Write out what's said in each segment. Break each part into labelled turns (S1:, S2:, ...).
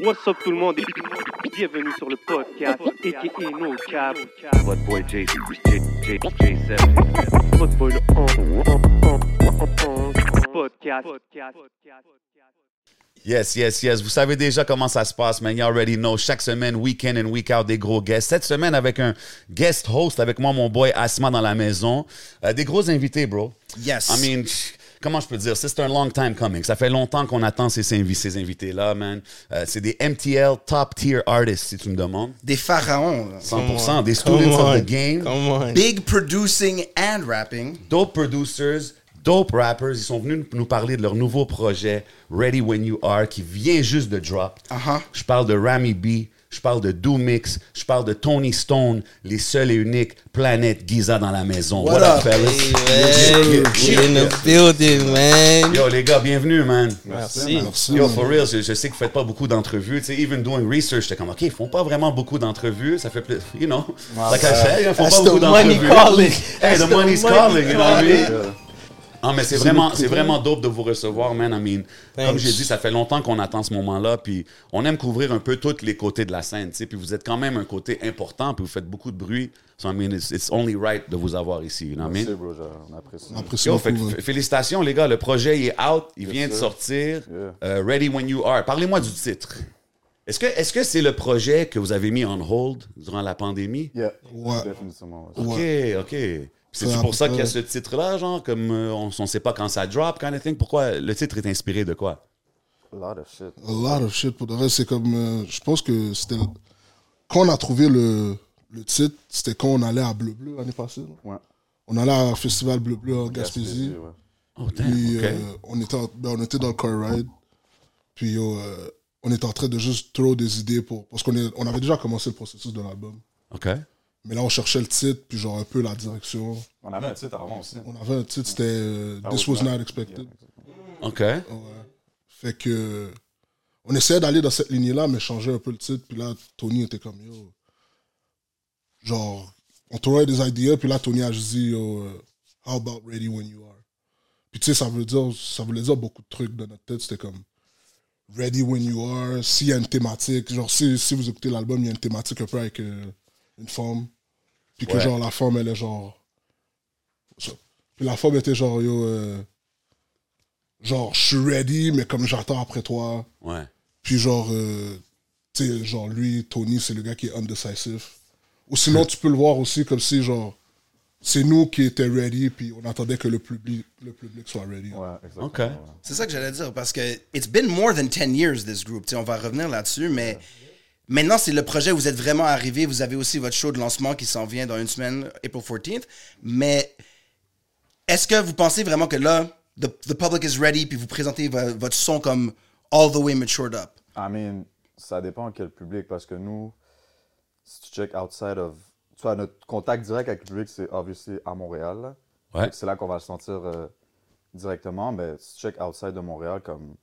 S1: What's up tout le monde et bienvenue sur le podcast aka No Cap.
S2: Votre boy J, J, J, J7.
S1: Votre boy le podcast.
S3: Yes, yes, yes. Vous savez déjà comment ça se passe, man. You already know. Chaque semaine, week-end and week-out, des gros guests. Cette semaine, avec un guest host, avec moi, mon boy Asma dans la maison. Euh, des gros invités, bro.
S4: Yes.
S3: I mean, pff, comment je peux dire? C'est un long time coming. Ça fait longtemps qu'on attend ces, invi- ces invités-là, man. Euh, c'est des MTL top tier artists, si tu me demandes.
S4: Des pharaons. là.
S3: 100%. Des
S5: Come
S3: students of
S5: on,
S3: the game.
S5: Come on.
S4: Big producing and rapping.
S3: dope producers, dope rappers. Ils sont venus nous parler de leur nouveau projet, Ready When You Are, qui vient juste de drop.
S4: Uh-huh.
S3: Je parle de Rami B, je parle de Doomix, je parle de Tony Stone, les seuls et uniques Planète Giza dans la maison.
S4: What up?
S3: fellas?
S5: Hey, man, we in the building, man.
S3: Yo les gars, bienvenue man.
S5: Merci.
S3: Yo for real, je, je sais que vous faites pas beaucoup d'entrevues. Tu sais, even doing research, j'étais comme ok, ils font pas vraiment beaucoup d'entrevues. Ça fait plus, you know, like I said, ils font pas beaucoup d'entrevues. Hey, the money's calling, you know what I mean? Non, mais c'est vraiment, c'est vraiment dope de vous recevoir, man. I mean, comme j'ai dit, ça fait longtemps qu'on attend ce moment-là, puis on aime couvrir un peu tous les côtés de la scène, tu sais. Puis vous êtes quand même un côté important, puis vous faites beaucoup de bruit. So, I mean, it's, it's only right de vous avoir ici, you know what I mean?
S6: Merci, bro, genre, on apprécie.
S3: Yo, fait que f- félicitations, les gars. Le projet, il est out. Il vient de sortir. Euh, Ready When You Are. Parlez-moi du titre. Est-ce que est-ce que c'est le projet que vous avez mis on hold durant la pandémie?
S6: Yeah,
S5: Ouais.
S6: définitivement. ouais.
S3: OK, OK. C'est
S5: Ça,
S3: pour ça qu'il y a
S5: ouais.
S3: ce titre-là, genre, comme euh, on ne sait pas quand ça drop, kind of thing. Pourquoi le titre est inspiré de quoi?
S6: A lot of shit.
S7: A lot of shit. Pour de vrai, c'est comme. euh, je pense que c'était. Quand on a trouvé le, le titre, c'était quand on allait à Bleu Bleu l'année passée. non
S6: Ouais.
S7: On allait à un festival Bleu Bleu en Gaspésie.
S6: Ouais.
S3: Oh, damn,
S7: Puis
S3: OK.
S7: euh, on, était en- ben, on était dans le car ride. Puis yo, euh, on était en train de juste throw des idées pour. Parce qu'on est- on avait déjà commencé le processus de l'album.
S3: OK.
S7: Mais là, on cherchait le titre, puis genre un peu la direction.
S6: On avait un titre avant aussi. hein.
S7: On avait un titre, c'était euh, This
S6: was
S7: Was Not Expected.
S3: OK.
S7: Ouais. Fait que. On essayait d'aller dans cette lignée-là, mais changer un peu le titre. Puis là, Tony était comme yo. Genre, on trouvait des idées, puis là, Tony a juste dit yo, euh, how about ready when you are? Puis tu sais, ça, veut dire, ça voulait dire beaucoup de trucs dans notre tête. C'était comme ready when you are, s'il y a une thématique. Genre, si, si vous écoutez l'album, il y a une thématique un peu avec euh, une forme. Puis que
S3: Ouais.
S7: genre, la forme, elle est genre. Puis la forme était genre yo. euh, genre je suis ready mais comme j'attends après toi
S3: Ouais.
S7: puis genre euh, tu sais genre lui Tony c'est le gars qui est undecisive ou sinon tu peux le voir aussi comme si genre c'est nous qui étions ready puis on attendait que le public le public soit ready
S6: Ouais, exactement.
S3: OK.
S4: C'est ça que j'allais dire parce que it's been more than 10 years this group. Tu sais, on va revenir là-dessus, mais maintenant c'est le projet. Vous êtes vraiment arrivé. Vous avez aussi votre show de lancement qui s'en vient dans une semaine, April 14th. Mais est-ce que vous pensez vraiment que là, the, the public is ready, puis vous présentez vo- votre son comme all the way matured up?
S6: I mean, ça dépend quel public, parce que nous, si tu check outside of. Tu vois, notre contact direct avec le public, c'est obviously à Montréal. là.
S3: Ouais.
S6: Fait que C'est là qu'on va le sentir euh, directement, mais si tu check outside de Montréal, comme.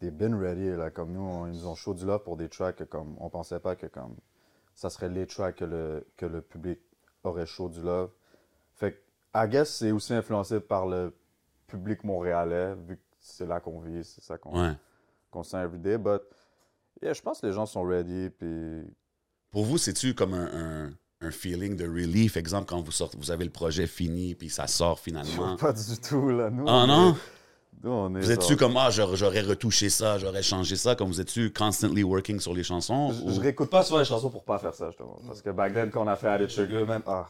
S6: Des been ready, là, comme nous, on- ils nous ont chaud du love pour des tracks que, comme. On pensait pas que, comme. Ça serait les tracks que le, que le public aurait chaud du love. Fait que, I guess, c'est aussi influencé par le public montréalais, vu que c'est là qu'on vit, c'est ça qu'on
S3: Ouais.
S6: qu'on sent everyday, but yeah, je pense que les gens sont ready, puis
S3: Pour vous, c'est-tu comme un, un- un feeling de relief, exemple, quand vous, sortez, vous avez le projet fini, puis ça sort finalement?
S6: pas du tout, là, nous.
S3: Ah
S6: on
S3: non?
S6: est- nous, on est
S3: Vous êtes-tu
S6: genre-
S3: comme, ah, j'aurais j'aurais retouché ça, j'aurais changé ça, comme vous êtes-tu constantly working sur les chansons?
S6: Je,
S3: ou-
S6: je réécoute pas souvent les chansons pour pas faire ça, justement, parce que back then, quand on a fait Added Sugar, même, ah,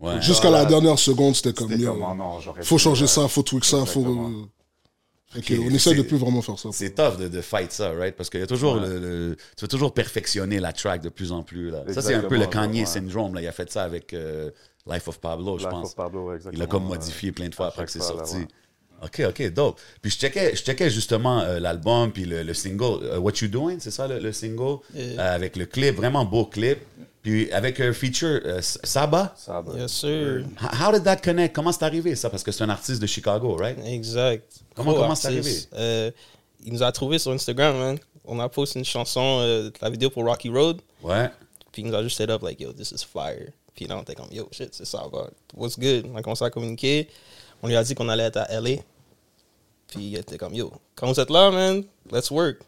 S3: Ouais.
S7: jusqu'à la dernière seconde c'était comme
S6: c'était
S7: yo,
S6: comme, ah non, j'aurais
S7: faut
S6: pu,
S7: changer
S6: ouais.
S7: ça faut tweak ça faut
S6: Exactement.
S7: euh, fait que
S3: Ok,
S7: on essaie de
S3: c'est-
S7: plus vraiment faire ça
S3: C'est tough de, de fight ça, right? Parce qu'il y a toujours le, le- Tu veux toujours perfectionner la track de plus en plus. Là. Ça, c'est un peu le
S6: Exactement,
S3: Kanye
S6: ouais.
S3: syndrome. Là. Il a fait ça avec euh, Life of Pablo, je
S6: Life
S3: pense.
S6: of Pablo, ouais,
S3: Il a comme
S6: exactement, euh, ouais.
S3: modifié plein de fois
S6: À
S3: après
S6: chaque
S3: que c'est
S6: fois, là,
S3: sorti.
S6: ouais.
S3: OK, OK, dope. Puis je checkais, je checkais justement euh, l'album, puis le, le single, euh, What You Doing, c'est ça le, le single? Euh, avec le clip, vraiment beau clip. Puis avec un feature, euh, S- Saba.
S6: Ça, ben,
S5: Yes, sir.
S3: H- How did that connect? Comment c'est arrivé ça? Parce que c'est un artiste de Chicago, right?
S5: Exact.
S3: Comment- comment c'est
S5: Co-artiste. Euh, il nous a trouvé sur Instagram, man. On a posté une chanson, euh, la vidéo pour Rocky Road.
S3: Ouais.
S5: Puis il nous a juste set up, like, yo, this is fire. Puis là, on était comme, yo, shit, c'est ça, va. What's good? On a commencé à communiquer. On lui a dit qu'on allait être à LA. Puis il était comme, yo, quand vous êtes là, man, let's work.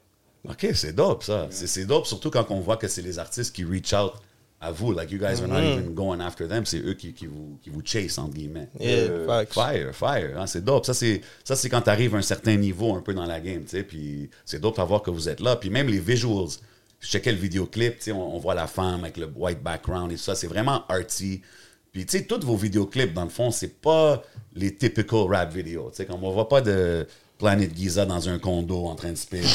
S3: OK, c'est dope, ça. C'est- C'est dope, surtout quand on voit que c'est les artistes qui reach out à vous. Like, you guys are not
S5: Mm-hmm.
S3: even going after them. C'est eux qui, qui, vous, qui vous chase, entre guillemets.
S5: Yeah, facts.
S3: Fire, fire, hein, c'est dope. Ça, c'est ça, c'est quand t'arrives à un certain niveau un peu dans la game, tu sais. Puis c'est dope de savoir que vous êtes là. Puis même les visuals, je checkais le vidéoclip, tu sais, on, on voit la femme avec le white background et tout ça. C'est vraiment arty. Puis tu sais, tous vos vidéoclips, dans le fond, c'est pas les typical rap videos. Tu sais, comme on voit pas de Planet Giza dans un condo en train de spiller. I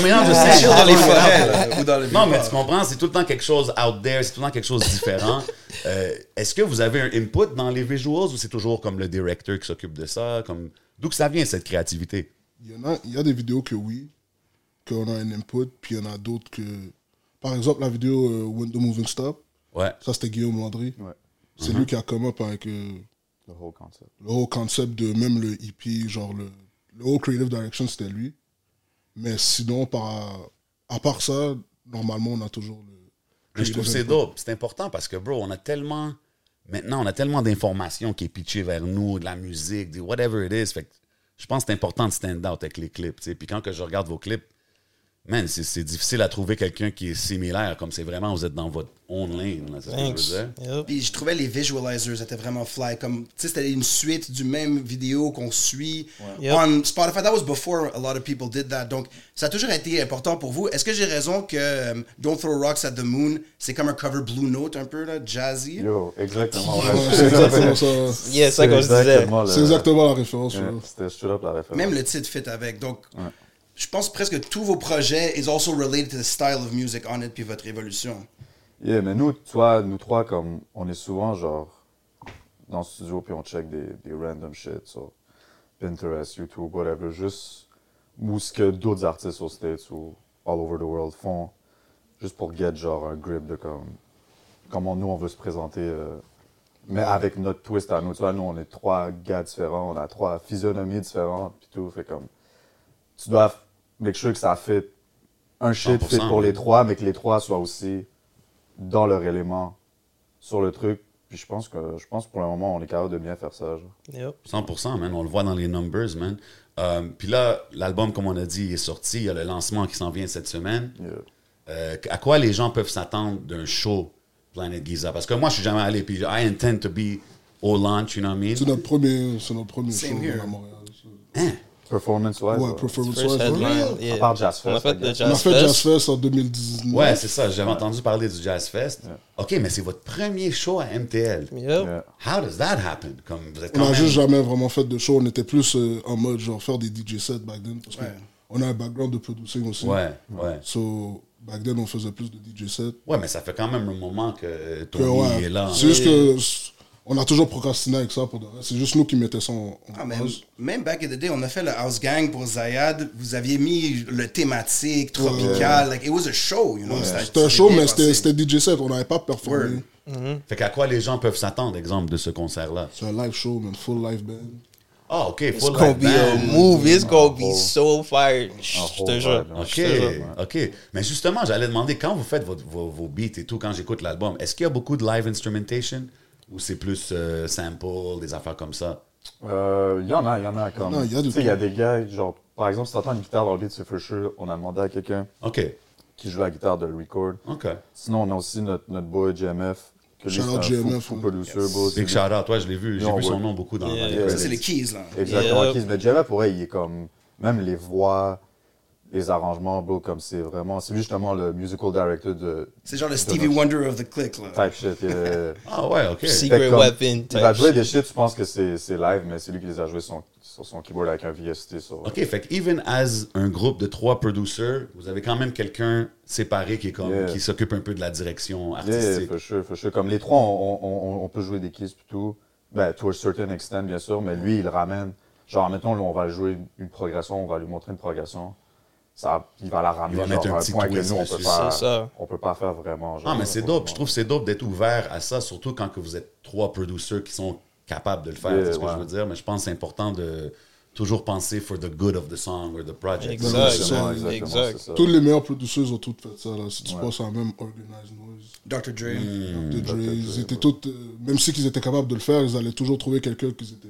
S3: mean, I'm just saying.
S4: Chill dans les forêts, là, ou dans les
S3: Non, mais tu comprends, c'est tout le temps quelque chose out there, c'est tout le temps quelque chose de différent. Euh, Est-ce que vous avez un input dans les visuals ou c'est toujours comme le directeur qui s'occupe de ça? Comme... D'où que ça vient cette créativité?
S7: Il y, en a, il y a des vidéos que oui, qu'on a un input, puis il y en a d'autres que. Par exemple, la vidéo euh, When the Moving Stop,
S3: Ouais.
S7: ça c'était Guillaume Landry.
S6: Ouais.
S7: C'est lui qui a come up avec euh,
S6: Le whole concept.
S7: le whole concept de même le hippie, genre le, le whole creative direction, c'était lui. Mais sinon, par, à part ça, normalement, on a toujours le.
S3: Mais je trouve que c'est dope. C'est important parce que, bro, on a tellement. Maintenant, on a tellement d'informations qui est pitchée vers nous, de la musique, des whatever it is. Fait que je pense que c'est important de stand out avec les clips. tu sais. Puis quand que je regarde vos clips, man, c'est- c'est difficile à trouver quelqu'un qui est similaire. Comme c'est vraiment, vous êtes dans votre own lane. là, c'est ce que je veux
S5: Thanks.
S3: dire.
S5: Yep.
S4: Puis je trouvais les visualizers étaient vraiment fly. Comme, tu sais, c'était une suite du même vidéo qu'on suit
S5: Yep.
S4: on Spotify. That was before a lot of people did that. Donc, ça a toujours été important pour vous. Est-ce que j'ai raison que euh, Don't Throw Rocks at the Moon, c'est comme un cover Blue Note un peu, là, jazzy?
S6: Yo, exactement.
S7: Ouais, c'est exactement ça.
S5: Yeah, c'est ça qu'on se disait.
S6: le-
S7: C'est exactement la référence.
S6: Ouais,
S7: ouais.
S6: C'était straight up la référence.
S4: Même le titre fit avec. Donc, je pense presque tous vos projets is also related to the style of music on it puis votre évolution.
S6: Yeah, mais nous, toi, nous trois, comme, on est souvent, genre, dans le studio, puis on check des, des random shit sur Pinterest, YouTube, whatever, juste ou ce que d'autres artistes aux States ou all over the world font, juste pour get, genre, un grip de comme, comment nous, on veut se présenter, euh, mais avec notre twist à nous. Tu vois, nous, on est trois gars différents, on a trois physionomies différentes, puis tout, fait comme, tu dois f- make sure que ça fit, un shit fit
S3: 100%,
S6: pour les
S3: ouais.
S6: trois, mais que les trois soient aussi dans leur élément sur le truc. Puis je pense que je pense que pour le moment, on est capable de bien faire ça. genre.
S5: Yep.
S3: 100%, man. On le voit dans les numbers, man. Euh, Puis là, l'album, comme on a dit, il est sorti. Il y a le lancement qui s'en vient cette semaine.
S6: Yeah.
S3: Euh, à quoi les gens peuvent s'attendre d'un show Planet Giza? Parce que moi, je suis jamais allé. Puis I intend to be au launch, you know what I
S7: C'est
S3: mean?
S7: notre premier, c'est notre premier show
S4: Same here.
S7: à Montréal.
S6: Performance wise.
S7: Ouais, Performance
S5: First
S7: Wise. ouais.
S5: headline. Yeah.
S6: À part Jazz
S5: On a
S6: Fest,
S5: fait le
S6: I guess.
S7: On a
S5: Jazz
S7: fait Jazz
S5: Fest.
S7: Fest en 2019.
S3: Ouais, c'est ça. J'avais entendu parler du Jazz Fest. OK, mais c'est votre premier show à MTL.
S5: Yep.
S6: Yeah.
S3: How does that happen? Comme vous êtes
S7: On
S3: quand
S7: n'a
S3: même-
S7: juste jamais vraiment fait de show. On était plus euh, en mode genre faire des DJ sets back then. Parce
S4: Ouais.
S7: qu'on a un background de producing aussi.
S3: Ouais, ouais.
S7: So, back then, on faisait plus de DJ sets.
S3: Ouais, mais ça fait quand même un moment que euh,
S7: Que,
S3: Tony
S7: ouais,
S3: est là.
S7: c'est juste que s- on a toujours procrastiné avec ça. pour de vrai. C'est juste nous qui mettions ça en, en
S4: Ah, mais
S7: pause.
S4: même back in the day, on a fait le House Gang pour Zayad. Vous aviez mis le thématique tropical. Like, it was a show, you know.
S7: C'était un show,
S4: bien
S7: mais c'était
S4: passé.
S7: c'était DJ set. On n'avait pas performé.
S4: Word.
S3: Fait qu'à quoi les gens peuvent s'attendre, exemple, de ce concert-là?
S7: C'est un live show, man. Full live band.
S3: Ah, OK,
S5: It's
S3: full
S5: gonna
S3: live
S5: be
S7: euh,
S5: a
S3: band.
S5: movie. It's gonna be so fire.
S6: whole
S5: Je te jure.
S6: vibe, hein.
S3: OK,
S5: Je te jure.
S3: OK. Mais justement, j'allais demander, quand vous faites votre- vos, vos beats et tout, quand j'écoute l'album, est-ce qu'il y a beaucoup de live instrumentation ou c'est plus euh, sample, des affaires comme ça?
S6: Euh, Il y en a, il y en a comme.
S7: Non, il y a du
S6: Tu sais, il y a
S7: tout.
S6: des gars, genre, par exemple, si t'entends une guitare dans le beat, c'est for sure. On a demandé à quelqu'un
S3: OK,
S6: qui joue la guitare de le record.
S3: OK.
S6: Sinon, on a aussi notre, notre boy GMF. Que lui,
S7: Shout
S6: c'est
S7: out
S6: un
S7: GMF,
S6: fou, fou
S7: ouais.
S6: producer, bro. C'est
S3: Big shout out, ouais, je l'ai vu, j'ai
S6: Non,
S3: vu son
S6: ouais.
S3: nom beaucoup dans dans les
S5: Yeah.
S6: Yeah.
S4: Ça, c'est les keys, là.
S6: Exactement.
S5: Yep.
S6: Keith. Mais Jella, pour elle, il est comme. Même les voix, les arrangements, bro, comme c'est vraiment. C'est lui justement le musical director de
S4: C'est genre le Stevie Wonder of the click, là.
S6: type shit. yeah.
S3: Ah ouais, OK.
S5: Si.
S6: Fait que
S5: Secret
S6: comme,
S5: weapon
S6: Il
S5: type
S6: va jouer
S5: shit.
S6: des shit, tu penses que c'est c'est live, mais c'est lui qui les a joués son- sur son keyboard avec un VST. Sur,
S3: OK, fait que even as un groupe de trois producers, vous avez quand même quelqu'un séparé qui est comme
S6: Yeah.
S3: qui s'occupe un peu de la direction
S6: Yeah,
S3: artistique.
S6: for sure, for sure. Comme les trois, on, on- on- on peut jouer des keys plutôt. Ben, to a certain extent, bien sûr, mais lui, il ramène. Genre, mettons, là, on va jouer une- une progression, on va lui montrer une progression. Ça, il va la ramener
S3: Il va
S6: genre,
S3: mettre un
S6: à un
S3: petit
S6: point que
S3: twist
S6: nous, on peut
S3: là-dessus.
S6: pas,
S5: C'est ça.
S6: on peut pas faire vraiment. Genre,
S3: Ah, mais c'est dope. Je trouve que c'est dope d'être ouvert à ça, surtout quand que vous êtes trois producers qui sont capables de le faire.
S6: Yeah,
S3: c'est ce que
S6: ouais.
S3: je veux dire. Mais je pense que c'est important de toujours penser for the good of the song or the project.
S5: Exact.
S6: Exactement,
S5: Exact.
S6: exactement, c'est
S3: Euh.
S6: ça.
S7: Toutes les meilleures produceuses ont toutes fait ça. Là. Si tu penses à même Organized Noise.
S4: Dr. Dre.
S6: Mm.
S7: de Dre, ils étaient tous, euh, même si qu'ils étaient capables de le faire, ils allaient toujours trouver quelqu'un qui, était-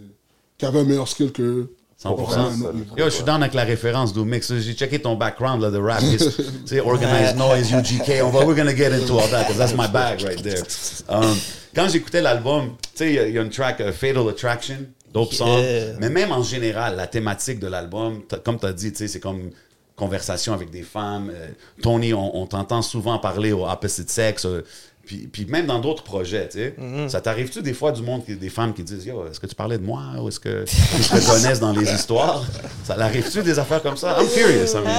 S7: qui avait un meilleur skill que eux.
S3: 100%. Yo, je suis down avec la référence d'Oomix. J'ai checké ton background là, de rap. It's, Tu sais, organized noise, UGK. On va, we're gonna get into all that, because that's my bag right there. Um, quand j'écoutais l'album, tu sais, il y a- il y, a une track, euh, Fatal Attraction, dope song. Mais même en général, la thématique de l'album, t'as- comme tu as dit, tu sais, c'est comme conversation avec des femmes. Euh, Tony, on, on t'entend souvent parler au opposite sexe. euh, puis, puis même dans d'autres projets, tu sais, ça t'arrive-tu des fois du monde, qui- des femmes qui disent Yo, est-ce que tu parlais de moi ou est-ce que je te connaisse dans les histoires Ça l'arrive-tu des affaires comme ça I'm curious. I mean.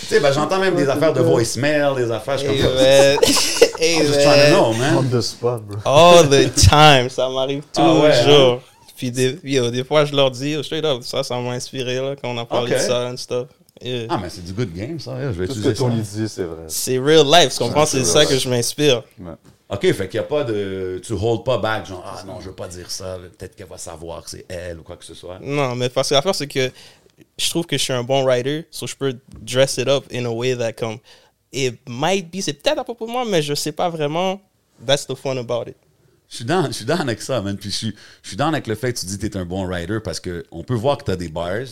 S3: tu sais, ben, j'entends même des affaires de voicemail, des affaires, je suis
S5: Hey,
S3: comme
S5: man. Hey,
S3: I'm just trying to
S5: man.
S3: know, man.
S6: On the spot, bro.
S5: All the time, ça m'arrive
S3: Ah ouais, hein?
S5: toujours. Puis des, yo, des fois, je leur dis, yo, straight up, ça, ça m'a inspiré, là, quand on a parlé
S3: Ok.
S5: de ça and stuff. Yeah.
S3: Ah, mais c'est du good game, ça. Je vais
S6: Tout ce
S3: utiliser
S6: que
S3: ça.
S6: Tony dit, c'est vrai.
S5: C'est real life, ce qu'on pense, c'est
S6: c'est
S5: ça
S6: real
S5: que
S6: life.
S5: je m'inspire.
S6: Ouais.
S3: OK, fait qu'il n'y a pas de. Tu hold pas back, genre, ah non, je veux pas dire ça, là, peut-être qu'elle va savoir que c'est elle ou quoi que ce soit.
S5: Non, mais parce que l'affaire, c'est que je trouve que je suis un bon writer, so je peux dress it up in a way that, comme, it might be, c'est peut-être à propos de moi, mais je sais pas vraiment. That's the fun about it.
S3: Je suis dans, je suis dans avec ça, man. Puis je suis, je suis dans avec le fait que tu dis que t'es un bon writer parce que on peut voir que t'as des bars.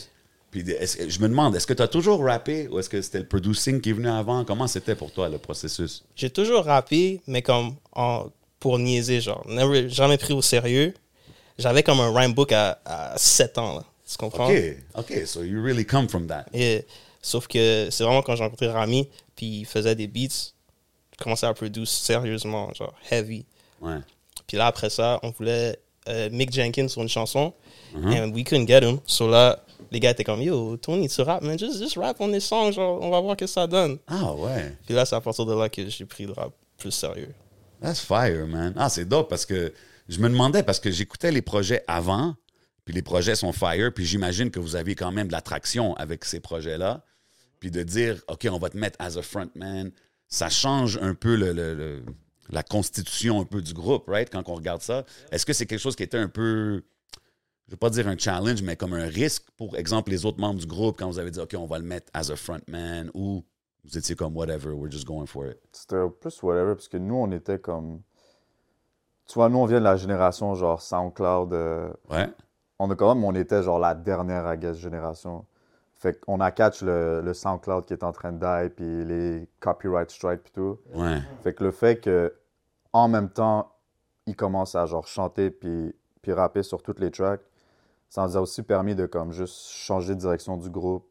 S3: Puis des- est-ce que- je me demande, est-ce que t'as toujours rappé ou est-ce que c'était le producing qui est venu avant? Comment c'était pour toi le processus?
S5: j'ai toujours rappé, mais comme en, pour niaiser, genre. Never- jamais pris au sérieux. J'avais comme un rhyme book à, à 7 ans, là. Tu comprends?
S3: OK, OK, so you really come from that.
S5: Et, sauf que c'est vraiment quand j'ai rencontré Rami, puis il faisait des beats, je commençais à produire sérieusement, genre heavy.
S3: Ouais.
S5: Puis là, après ça, on voulait euh, Mick Jenkins sur une chanson. And we couldn't get him. So là, les gars étaient comme, yo, Tony, tu rap, man, just, just rap on this song, genre, on va voir que ça donne.
S3: Ah ouais.
S5: Puis là, c'est à partir de là que j'ai pris le rap plus sérieux.
S3: That's fire, man. Ah, c'est dope parce que je me demandais, parce que j'écoutais les projets avant, puis les projets sont fire, puis j'imagine que vous aviez quand même de l'attraction avec ces projets-là. Puis de dire, OK, on va te mettre as a frontman, ça change un peu le, le- le- la constitution un peu du groupe, right? Quand on regarde ça, est-ce que c'est quelque chose qui était un peu, je ne veux pas dire un challenge, mais comme un risque pour, exemple, les autres membres du groupe quand vous avez dit, OK, on va le mettre as a frontman ou vous étiez comme whatever, we're just going for it?
S6: C'était plus whatever, parce que nous, on était comme. Tu vois, nous, on vient de la génération genre SoundCloud. euh,
S3: Ouais.
S6: on a quand même, on était genre la dernière, à guess, génération. Fait qu'on a catch le, le SoundCloud qui est en train de die, puis les copyright strike, puis tout.
S3: Ouais.
S6: Fait que le fait que, en même temps, il commence à genre chanter puis, puis rapper sur toutes les tracks, ça nous a aussi permis de comme juste changer de direction du groupe.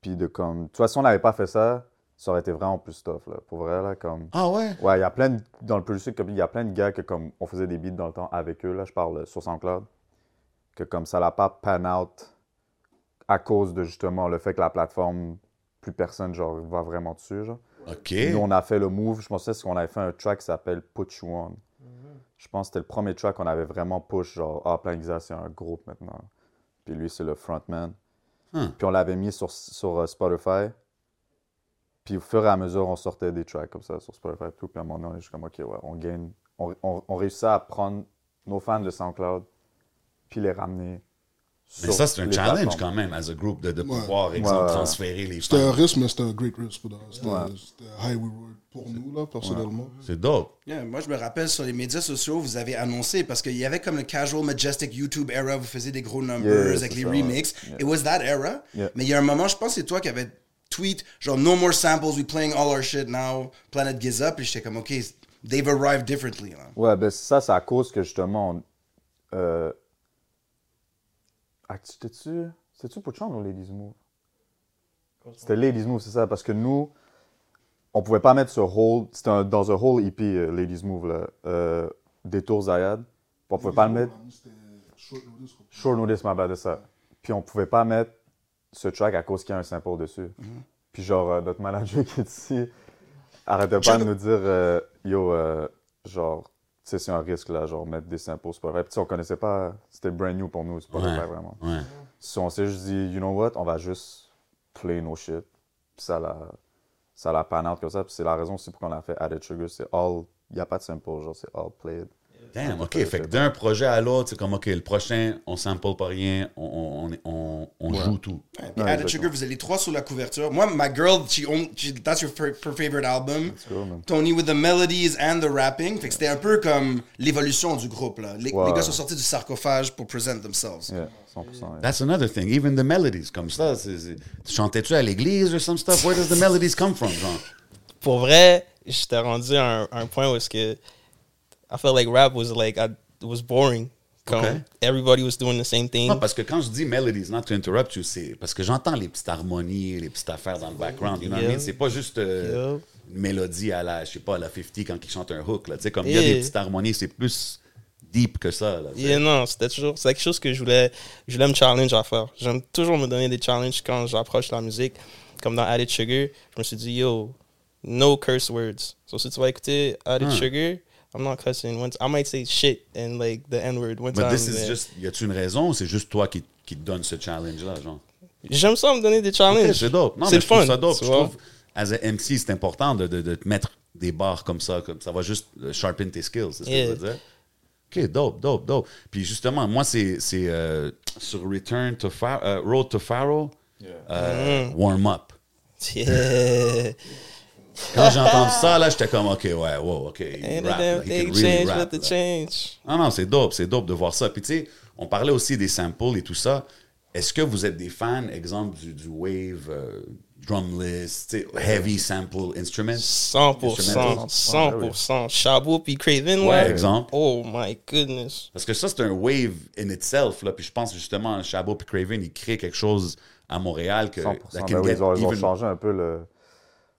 S6: Puis de comme. De toute façon, on n'avait pas fait ça, ça aurait été vraiment plus tough, là. Pour vrai, là, comme.
S3: Ah ouais?
S6: Ouais, il y a plein de, dans le producing company, il y a plein de gars que comme on faisait des beats dans le temps avec eux, là, je parle sur SoundCloud, que comme ça l'a pas pan out à cause de justement le fait que la plateforme, plus personne genre va vraiment dessus, genre.
S3: OK.
S6: Nous, on a fait le move, je pensais qu'on avait fait un track qui s'appelle Put You On.
S3: Mhm.
S6: Je pense que c'était le premier track qu'on avait vraiment push, genre, ah, Plan Exa, c'est un groupe maintenant. Puis lui, c'est le frontman.
S3: Hmm.
S6: Puis on l'avait mis sur, sur euh, Spotify. Puis au fur et à mesure, on sortait des tracks comme ça sur Spotify et tout. Puis à un moment donné, on est juste comme, OK, ouais, on gagne. On, on, on réussit à prendre nos fans de SoundCloud, puis les ramener.
S3: Mais ça, c'est un challenge quand même, as a group, de, de pouvoir, exemple,
S6: Ouais.
S3: transférer les
S7: C'était
S3: gens.
S7: un risque, mais c'était un great risk pour nous. C'était
S6: Ouais.
S7: c'était un high reward pour nous, là, personnellement.
S3: C'est dope.
S4: Yeah, moi, je me rappelle sur les médias sociaux, vous avez annoncé, parce qu'il y avait comme le casual, majestic YouTube era, vous faisiez des gros numbers
S6: Yeah,
S4: avec
S6: c'est
S4: les
S6: ça, ouais.
S4: remixes.
S6: Yeah.
S4: It was that era.
S6: Yeah.
S4: Mais il y a un moment, je pense que c'est toi qui avais tweet, genre, no more samples, we playing all our shit now, Planet Giza. Puis j'étais comme, OK, they've arrived differently. là.
S6: Ouais, ben ça, c'est à cause que justement. on- Euh... Ah, tu- t'es-tu. C'est-tu Puchan ou Ladies Move? C'était Ladies Move, c'est ça, parce que nous, on pouvait pas mettre ce hold. C'était un- dans un whole EP, euh, Ladies Move, là. Euh, Détour Zayad. On pouvait pas le mettre.
S7: C'était short notice, quoi.
S6: Short Notice, ma bad, c'est ça. Puis on pouvait pas mettre ce track à cause qu'il y a un sample dessus. Puis genre, euh, notre manager qui est ici arrêtait pas de nous dire euh, Yo, euh, genre, tu sais, c'est un risque là, genre, mettre des samples, c'est pas vrai. Puis tu sais, on connaissait pas, c'était brand new pour nous, c'est pas
S3: Ouais.
S6: vrai vraiment.
S3: Ouais.
S6: Si on s'est juste dit, you know what, on va juste play nos shit. Puis ça la, ça la pan out comme ça. Puis c'est la raison aussi pour qu'on a fait Added Sugar, c'est all, il n'y a pas de sample, genre, c'est all played.
S3: Damn, OK. Fait que d'un projet à l'autre, c'est comme, OK, le prochain, on sample pas rien, on, on, on, on joue tout.
S4: Ouais, puis Added Sugar, vous avez les trois sur la couverture. Moi, My Girl, she own- she- that's your fir- her favorite album.
S6: cool, man.
S4: Tony with the melodies and the rapping. Fait que c'était un peu comme l'évolution du groupe. Là. Les,
S6: Ouais.
S4: les gars sont sortis du sarcophage pour present themselves.
S6: Yeah, 100%. yeah.
S3: That's another thing. Even the melodies, comme ça. c'est- c'est- Tu chantais-tu à l'église or some stuff? Where does the melodies come from, genre?
S5: pour vrai, j'étais rendu à un, un point où est-ce que I felt like rap was like I was boring. Comme
S3: Okay.
S5: everybody was doing the same thing.
S3: Non, parce que quand je dis melodies, not to interrupt you, c'est parce que j'entends les petites harmonies, les petites affaires dans le background. You know what I mean?
S5: Yeah.
S3: C'est pas juste euh,
S5: Yeah.
S3: une mélodie à la, je sais pas, à la 50 quand ils chantent un hook. Là, Tu sais, comme il y a
S5: Yeah.
S3: des petites harmonies, c'est plus deep que ça. Là, tu sais.
S5: Yeah, non, c'était toujours c'est quelque chose que je voulais je voulais me challenge à faire. J'aime toujours me donner des challenges quand j'approche la musique. Comme dans Added Sugar, je me suis dit yo, no curse words. So si tu vas écouter
S3: Hmm.
S5: Added Sugar, I'm not cussing. Once I might say shit and like the N word one
S3: But
S5: time.
S3: this is
S5: but-
S3: just, y a-tu une raison ou c'est juste toi qui, qui te donne ce challenge-là, genre?
S5: J'aime ça me donner des challenges.
S3: Ok, c'est dope. Non,
S5: C'est
S3: mais
S5: le
S3: je trouve
S5: fun.
S3: ça dope.
S5: tu
S3: Je
S5: vois.
S3: trouve, as a MC, c'est important de, de, de te mettre des barres comme ça. Comme ça va juste euh, sharpen tes skills, c'est ce que je
S5: Yeah.
S3: veux dire. OK, dope, dope, dope. Puis justement, moi, c'est c'est, euh, sur Return to Pharaoh, Road to Pharaoh, euh,
S5: Mm-hmm.
S3: Warm Up.
S5: Yeah.
S3: Quand j'ai entendu ça, là, j'étais comme, OK, ouais, wow, OK, he
S5: Ain't
S3: rap,
S5: a damn
S3: là, he
S5: thing
S3: can really
S5: change
S3: rap,
S5: with the
S3: là.
S5: change.
S3: Ah non, c'est dope, c'est dope de voir ça. Puis tu sais, on parlait aussi des samples et tout ça. Est-ce que vous êtes des fans, exemple, du, du wave, euh, drumless, tu sais, heavy sample instruments?
S5: 100%.
S3: Instrumental.
S5: 100%. Chabot puis Craven, ouais.
S3: Ouais, exemple.
S5: Oh my goodness.
S3: Parce que ça, c'est un wave in itself. Là. Puis je pense justement, Chabot et Craven, ils créent quelque chose à Montréal que
S6: 100%.
S3: that
S6: Ben
S3: can
S6: oui,
S3: get
S6: ils ont, ils ont
S3: even-
S6: changé un peu le,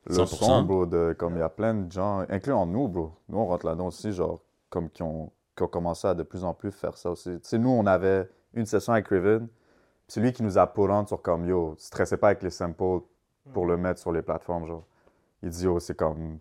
S6: le
S3: 100%.
S6: son, bro. de- comme il y a plein de gens, incluant nous, bro. Nous, on rentre là-dedans aussi, genre, comme qui ont, qui ont commencé à de plus en plus faire ça aussi. Tu sais, nous, on avait une session avec Riven. C'est lui qui nous a pourrant sur comme, yo, stressez pas avec les samples pour le mettre sur les plateformes, genre. Il dit, yo, c'est comme.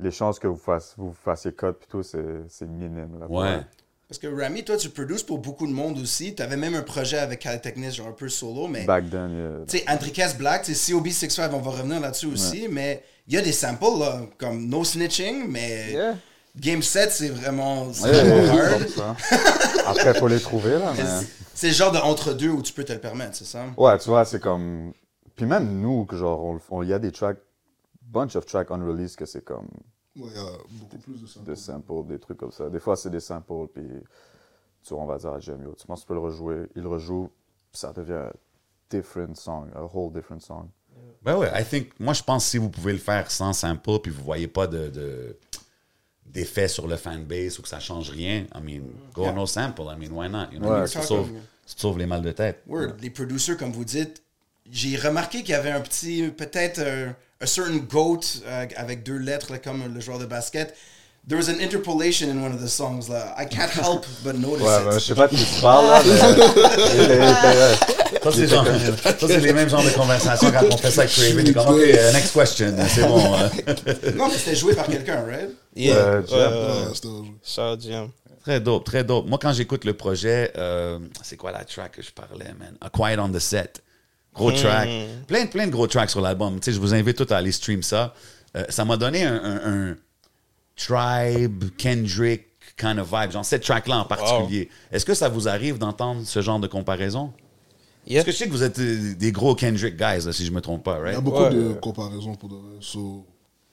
S6: Les chances que vous, fassiez vous fassiez code, puis tout, c'est c'est minime. Là, pour
S3: Ouais.
S6: vrai.
S4: Parce que Rami, toi, tu produces pour beaucoup de monde aussi. Tu avais même un projet avec Calytechnis, genre un peu solo, mais...
S6: Back then, yeah.
S4: Tu sais, Enriquez Black, tu sais, COB65, on va revenir là-dessus aussi, mais il y a des samples, là, comme No Snitching, mais Game 7, c'est vraiment, c'est
S6: Ouais,
S4: vraiment
S6: ouais,
S4: hard.
S6: ouais, comme ça. Après, faut les trouver, là. mais-
S4: C'est le genre de entre-deux où tu peux te le permettre, c'est ça?
S6: Ouais, tu vois, c'est comme. Puis même nous, que genre, on le- on- il y a des tracks, bunch of tracks unreleased que c'est comme
S7: Ouais, il y a beaucoup plus de ça.
S6: des samples, des trucs comme ça. Des fois, c'est des samples, puis tu vois, on va dire à Jamio, tu penses que tu peux le rejouer, il le rejoue, puis ça devient un different song, a whole different song.
S3: Ben ouais, I think, moi, je pense que si vous pouvez le faire sans sample puis vous voyez pas de, de- d'effet sur le fanbase ou que ça change rien, I mean, go no sample. I mean, why not? You know,
S6: Ouais.
S3: ça, te sauve, ça te sauve les mal de tête.
S4: Word. Les producers, comme vous dites, j'ai remarqué qu'il y avait un petit, peut-être un a certain goat euh, avec deux lettres, là, comme le joueur de basket. There was an interpolation in one of the songs. Là. I can't help but notice
S6: Ouais,
S4: it.
S6: ben, je sais pas de qui tu parles, là,
S3: Ah.
S6: mais.
S3: Ça, c'est, genre- ça, c'est les mêmes genres de conversations quand on fait ça avec Craven. Il est comme, OK, euh, next question. C'est bon. hein.
S4: Non, mais c'était joué par quelqu'un, right?
S5: Yeah.
S6: Euh, Jam.
S5: Euh,
S7: Ouais, c'était-
S5: Shout Jim.
S3: Très dope, très dope. Moi, quand j'écoute le projet, euh, c'est quoi la track que je parlais, man? A Quiet on the Set. Gros track. Plein, de- plein de gros tracks sur l'album. Tu sais, je vous invite tous à aller stream ça. Euh, ça m'a donné un, un- un Tribe, Kendrick kind of vibe. Genre, cette track-là en particulier. Est-ce que ça vous arrive d'entendre ce genre de comparaison?
S5: Yeah.
S3: Parce que je sais que vous êtes euh, des gros Kendrick guys, là, si je me trompe pas,
S7: Il y
S3: right?
S7: a beaucoup
S5: Ouais.
S7: de comparaisons pour de vrai. So,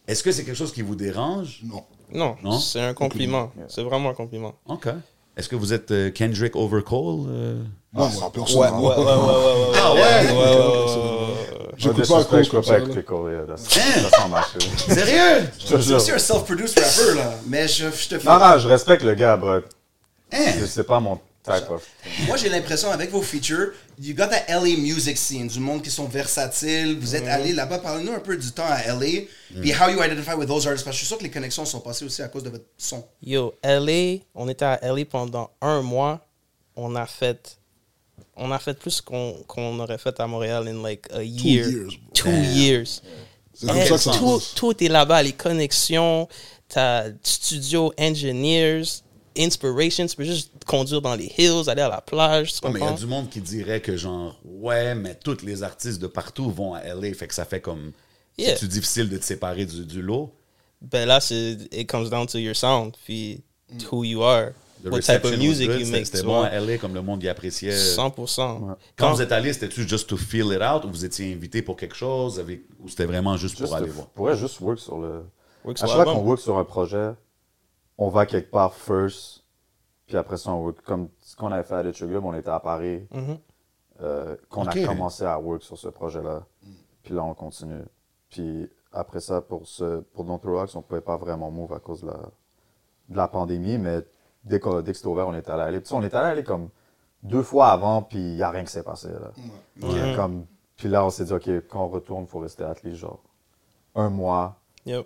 S3: Est-ce que c'est quelque chose qui vous dérange?
S7: non.
S5: Non,
S3: Non?
S5: c'est un compliment. C'est vraiment un compliment.
S3: OK. Est-ce que vous êtes euh, Kendrick over Cole? euh?
S7: Moi, moi, personnellement.
S3: Ah ouais?
S5: Ouais, ouais, ouais, ouais, ouais.
S7: J'écoute
S6: Just
S7: pas le
S6: respect,
S7: coach
S6: je peux
S7: comme
S6: pas
S7: ça. là.
S6: écouter Corée, là. Ça
S3: Hein?
S6: ça s'en marche. là.
S3: Sérieux?
S6: Je te
S4: C'est aussi
S6: jure.
S4: un self-produced rapper, là. Mais je, je te fais. Eh,
S6: Non, non, je respecte le gars, bro.
S3: Hein?
S6: Je sais pas mon type of.
S4: Moi, j'ai l'impression, avec vos features, you got that LA music scene, du monde qui sont versatiles. Vous êtes allé là-bas. Parlez-nous un peu du temps à LA. Puis
S6: Mm.
S4: how you identify with those artists. Parce que je suis sûr que les connexions sont passées aussi à cause de votre son.
S5: Yo, LA, on était à LA pendant un mois. On a fait, on a fait plus qu'on qu'on aurait fait à Montréal in like a year.
S7: years, bro.
S5: Two years.
S7: C'est comme ça que ça
S5: tout,
S7: avance.
S5: tout est là-bas, les connexions, t'as studio, engineers, inspiration. Tu peux juste conduire dans les hills, aller à la plage. Tu
S3: Ouais, mais il y a
S5: comprends?
S3: du monde qui dirait que genre, ouais, mais tous les artistes de partout vont à LA, fait que ça fait comme.
S5: Yeah.
S3: C'est difficile de te séparer du, du lot.
S5: Ben là, c'est, it comes down to your sound. Puis who you are,
S3: The
S5: what type
S3: reception
S5: of
S3: was
S5: music
S3: good,
S5: you
S3: c'était-
S5: make.
S3: C'était
S5: tu
S3: bon
S5: vois.
S3: à LA, comme le monde y appréciait.
S5: 100%.
S3: Quand vous êtes allé, c'était-tu juste to feel it out ou vous étiez invité pour quelque chose avec- ou c'était vraiment juste,
S6: Juste
S3: pour aller
S6: de-
S3: voir?
S6: pourrait juste work sur le.
S5: Work
S6: à
S5: sur
S6: chaque fois qu'on
S5: l'album.
S6: work sur un projet, on va quelque part first, puis après ça, on work. Comme ce qu'on avait fait à The Sugar, on était à Paris,
S5: Mhm.
S6: euh, qu'on
S3: Ok.
S6: a commencé à work sur ce projet-là. Puis là, on continue. Puis après ça, pour, ce, pour Don't Throw Rocks, on pouvait pas vraiment move à cause de la, de la pandémie, mais dès, qu'on- dès que c'était ouvert, on était allé à aller. Puis ça, on était allé à aller comme deux fois avant, puis il n'y a rien qui s'est passé. Là. Puis
S5: Ouais.
S6: comme, puis là, on s'est dit, OK, quand on retourne, il faut rester à least genre un mois.
S5: Yep.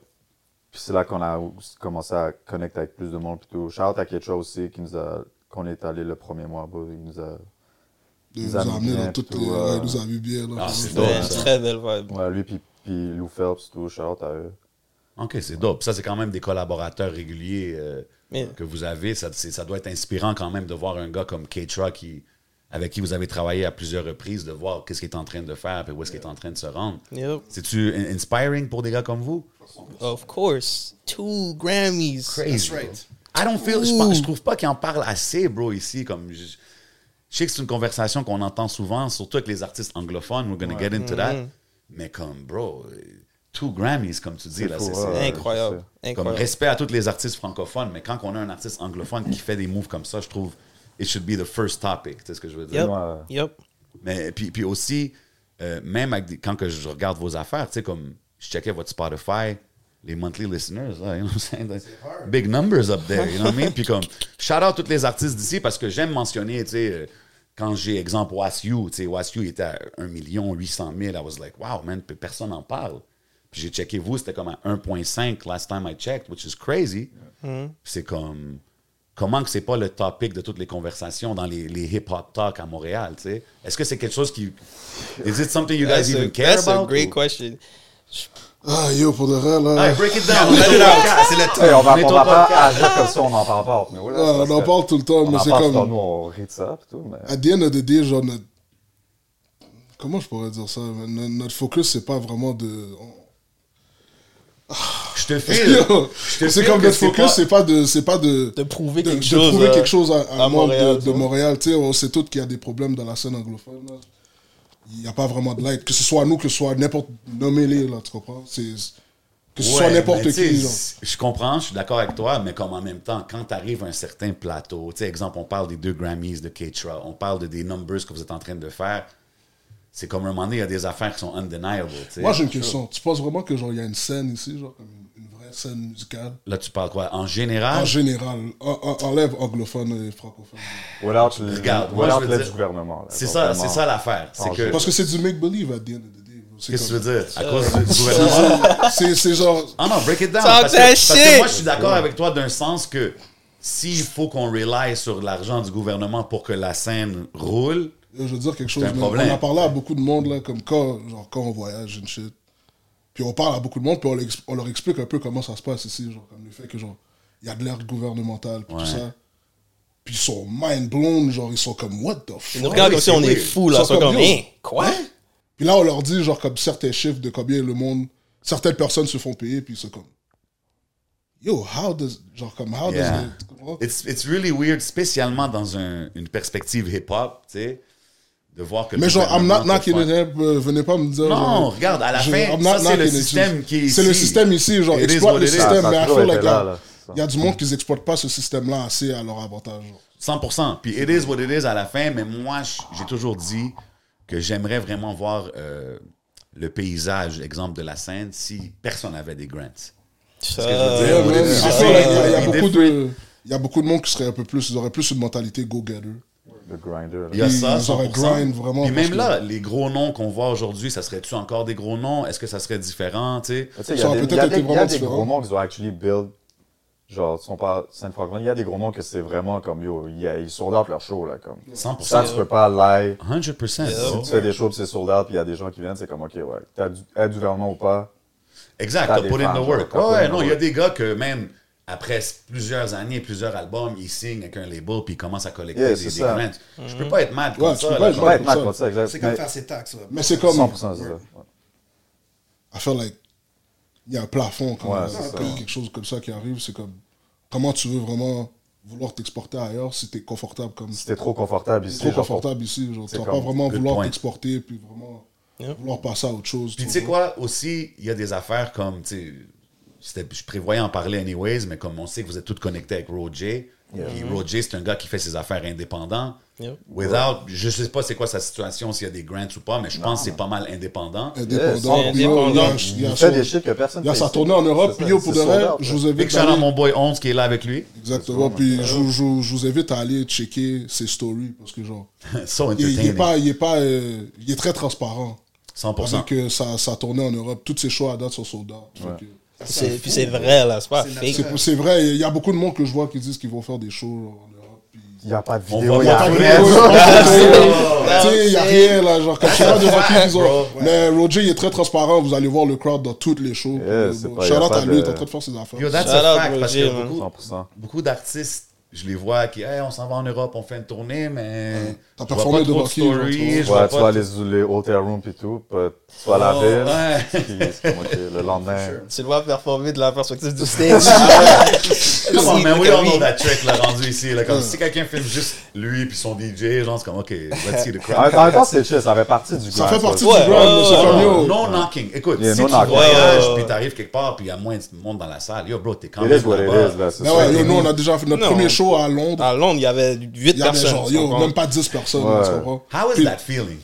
S6: Puis c'est là qu'on a commencé à connecter avec plus de monde. Puis tout. Shout out à Ketra aussi, qui nous a, qu'on est allé le premier mois. bro. Il nous a.
S7: Il
S6: Nous
S7: nous a
S6: amis
S7: amené
S6: bien,
S7: dans toutes les.
S6: tout, euh,
S7: ouais, Il nous a mis bien. là.
S3: Ah, c'est
S5: Ouais,
S3: dope,
S5: une
S3: ça.
S5: très belle vibe.
S6: Ouais, lui, puis, puis Lou Phelps, tout. Shout out à eux.
S3: OK, c'est dope. Ça, c'est quand même des collaborateurs réguliers euh,
S5: Mais-
S3: que vous avez. Ça, c'est- ça doit être inspirant quand même de voir un gars comme Keitra qui, avec qui vous avez travaillé à plusieurs reprises, de voir qu'est-ce qu'il est en train de faire et où est-ce qu'il est en train de se rendre.
S5: Yep.
S3: C'est-tu in- inspiring pour des gars comme vous?
S5: Of course. Two Grammys.
S3: Crazy.
S4: right.
S3: bro. I don't feel, je, pense- je trouve pas qu'il en parle assez, bro, ici. Comme je, je sais que c'est une conversation qu'on entend souvent, surtout avec les artistes anglophones. We're gonna get into that.
S5: Mm-hmm.
S3: Mais comme, bro, euh, two Grammys, comme tu dis, là,
S6: fou,
S3: c'est-
S6: ouais,
S3: c'est
S6: ouais.
S5: Incroyable.
S3: comme
S5: Incroyable.
S3: respect à tous les artistes francophones, mais quand on a un artiste anglophone qui fait des moves comme ça, je trouve it should be the first topic, tu sais ce que je veux dire.
S5: Yep.
S6: Ouais.
S5: Yep.
S3: Mais puis, puis aussi, euh, même avec des- quand que je regarde vos affaires, tu sais, comme je checkais votre Spotify, les monthly listeners, là, you know what I'm saying? Like, big numbers up there, you know what I mean? Puis comme, shout out tous les artistes d'ici parce que j'aime mentionner, tu sais, euh, quand j'ai exemple Wasu, tu sais, Wasu était à 1 800 000, I was like, wow, man, puis personne n'en parle. Puis j'ai checké vous, c'était comme à 1.5 last time I checked, which is crazy. C'est comme, comment que c'est pas le topic de toutes les conversations dans les, les hip-hop talks à Montréal, tu sais? Est-ce que c'est quelque chose qui... Is it something you guys
S5: That's a,
S3: even care
S5: that's a
S3: about?
S5: great
S3: ou-
S5: question.
S7: Ah, yo, pour de vrai, là.
S3: Hey, break it down, let it out. C'est le
S6: Hey, on va,
S3: est
S6: on
S3: au
S6: va pas
S3: podcast.
S6: agir comme ça, on en parle pas. Mais voilà,
S7: Ouais,
S6: parce
S7: on en
S6: que-
S7: parle tout le temps,
S6: on
S7: mais
S6: en
S7: c'est
S6: parle
S7: comme-
S6: tout le temps, nous, on rit de ça, puis tout. Mais...
S7: À the end of the day, genre, notre- Comment je pourrais dire ça? man? Notre, notre focus, c'est pas vraiment de.
S3: Je te file. Je
S7: Yo,
S3: te
S7: C'est
S3: file
S7: comme
S3: que
S7: notre
S3: c'est
S7: focus,
S3: pas-
S7: c'est pas de. C'est pas de.
S5: De prouver
S7: de-
S5: quelque
S7: de
S5: chose.
S7: trouver
S5: euh,
S7: quelque chose à, à
S5: à
S7: moi
S5: Montréal,
S7: de,
S5: tu
S7: de
S5: vois.
S7: Montréal. Tu sais, on sait tous qu'il y a des problèmes dans la scène anglophone. là. Il n'y a pas vraiment de light. Que ce soit nous, que ce soit n'importe. Nommez-les, là, tu comprends? C'est- Que ce
S3: Ouais,
S7: soit
S3: mais
S7: n'importe
S3: tu sais,
S7: qui, genre.
S3: c- Je comprends, je suis d'accord avec toi, mais comme en même temps, quand tu arrives à un certain plateau, tu sais, exemple, on parle des deux Grammys de Ketra, on parle de des numbers que vous êtes en train de faire, c'est comme un moment donné, il y a des affaires qui sont undeniable, tu sais.
S7: Moi, j'ai une question. Tu penses vraiment que, genre, il y a une scène ici, genre, comme une, une vraie scène musicale?
S3: Là, tu parles quoi? En général?
S7: En général, en- en- enlève anglophone et francophone.
S6: Without le-
S3: Regarde, moi, je
S6: without
S3: veux
S6: l'aide
S3: dire-
S6: du gouvernement. là,
S3: C'est
S6: genre,
S3: ça,
S6: vraiment.
S3: c'est ça l'affaire. C'est
S6: En
S3: que...
S7: Parce que c'est du make-believe à the end of the day. bro. C'est
S3: Qu'est-ce que
S7: comme-
S3: tu veux dire? À cause du gouvernement?
S7: C'est c'est genre.
S3: Ah non, break it down.
S5: Talk
S3: parce, que,
S5: that
S3: parce que
S5: shit.
S3: moi, je suis d'accord avec toi d'un sens que s'il faut qu'on rely sur l'argent du gouvernement pour que la scène roule,
S7: Je veux dire quelque chose.
S3: C'est un
S7: là.
S3: problème.
S7: On a parlé à beaucoup de monde, là, comme quand, genre, quand on voyage, une shit. Puis on parle à beaucoup de monde, puis on, l'ex- on leur explique un peu comment ça se passe ici, genre, comme le fait que, genre, il y a de l'air gouvernemental, puis
S3: Ouais.
S7: tout ça. Puis ils sont mind blown, genre, ils sont comme, what the
S5: Ils nous
S7: fuck?
S5: regardent comme si on
S3: oui.
S5: est fous, là.
S7: Ils
S5: Ils
S7: sont
S5: sont comme,
S7: comme, yo.
S5: hein, quoi?
S7: Puis là, on leur dit, genre, comme certains chiffres de combien le monde, certaines personnes se font payer, puis ils sont comme, yo, how does, genre, comme, how
S3: Yeah.
S7: does, the- tu comprends?
S3: it's, it's really weird, spécialement dans un- une perspective hip-hop, tu sais, de voir que... le
S7: oh. Mais genre, I'm
S3: gouvernement
S7: not knocking
S3: te
S7: it,
S3: fait-
S7: up, euh, venez pas me dire.
S3: Non,
S7: genre,
S3: regarde, à la
S7: je-
S3: fin,
S7: I'm
S3: ça,
S7: not
S3: c'est le
S7: knocking it,
S3: système qui est
S7: C'est le
S3: ici.
S7: système ici, genre,
S3: It is
S7: exploite
S3: what
S7: le
S3: it is.
S7: système,
S6: Ça,
S7: mais
S6: ça
S7: à
S6: a
S7: fond,
S6: toujours
S7: like,
S6: été
S7: il y a-
S6: là, là, ça.
S7: il y a du monde qui n'exploitent pas ce système-là assez à leur avantage. genre.
S3: 100%. Puis it is what it is à la fin, mais moi, j- j'ai toujours dit que j'aimerais vraiment voir euh, le paysage, exemple, de la scène, si personne n'avait des grants.
S5: Ça,
S3: Yeah,
S7: Ouais,
S3: it
S7: mais
S3: is.
S7: c'est
S3: Ah,
S7: sûr, là, Il y a- il y a
S3: Be
S7: beaucoup
S3: different.
S7: de- il y a beaucoup de monde qui serait un peu plus, ils auraient plus une mentalité go-getter.
S6: Le grinder.
S3: Il y a
S7: Ils
S3: ça,
S7: auraient
S3: 100%.
S7: grind vraiment,
S3: Puis
S7: parce
S3: même
S7: que-
S3: là, les gros noms qu'on voit aujourd'hui, ça serait-tu encore des gros noms? Est-ce que ça serait différent, tu sais?
S6: Tu sais, Il y
S7: Ça
S6: a
S7: aurait
S6: des- il
S7: peut-être
S6: y a
S7: été
S6: des- il y
S7: vraiment
S6: a des
S7: différent.
S6: gros noms qui ont actually build, genre, sont pas saint francophone il y a des gros noms que c'est vraiment comme, yo, il y a- ils sold out leur show, là, comme.
S3: 100%.
S6: Ça, tu peux pas live.
S3: 100%. bro.
S7: Oh.
S6: Si tu fais des shows, puis c'est sold out, puis il y a des gens qui viennent, c'est comme, OK, ouais, t'as du aide du gouvernement ou pas,
S3: Exact,
S6: Ça
S3: t'as put in
S6: dépend,
S3: the
S6: genre,
S3: work.
S6: t'as put
S3: Ouais,
S6: in the
S3: non, il y a
S6: work.
S3: des gars que même après plusieurs années, plusieurs albums, ils signent avec un label puis ils commencent à collecter
S6: Yeah,
S3: des,
S6: c'est
S3: des
S6: ça.
S3: grants. Je peux pas être mad
S7: Mm-hmm. Ouais,
S3: contre
S7: tu
S3: ça.
S7: peux
S3: là,
S7: pas être
S3: comme-
S6: pas être
S7: comme
S6: mal
S7: ça.
S6: contre ça, exact.
S4: C'est comme
S6: Mais
S4: faire ses taxes. là.
S7: Mais c'est comme.
S6: 100%, c'est ça. ouais.
S7: I feel like il y a un plafond quand
S6: Ouais,
S7: même.
S6: c'est ça,
S7: Quand il y a
S6: ouais.
S7: quelque chose comme ça qui arrive, c'est comme comment tu veux vraiment vouloir t'exporter ailleurs si t'es confortable comme
S6: C'était trop confortable ici.
S7: trop
S6: genre,
S7: confortable ici. Genre,
S6: c'est
S7: tu vas pas
S6: comme
S7: vraiment
S3: good
S7: vouloir
S3: point.
S7: t'exporter puis vraiment
S5: Yeah.
S7: vouloir passer à autre chose.
S3: Puis
S7: tu
S3: tu sais
S7: vois.
S3: quoi, aussi, il y a des affaires comme, tu sais, c'était- je prévoyais en parler anyways, mais comme on sait que vous êtes tous connectés avec Roger, puis Roger, c'est un gars qui fait ses affaires indépendant.
S5: Yeah.
S3: Without, je sais pas c'est quoi sa situation, s'il y a des grants ou pas, mais je pense que c'est pas mal indépendant.
S7: Euh, Indépendant.
S5: Yes,
S7: puis yo,
S5: indépendant.
S7: il y a- il y a
S6: Il fait
S7: son-
S6: des shit que personne
S7: il y a
S6: fait
S7: sa
S6: ici.
S7: tournée en Europe.
S6: C'est
S7: Puis
S6: ça,
S7: yo,
S6: c'est
S7: pour de
S6: sold
S7: vrai,
S6: out,
S7: je
S6: là.
S7: vous
S3: Big
S7: invite
S3: shout à
S7: d'aller-
S3: mon boy 11 qui est là avec lui.
S7: Exactement. Puis je, vous- je vous- je vous invite à aller checker ses stories parce que genre,
S3: so
S7: il, il est
S3: entertaining.
S7: pas, il est pas, euh, il est très transparent.
S3: 100%.
S7: Avec euh, sa, sa tournée en Europe, toutes ses choix à date sont soldats.
S5: C'est- Puis c'est vrai, là, c'est pas fake.
S7: C'est c'est vrai, il y a beaucoup de monde que je vois qui disent qu'ils vont faire des shows genre, en Europe. puis-
S6: Il n'y a pas de
S3: On
S6: vidéo,
S3: va
S6: il y a
S3: pas
S7: T'as vu,
S6: rien.
S7: ouais,
S6: genre.
S7: ouais, Tu sais, il n'y a rien là, genre, comme je sais pas, devant qui ils ont. Mais Roger, il est très transparent, vous allez voir le crowd dans toutes les shows.
S6: Yeah, c'est pas- y a
S7: Shout out
S6: pas
S7: à lui, il
S6: de-
S7: est en train de faire ses affaires.
S3: Yo, that's
S5: Shout
S3: a
S5: out
S3: fact, parce
S5: Roger,
S3: que
S5: man.
S3: beaucoup,
S6: 100%.
S3: beaucoup d'artistes, je les vois qui, hey, on s'en va en Europe, on fait une tournée, mais.
S7: T'as
S3: je vois
S7: performé
S3: pas trop
S7: devant
S3: de
S7: qui, genre,
S3: stories,
S7: tu vois?
S3: je vois
S6: Ouais, tu
S3: pas
S6: vas
S3: de-
S6: les, les hotel room et tout, puis tu vas à
S7: Oh,
S6: la ville,
S3: Ouais.
S6: puis c'est comme, ok, le lendemain.
S5: Tu le vois performer de la perspective du stage.
S3: Come on,
S5: Si,
S3: man,
S5: look
S3: we
S5: at
S3: all
S5: me.
S3: know that trick, là, rendu ici. Là, comme si quelqu'un filme juste lui puis son DJ, genre, c'est comme, OK, let's see the
S6: En
S3: crowd.
S6: même- en même temps, c'est chill, ça fait partie du
S7: Ça
S6: grind,
S7: fait partie du
S6: quoi.
S5: Ouais,
S7: brand,
S5: ouais,
S7: mais c'est
S5: ouais,
S3: No,
S7: comme yo.
S3: no knocking. Écoute,
S6: Yeah,
S3: si
S6: no
S3: tu
S6: knocking.
S3: voyages
S5: Ouais, ouais.
S3: puis t'arrives quelque part puis il y a moins de monde dans la salle, yo, bro, t'es quand
S6: It is
S3: même
S6: what it
S3: là-bas.
S6: is, là, c'est
S7: Mais
S6: ça.
S7: ouais, yo, nous, on a déjà fait notre
S5: Non.
S7: premier show à Londres.
S5: À Londres, il y avait 8
S7: Il y avait
S5: personnes.
S7: genre, yo,
S5: tu
S7: même pas 10 personnes,
S6: Ouais.
S7: tu comprends?
S3: How is
S7: Puis-
S3: that feeling?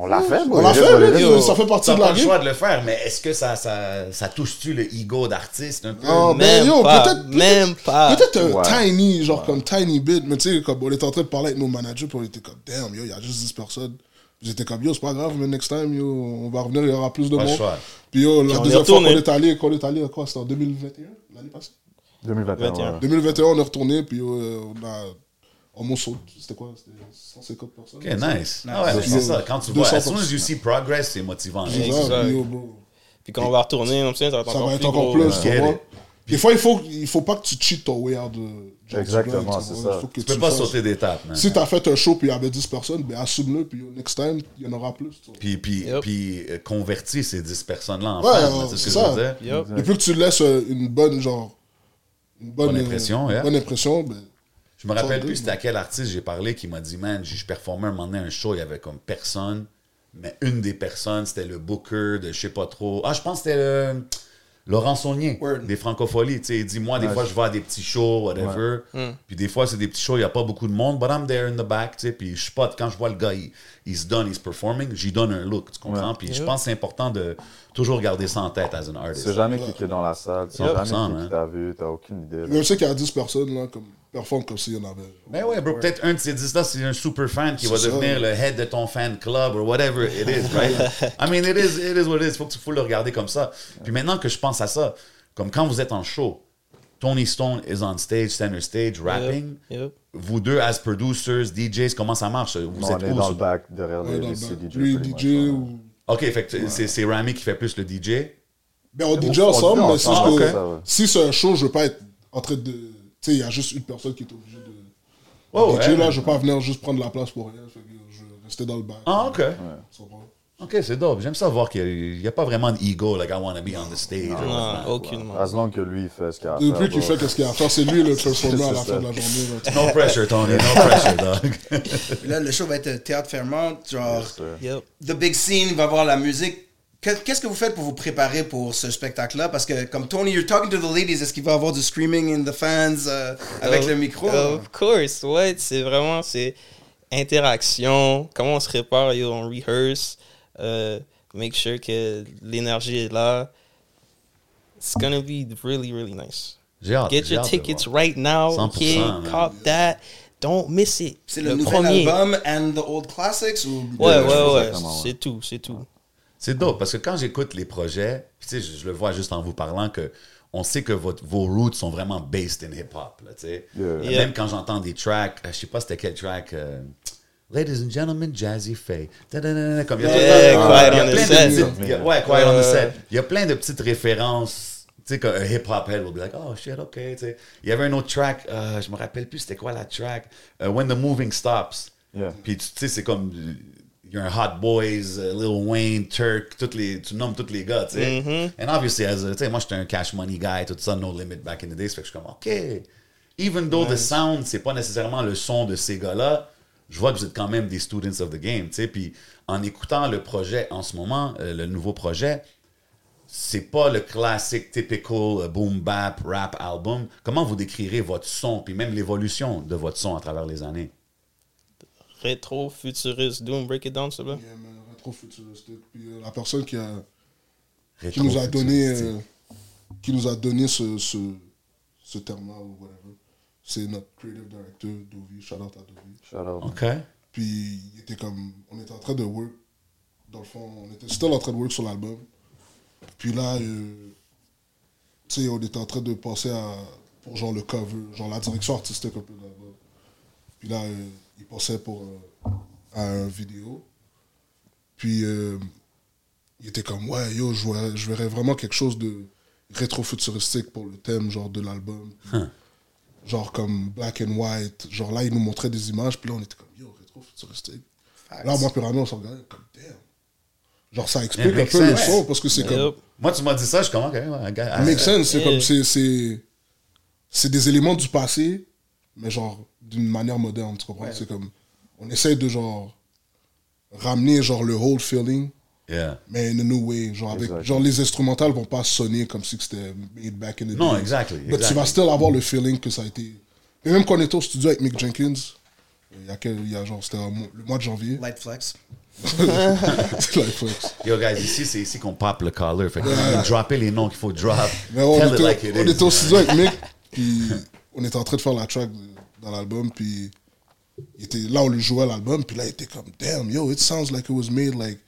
S6: On l'a fait,
S7: On l'a fait, mais ça fait partie
S3: T'as
S7: de
S3: pas
S7: la
S3: le
S7: game.
S3: choix de le faire, mais est-ce que ça, ça, ça touche-tu le ego d'artiste un peu?
S7: Non, mais
S5: Même
S7: yo,
S5: pas,
S7: peut-être.
S5: même
S7: peut-être-
S3: Ah,
S5: pas.
S7: Peut-être un
S6: Ouais.
S7: tiny, genre comme tiny bit, mais tu sais, comme on était en train de parler avec nos managers, puis on était comme, damn, yo, il y a juste 10 personnes. J'étais comme, yo, c'est pas grave, mais next time, yo, on va revenir, il y aura plus de
S3: Pas le
S7: monde.
S3: choix.
S7: Puis yo, la
S5: on est
S7: deuxième fois qu'on
S5: retourné.
S7: est allé, qu'on est allé, quoi, c'était en 2021, l'année passée
S6: 2021,
S5: 21.
S6: ouais.
S7: 2021, on est retourné, puis yo, euh, on a. En Monceau, c'était quoi C'était 150 personnes.
S3: OK, nice. Ah ouais, mais c'est ça. Quand tu vois, as soon as you see progress, c'est motivant.
S7: C'est
S3: là.
S7: ça,
S5: Exact.
S7: puis yo, bro.
S5: Puis quand on va retourner, on sait, ça va être
S7: Ça
S5: encore
S7: va
S5: plus.
S7: être encore
S5: gros.
S7: plus,
S3: Ouais.
S7: tu comprends?
S3: Get it.
S7: Des fois, il faut, il faut pas que tu cheats ton way out de.
S6: Exactement,
S7: du grind, tu
S6: c'est
S7: vois.
S6: ça.
S7: Il faut que
S3: Tu peux
S7: le
S3: pas
S7: fasses.
S3: sauter d'étape, man.
S7: Si t'as fait un show puis il y avait 10 personnes, ben assume-le, puis au next time, il y en aura plus. tu vois.
S3: Puis, puis,
S5: Yep.
S3: puis euh, convertis ces 10 personnes-là en
S7: Ouais,
S3: fans,
S7: ouais,
S3: là, tu sais ce que
S7: c'est
S3: je
S7: ça.
S3: veux dire?
S5: Yup.
S7: Depuis que tu laisses euh, une bonne, genre, une bonne,
S3: Bonne
S7: euh,
S3: impression, yeah.
S7: bonne impression, ben,
S3: Je me rappelle plus
S7: Sans
S3: c'était à quel artiste j'ai parlé qui m'a dit Man, je je performais un moment donné un show, il y avait comme personne, mais une des personnes, c'était le booker de je sais pas trop. Ah, je pense que c'était euh, Laurent Saunier
S4: Word.
S3: des Francopholies. Tu sais, il dit Moi, des fois, je vais à des petits shows, whatever. Puis des fois, c'est des petits shows, il n'y a pas beaucoup de monde, but I'm there in the back. Tu sais, puis je spot, quand je vois le gars, il, il se donne, il se performing, j'y donne un look, tu comprends Puis je pense que c'est important de toujours garder ça en tête as an
S6: Tu
S3: artist.
S6: sais jamais qui qui est dans la salle, tu sais
S3: Yep.
S6: jamais qui
S3: Hein.
S6: qui t'a vu, t'as aucune idée. là.
S7: même si qu'il y a 10 personnes, là, comme, performent comme s'il y en avait.
S3: Mais Ben ouais, bro, peut-être un de ces 10 là, c'est un super fan qui va
S7: C'est ça.
S3: devenir le head de ton fan club ou whatever it is, right? I mean, it is, it is what it is. Faut que tu faut le regarder comme ça. Puis maintenant que je pense à ça, comme quand vous êtes en show, Tony Stone is on stage, center stage, rapping.
S5: Yup.
S3: Vous deux, as producers, DJs, comment ça marche? Vous
S6: on
S3: êtes
S6: est
S3: où?
S6: dans
S3: sur-
S6: le bac derrière
S7: Ouais,
S6: les, les
S7: dans
S6: euh,
S7: le
S6: CDJ.
S7: back. Lui,
S6: pretty much,
S7: DJ
S6: ouais.
S7: ou.
S3: OK, fait que c'est- c'est Rami qui fait plus le DJ.
S7: Ben, on DJ
S6: on-
S7: ensemble,
S6: on-
S7: mais c'est juste
S6: ensemble,
S7: que
S6: ça, ouais.
S7: si c'est un show, je veux pas être en train de. Tu sais, il y a juste une personne qui est obligée de.
S3: Oh,
S7: DJ,
S3: ouais.
S7: là, je veux pas venir juste prendre la place pour rien. Fait que je vais rester dans le bac.
S3: Ah, OK.
S7: Tu comprends?
S3: OK, c'est dope. J'aime ça voir qu'il n'y a, pas vraiment d'ego, like I want to be on the stage. or
S5: Non, aucunement.
S6: As long que lui, euh, il
S7: Euh,
S6: fait ce qu'il a à faire.
S7: Depuis qu'il
S6: bro.
S7: fait qu'est-ce qu'il a à faire, c'est lui le performer
S6: Ah,
S7: à la
S6: C'est
S7: fin
S6: ça.
S7: de la journée. là, tu
S3: No pressure, Tony. No pressure, dog.
S4: Puis là, le show va être au Théâtre Fairmont, genre,
S5: Yup.
S4: The Big Scene, il va avoir la musique. Que- Qu'est-ce que vous faites pour vous préparer pour ce spectacle-là? Parce que, comme Tony, you're talking to the ladies, est-ce qu'il va y avoir du screaming in the fans euh, avec
S5: Of-
S4: le micro?
S5: Oh, Of course, ouais, c'est vraiment c'est interaction, comment on se répare, yo, on rehearse, euh, make sure que l'énergie est là. It's gonna be really really nice.
S3: J'ai hâte.
S5: Get
S3: Ah, j'ai
S5: your
S3: hâte de
S5: tickets
S3: voir.
S5: right now,
S3: 100%,
S5: kid.
S3: man.
S5: Cop that. Don't miss it.
S4: C'est le, nouvel album and the old classics? Ou...
S5: Ouais, ouais,
S6: Exactement,
S5: ouais.
S6: ouais.
S5: C'est tout, c'est tout.
S3: C'est dope parce que quand j'écoute les projets, puis tu sais, je, je le vois juste en vous parlant que on sait que votre, vos roots sont vraiment based in hip hop. Là, tu sais.
S6: Yeah.
S5: Yeah.
S3: Même quand j'entends des tracks, euh, je sais pas c'était quel track. euh, Ladies and gentlemen, Jazzy Faye. Ta-da-da-da-da, Comme il y a, il
S5: Yeah,
S3: y a
S5: Quiet on
S3: plein
S5: the
S3: de
S5: set.
S3: petites- il y a- ouais, Quiet on the set. Il y a plein de petites références. Tu sais, euh, qu'un hip-hop head will be like, oh shit, ok. tu sais. Il y avait un autre track, euh, je me rappelle plus c'était quoi la track. euh, When the Moving Stops.
S6: Yeah.
S3: Puis tu tu sais, c'est comme. il y a un Hot Boys, euh, Lil Wayne, Turk, toutes les, tu nommes tous les gars, tu sais. And obviously, as a- tu sais, moi, j'étais un cash money guy, tout ça, no limit back in the days. Fait que je suis comme, OK, even though the sound, c'est pas nécessairement le son de ces gars-là, je vois que vous êtes quand même des students of the game, tu sais. Puis en écoutant le projet en ce moment, euh, le nouveau projet, c'est pas le classique, typical euh, boom bap rap album. Comment vous décrirez votre son, puis même l'évolution de votre son à travers les années?
S5: Rétro, futuriste, doom, break it down, c'est vrai.
S7: Yeah, man, rétro-futuriste. Puis euh, la personne qui, a, qui
S3: Rétro,
S7: nous a donné,
S3: futuristique.
S7: euh, qui nous a donné ce, ce, ce terme-là ou whatever, c'est notre creative director, Dovi. Shout out à Dovi.
S6: Shout-out.
S3: OK.
S7: Puis il était comme, on était en train de work, dans le fond, on était still en train de work sur l'album. Puis là, euh, tu sais, on était en train de penser à, pour genre le cover, genre la direction artistique un peu de l'album. Puis là, euh, il pensait pour, euh, à un vidéo. Puis euh, il était comme, ouais, yo, je verrais, je verrais vraiment quelque chose de rétro-futuristique pour le thème, genre de l'album genre comme black and white. Genre là, ils nous montraient des images, puis là, on était comme, yo, rétro-futuristique. Là, moi, Pirano, on s'en regardait comme, damn. Genre, ça explique un
S3: makes
S7: peu le
S3: sense.
S7: son, parce que c'est comme,
S5: Yup.
S3: Moi, tu m'as dit ça, je commence quand même. à- à-
S7: make sense, c'est
S5: Yeah.
S7: comme, c'est- c'est. C'est des éléments du passé, mais genre, d'une manière moderne, tu comprends? C'est comme, on essaye de genre, ramener genre le whole feeling,
S3: Yeah.
S7: mais in a new way. Genre, avec,
S6: Exact.
S7: genre les instrumentales vont pas sonner comme si c'était made back in the
S3: Non,
S7: day.
S3: exactly,
S7: Mais tu
S3: exactly.
S7: vas still avoir le feeling que ça a été. Et même quand on était au studio avec Mick Jenkins, euh, il y a, quel, il y a genre, c'était un mois- le mois de janvier.
S4: Light Flex.
S7: C'est Life Flex.
S3: Yo, guys, ici, c'est ici qu'on pop le collar. Fait que dropper les noms qu'il faut drop.
S7: Mais on,
S3: Tell
S7: était,
S3: it like it
S7: on
S3: is.
S7: était au studio avec Mick, puis on était en train de faire la track de- dans l'album, puis il était, là, on lui jouait l'album, puis là, il était comme, damn, yo, it sounds like it was made like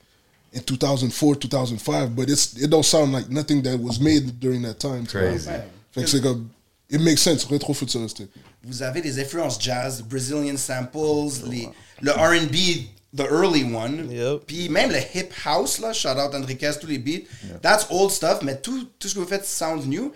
S7: in 2004, 2005, but it's, it don't sound like nothing that was made during that time. tu vois.
S3: Crazy.
S7: Fait que c'est comme, it makes sense, rétro-futuristique.
S4: Vous avez des influences jazz, Brazilian samples, les, le R&B, the early one.
S5: Yup.
S4: Puis même le hip house, là, shout out Enriquez, tous les beats. That's old stuff, mais tout, tout ce que vous faites sounds new.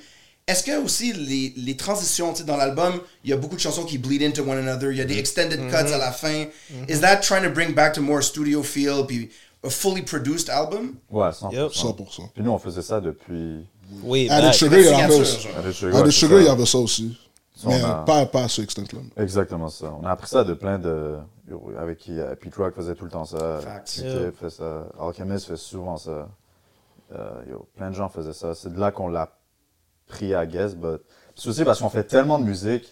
S4: Est-ce que aussi les, les transitions, tu sais, dans l'album, il y a beaucoup de chansons qui bleed into one another, il y a des extended cuts à la fin. Is that trying to bring back to more studio feel, puis a fully produced album?
S6: Ouais, 100%.
S5: Yup.
S7: 100%.
S6: Puis nous, on faisait ça depuis.
S5: Way
S7: Added
S5: back.
S7: Sugar, il y avait
S3: hein,
S4: Signature,
S7: ça.
S4: genre.
S6: Added Sugar,
S7: Added
S6: c'est
S7: Sugar,
S6: ça.
S7: il y avait ça aussi.
S6: Ça, on
S7: Mais
S6: a-
S7: pas, pas à ce extent-là.
S6: Exactement ça. On a appris ça de plein de. Avec qui euh, Pete Rock faisait tout le temps ça.
S4: Facts.
S6: Q-Tip
S5: Yeah.
S6: fait ça. Alchemist fait souvent ça. Euh, yo, plein de gens faisaient ça. C'est de là qu'on l'a pris, I guess. But... C'est aussi parce qu'on fait tellement de musique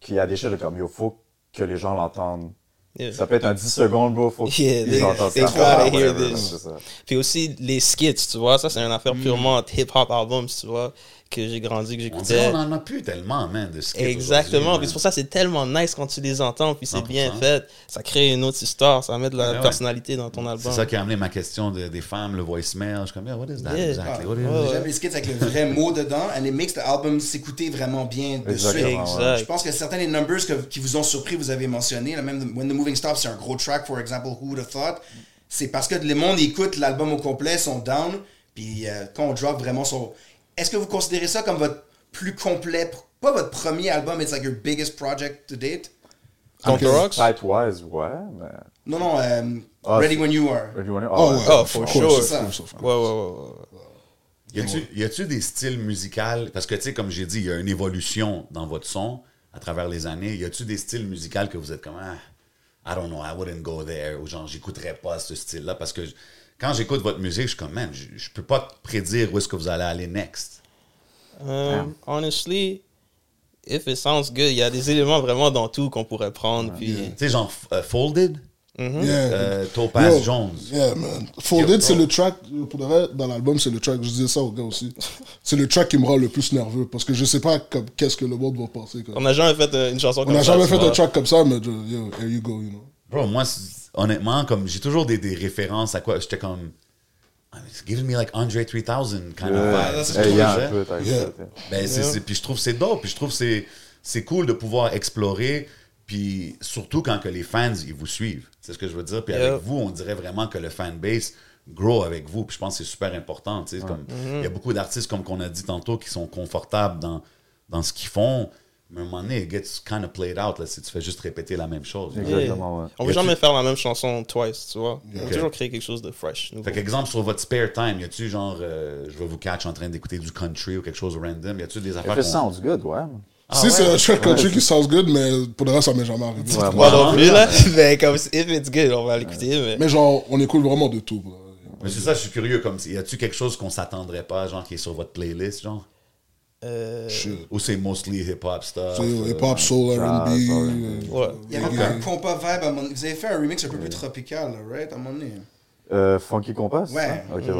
S6: qu'il y a des choses de comme, yo, faut que les gens l'entendent.
S5: Yeah.
S6: Ça peut être un 10 secondes, bro. Faut qu'ils
S5: Yeah, they-
S6: entendent
S5: they
S6: ça.
S5: gotta hear
S6: Whatever,
S5: this.
S6: c'est ça.
S5: Puis aussi les skits, tu vois, ça c'est une
S3: Mm.
S5: affaire purement hip-hop album, tu vois, que j'ai grandi, que
S3: On dirait
S5: j'écoutais.
S3: qu'on en a plus tellement, man, de skits
S5: Euh, Exactement. Puis
S3: aujourd'hui,
S5: c'est pour ça que c'est tellement nice quand tu les entends, puis c'est bien
S3: 100%.
S5: fait. Ça crée une autre histoire, ça met de la
S3: Ben Ouais, ouais.
S5: personnalité dans ton
S3: man. C'est
S5: album.
S3: ça qui a amené ma question de- des femmes, le voicemail. Je suis comme, yeah, what is that
S5: Yeah.
S3: exactly? What is
S5: Ah, ouais.
S3: it?
S4: J'aime les skits avec le vrai mot dedans, and it makes the album s'écouter vraiment bien de suite.
S6: Exactement,
S5: ouais.
S4: Je pense que certains des numbers que- qui vous ont surpris, vous avez mentionné, là, même When the Moving Stops, c'est un gros track, for example, Who Would Have Thought, c'est parce que le monde écoute l'album au complet, sont down, puis euh, quand on drop vraiment son... Est-ce que vous considérez ça comme votre plus complet, pas votre premier album, it's like your biggest project to date?
S5: Contre Rocks?
S6: Type-wise, ouais, mais.
S4: Non, non, euh,
S6: Ah,
S4: Ready
S6: c'est-
S4: When You Are.
S6: Oh, ouais.
S7: Oh, ouais.
S5: Oh, for
S7: Of
S5: sure.
S7: course, of course, of
S3: hein.
S7: course.
S5: Ouais, ouais, ouais, ouais.
S3: Y a-tu- Y a-tu des styles musicaux? Parce que, tu sais, comme j'ai dit, il y a une évolution dans votre son à travers les années. Y a-tu des styles musicaux que vous êtes comme, ah, I don't know, I wouldn't go there, ou genre, j'écouterais pas ce style-là? Parce que j- quand j'écoute votre musique, je suis comme, man, je je peux pas prédire où est-ce que vous allez aller next.
S5: Um, honestly, if it sounds good, il y a des éléments vraiment dans tout qu'on pourrait prendre. Puis,
S3: Tu sais, genre, f- euh, Folded,
S5: Mm-hmm.
S7: Yeah.
S3: euh, Topaz
S7: Yo,
S3: Jones.
S7: Yeah, man. Folded, c'est le track, euh, pour de vrai, dans l'album, c'est le track, je disais ça au gars aussi. C'est le track qui me rend le plus nerveux parce que je sais pas comme, qu'est-ce que le monde va penser. comme.
S5: on n'a jamais fait euh, une chanson
S7: On
S5: comme
S7: n'a
S5: ça.
S7: jamais
S5: tu
S7: fait
S5: vois.
S7: un track comme ça, mais je- yo, here you go, you know.
S3: Bro, moi, c'est- honnêtement, comme j'ai toujours des, des références à quoi j'étais comme. ah, It's giving me like Andre 3000 kind of vibe. C'est
S6: Ouais.
S3: ce que
S6: Hey,
S3: je
S6: y a un
S3: disais.
S6: peu, t'as
S7: Yeah.
S6: accepté.
S3: Ben, c'est- c'est- puis je trouve que c'est dope, puis je trouve que c'est c'est cool de pouvoir explorer, puis surtout quand que les fans, ils vous suivent. C'est ce que je veux dire. Puis
S5: Yeah.
S3: avec vous, on dirait vraiment que le fanbase grow avec vous, puis je pense que c'est super important. tu sais, comme Il y a beaucoup d'artistes, comme qu'on a dit tantôt, qui sont confortables dans, dans ce qu'ils font, Mais à un moment donné, it gets kind of played out là, si tu fais juste répéter la même chose.
S6: Exactement, ouais.
S5: On veut jamais faire la même chanson twice, tu vois. On veut toujours créer quelque chose de fresh. nouveau.
S3: Fait qu'exemple, sur votre spare time, y a-tu genre, euh, je vais vous catch en train d'écouter du country ou quelque chose de random, y a-tu des affaires
S6: If it
S3: qu'on-
S6: sounds good, ouais.
S3: Ah
S7: Si
S3: ouais?
S7: c'est un track country qui sounds good, mais pour le reste, ça m'est jamais arrivé.
S6: Ouais,
S5: Moi
S6: moi,
S5: non plus, là. Mais Ben, comme, si- if it's good, on va l'écouter. Mais...
S7: Mais genre, on écoute vraiment de tout. bro.
S3: Mais c'est ça, je suis curieux. Comme, y a-tu quelque chose qu'on s'attendrait pas, genre, qui est sur votre playlist, genre
S5: Euh,
S7: Shit.
S3: Ou c'est mostly hip-hop stuff
S7: Tu sais,
S3: euh,
S7: Hip-hop, soul, R&B.
S6: ouais.
S7: euh,
S5: ouais.
S4: Il y avait pas un compas vibe à mon... Vous avez fait un remix un peu plus tropical, là, right, à mon nez.
S6: Euh, Funky Compass? c'est
S4: Ouais.
S6: ça?
S5: Mm-hmm.
S6: Ok, ouais,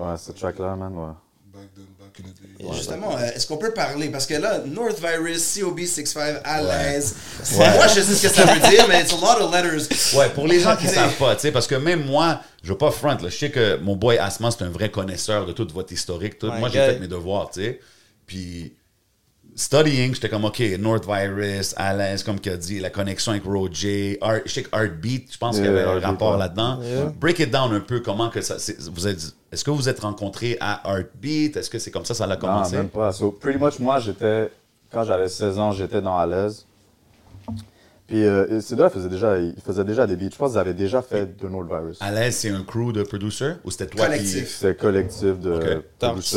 S6: ouais. Ouais, ce track-là, man, ouais.
S7: Back then, back in the day.
S4: Justement, euh, est-ce qu'on peut parler? Parce que là, North Virus, COB65, à l'aise. Euh, Moi, je sais ce que ça veut dire, mais it's a lot of letters.
S3: Ouais, pour les gens qui savent pas, tu sais, parce que même moi, je veux pas front, là, je sais que mon boy Asma, c'est un vrai connaisseur de toute votre historique. tout.
S5: My
S3: Moi, j'ai
S5: guy.
S3: fait mes devoirs, tu sais. Puis, studying, j'étais comme, OK, North Virus, Alain, comme qu'il a dit, la connexion avec Roger, Art, je sais que Heartbeat, je pense
S6: Yeah,
S3: qu'il y avait
S6: Heartbeat,
S3: un rapport
S6: ouais.
S3: là-dedans. Break it down un peu, comment que ça. c'est- vous êtes- Est-ce que vous êtes rencontrés à Heartbeat? Est-ce que c'est comme ça, ça l'a
S6: Non,
S3: commencé?
S6: même pas. So, pretty much, moi, j'étais. Quand j'avais 16 ans, j'étais dans à l'aise. Puis, euh, ces deux-là faisaient déjà, ils faisaient déjà des beats. Je pense qu'ils avaient déjà fait de Nold Virus.
S3: Alain, c'est un crew de producers ou c'était toi
S4: Collectif.
S6: C'est un collectif de
S3: Ok.
S6: producteurs,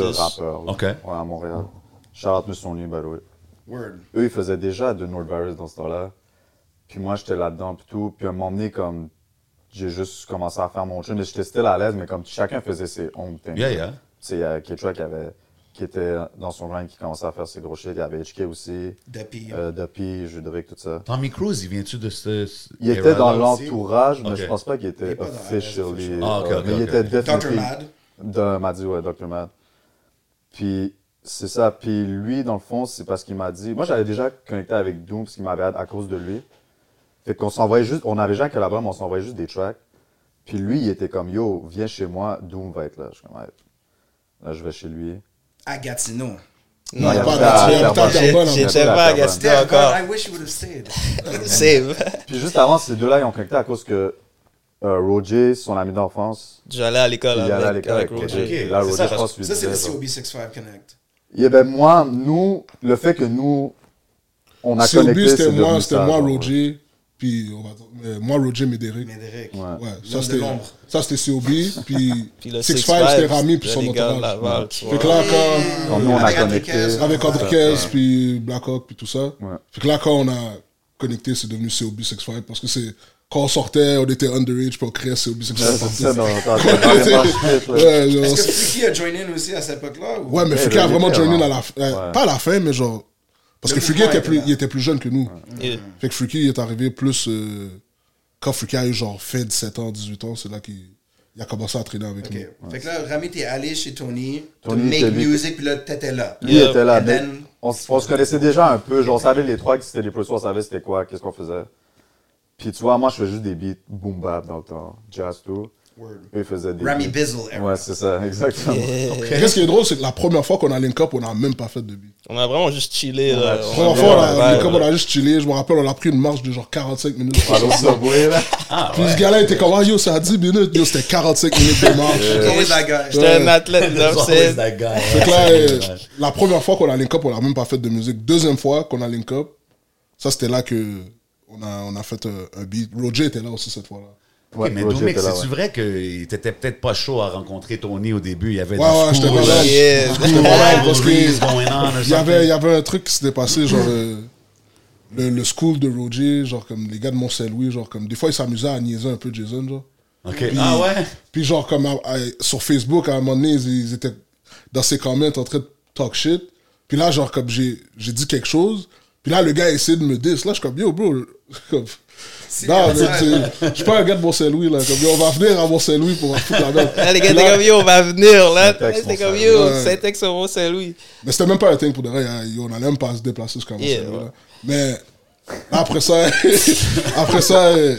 S5: D'artistes.
S6: rappeurs.
S3: Ok.
S6: Ouais, à Montréal. Charlotte Mussolini, by the way.
S4: Word.
S6: Eux, ils faisaient déjà de Nold Virus dans ce temps-là. Puis moi, j'étais là-dedans, puis tout. Puis à un moment donné, comme, j'ai juste commencé à faire mon tune. J'étais still à l'aise, mais comme chacun faisait ses own things.
S3: qui. Yeah, yeah.
S6: C'est euh, Ketra qui, avait, qui était dans son rang, qui commençait à faire ses gros shit. Il y avait HK aussi,
S4: Dapi.
S6: euh, Duppy, Jude Rick, tout ça.
S3: Tommy Cruise, il vient-tu de ce. ce
S6: Il était dans
S3: era-là aussi?
S6: l'entourage, mais
S3: Ok.
S6: je pense pas qu'il
S4: Il est
S6: était
S4: pas dans-
S6: officially.
S3: Ah, ok,
S6: euh,
S3: ok,
S6: mais il
S3: ok.
S6: était
S4: Dr.
S6: definitely.
S4: Mad.
S6: De Maddy, ouais, Dr. Mad. Puis c'est ça. Puis lui, dans le fond, c'est parce qu'il m'a dit. Moi, j'avais déjà connecté avec Doom, parce qu'il m'avait à cause de lui. Fait qu'on s'envoyait juste. On avait déjà collaboré, mais on s'envoyait juste des tracks. Puis lui, il était comme Yo, viens chez moi, Doom va être là. Je suis comme, Ouais. Là, je vais chez lui.
S4: À Gatineau.
S6: Non, il
S7: pas
S6: habitait
S7: à-
S6: à
S7: il habitait à
S6: Terrebonne.
S7: Terrebonne,
S6: Il habitait
S5: J'étais
S6: à
S5: pas à
S6: Terrebonne.
S5: Gatineau
S4: Damn, God,
S5: encore.
S4: I wish you would have stayed.
S5: Save.
S6: Puis juste avant, ces deux-là, ils ont connecté à cause que euh, Roger, son ami d'enfance,
S5: J'allais à l'école
S6: il allait à
S5: avec,
S6: l'école
S5: avec
S6: avec
S5: Roger.
S6: Roger.
S3: Ok,
S6: Là,
S3: c'est
S6: Roger,
S3: ça,
S6: je
S3: parce
S6: pense
S3: que
S6: que
S4: Ça, c'est le COB65 Connect.
S6: Eh ben moi, nous, le fait que nous, on a
S7: Si au
S6: connecté,
S7: but, c'était
S6: c'est
S7: moi,
S6: devenu
S7: c'était
S6: ça,
S7: moi,
S6: genre, ouais.
S7: Roger, puis on va dire, euh, moi, Roger, Médéric.
S4: Médéric.
S7: Ouais,
S4: L'homme
S7: ça
S4: de
S7: c'était
S4: l'ombre.
S7: ça c'était COB, puis
S5: Puis le
S7: 6-5 c'était
S5: 6-5,
S7: Rami, puis
S5: c'était
S7: son
S5: les gars de
S7: entourage.
S5: Laval,
S7: Ouais.
S5: tu
S7: Fait que
S5: vois.
S7: là, quand,
S6: Quand nous, on a
S4: Avec
S6: connecté.
S4: Enriquez.
S7: avec
S6: Ouais.
S7: Enriquez, puis Blackhawk, puis tout ça.
S6: Ouais.
S7: Fait que là, quand on a connecté, c'est devenu COB 65 parce que c'est quand on sortait, on était underage, puis on créait COB
S6: Ouais, C'est ça,
S7: 65.
S6: non, attends, attends, attends, attends, attends, attends.
S7: Ouais, genre,
S4: Est-ce que
S7: c'est-
S4: Flicky a join in aussi à cette époque-là? ou-
S7: ouais, mais
S6: Ouais,
S7: Fuki a
S6: le-
S7: vraiment
S6: le-
S7: joiné
S6: ouais.
S7: à la fin.
S6: Ouais.
S7: Pas à la fin, mais genre. Parce
S4: Le
S7: que Fuki
S4: mouvement
S7: était
S4: était
S7: plus,
S4: là.
S7: il était plus jeune que nous.
S5: Yeah.
S7: Fait que Freaky il est arrivé plus euh, quand Freaky a eu genre fait 17 ans, 18 ans, c'est là qu'il il a commencé à traîner avec
S4: Ok.
S7: nous.
S4: Fait que là, Rami, t'es allé chez Tony, to
S6: Tony,
S4: make
S6: t'es lui-
S4: music, puis là, t'étais là.
S6: Lui il était là,
S4: And
S6: mais
S4: then-
S6: on, s- on se connaissait déjà un peu, genre on savait les trois qui c'était les plus on savait c'était quoi, qu'est-ce qu'on faisait. Puis tu vois, moi je faisais juste des beats boom bap dans le temps, jazz tout.
S4: Word.
S6: Eux ils faisaient des
S4: Rami
S6: beats-
S4: Bizzle, era.
S6: Ouais, c'est ça, exactement.
S7: Et Qu'est-ce qui est drôle, c'est que la première fois qu'on a link up, on n'a même pas fait de beat.
S5: On a vraiment juste chillé. Là.
S6: La
S7: La première fois, on a
S5: Ouais,
S7: link up,
S5: ouais.
S7: on a juste chillé. Je me rappelle, on a pris une marche de genre 45 minutes.
S6: Ah, donc, ça, ouais, là.
S7: Puis ce gars-là était comme, ah yo, c'est à 10 minutes. Yo, c'était 45 minutes de
S4: It's
S7: marche.
S4: always that guy.
S5: J'étais un athlète de
S3: There's always that guy.
S7: Fait que là, euh, la première fois qu'on a link up, on n'a même pas fait de musique. Deuxième fois qu'on a link up, ça c'était là que on a, on a fait euh, un beat. Roger était là aussi cette fois-là.
S3: Ok,
S6: Ouais,
S3: mais
S6: Roger
S3: Domic,
S6: était là,
S3: c'est-tu
S6: ouais.
S3: vrai que t'étais peut-être pas chaud à rencontrer Tony au début? Il y avait
S7: Ouais, ouais, j'étais pas là.
S5: Yeah.
S7: J'étais pas là parce que- Il y, avait, il
S3: que...
S7: y avait un truc qui s'était passé, genre euh, le, le school de Roger, genre comme les gars de Mont-Saint-Louis, genre comme des fois ils s'amusaient à niaiser un peu Jason, genre.
S3: Ok. Ah ouais?
S7: Puis genre comme à- à- sur Facebook, à un moment donné, ils, ils étaient dans ses comments en train de talk shit. Puis là, genre comme j'ai j'ai dit quelque chose, puis là le gars a essayé de me dire, là je suis comme yo bro, comme,
S4: C'est
S7: non,
S4: comme
S7: mais
S4: ça.
S7: tu sais, je suis pas un gars de Mont-Saint-Louis là, comme Yo, on va venir à Mont-Saint-Louis pour en foutre la merde.
S5: Là, Ah, les gars,
S7: Puis
S5: t'es
S7: là-
S5: comme yo, on va venir. Là,
S6: Saint-Ex,
S5: t'es
S6: mon
S5: comme
S6: frère.
S5: yo,
S7: Ouais.
S5: Saint-Ex au Mont-Saint-Louis.
S7: Mais c'était même pas un thing pour de vrai. hein. On allait même pas se déplacer jusqu'à
S5: Yeah,
S7: Mont-Saint-Louis,
S5: ouais.
S7: là. Mais après ça, après ça, euh,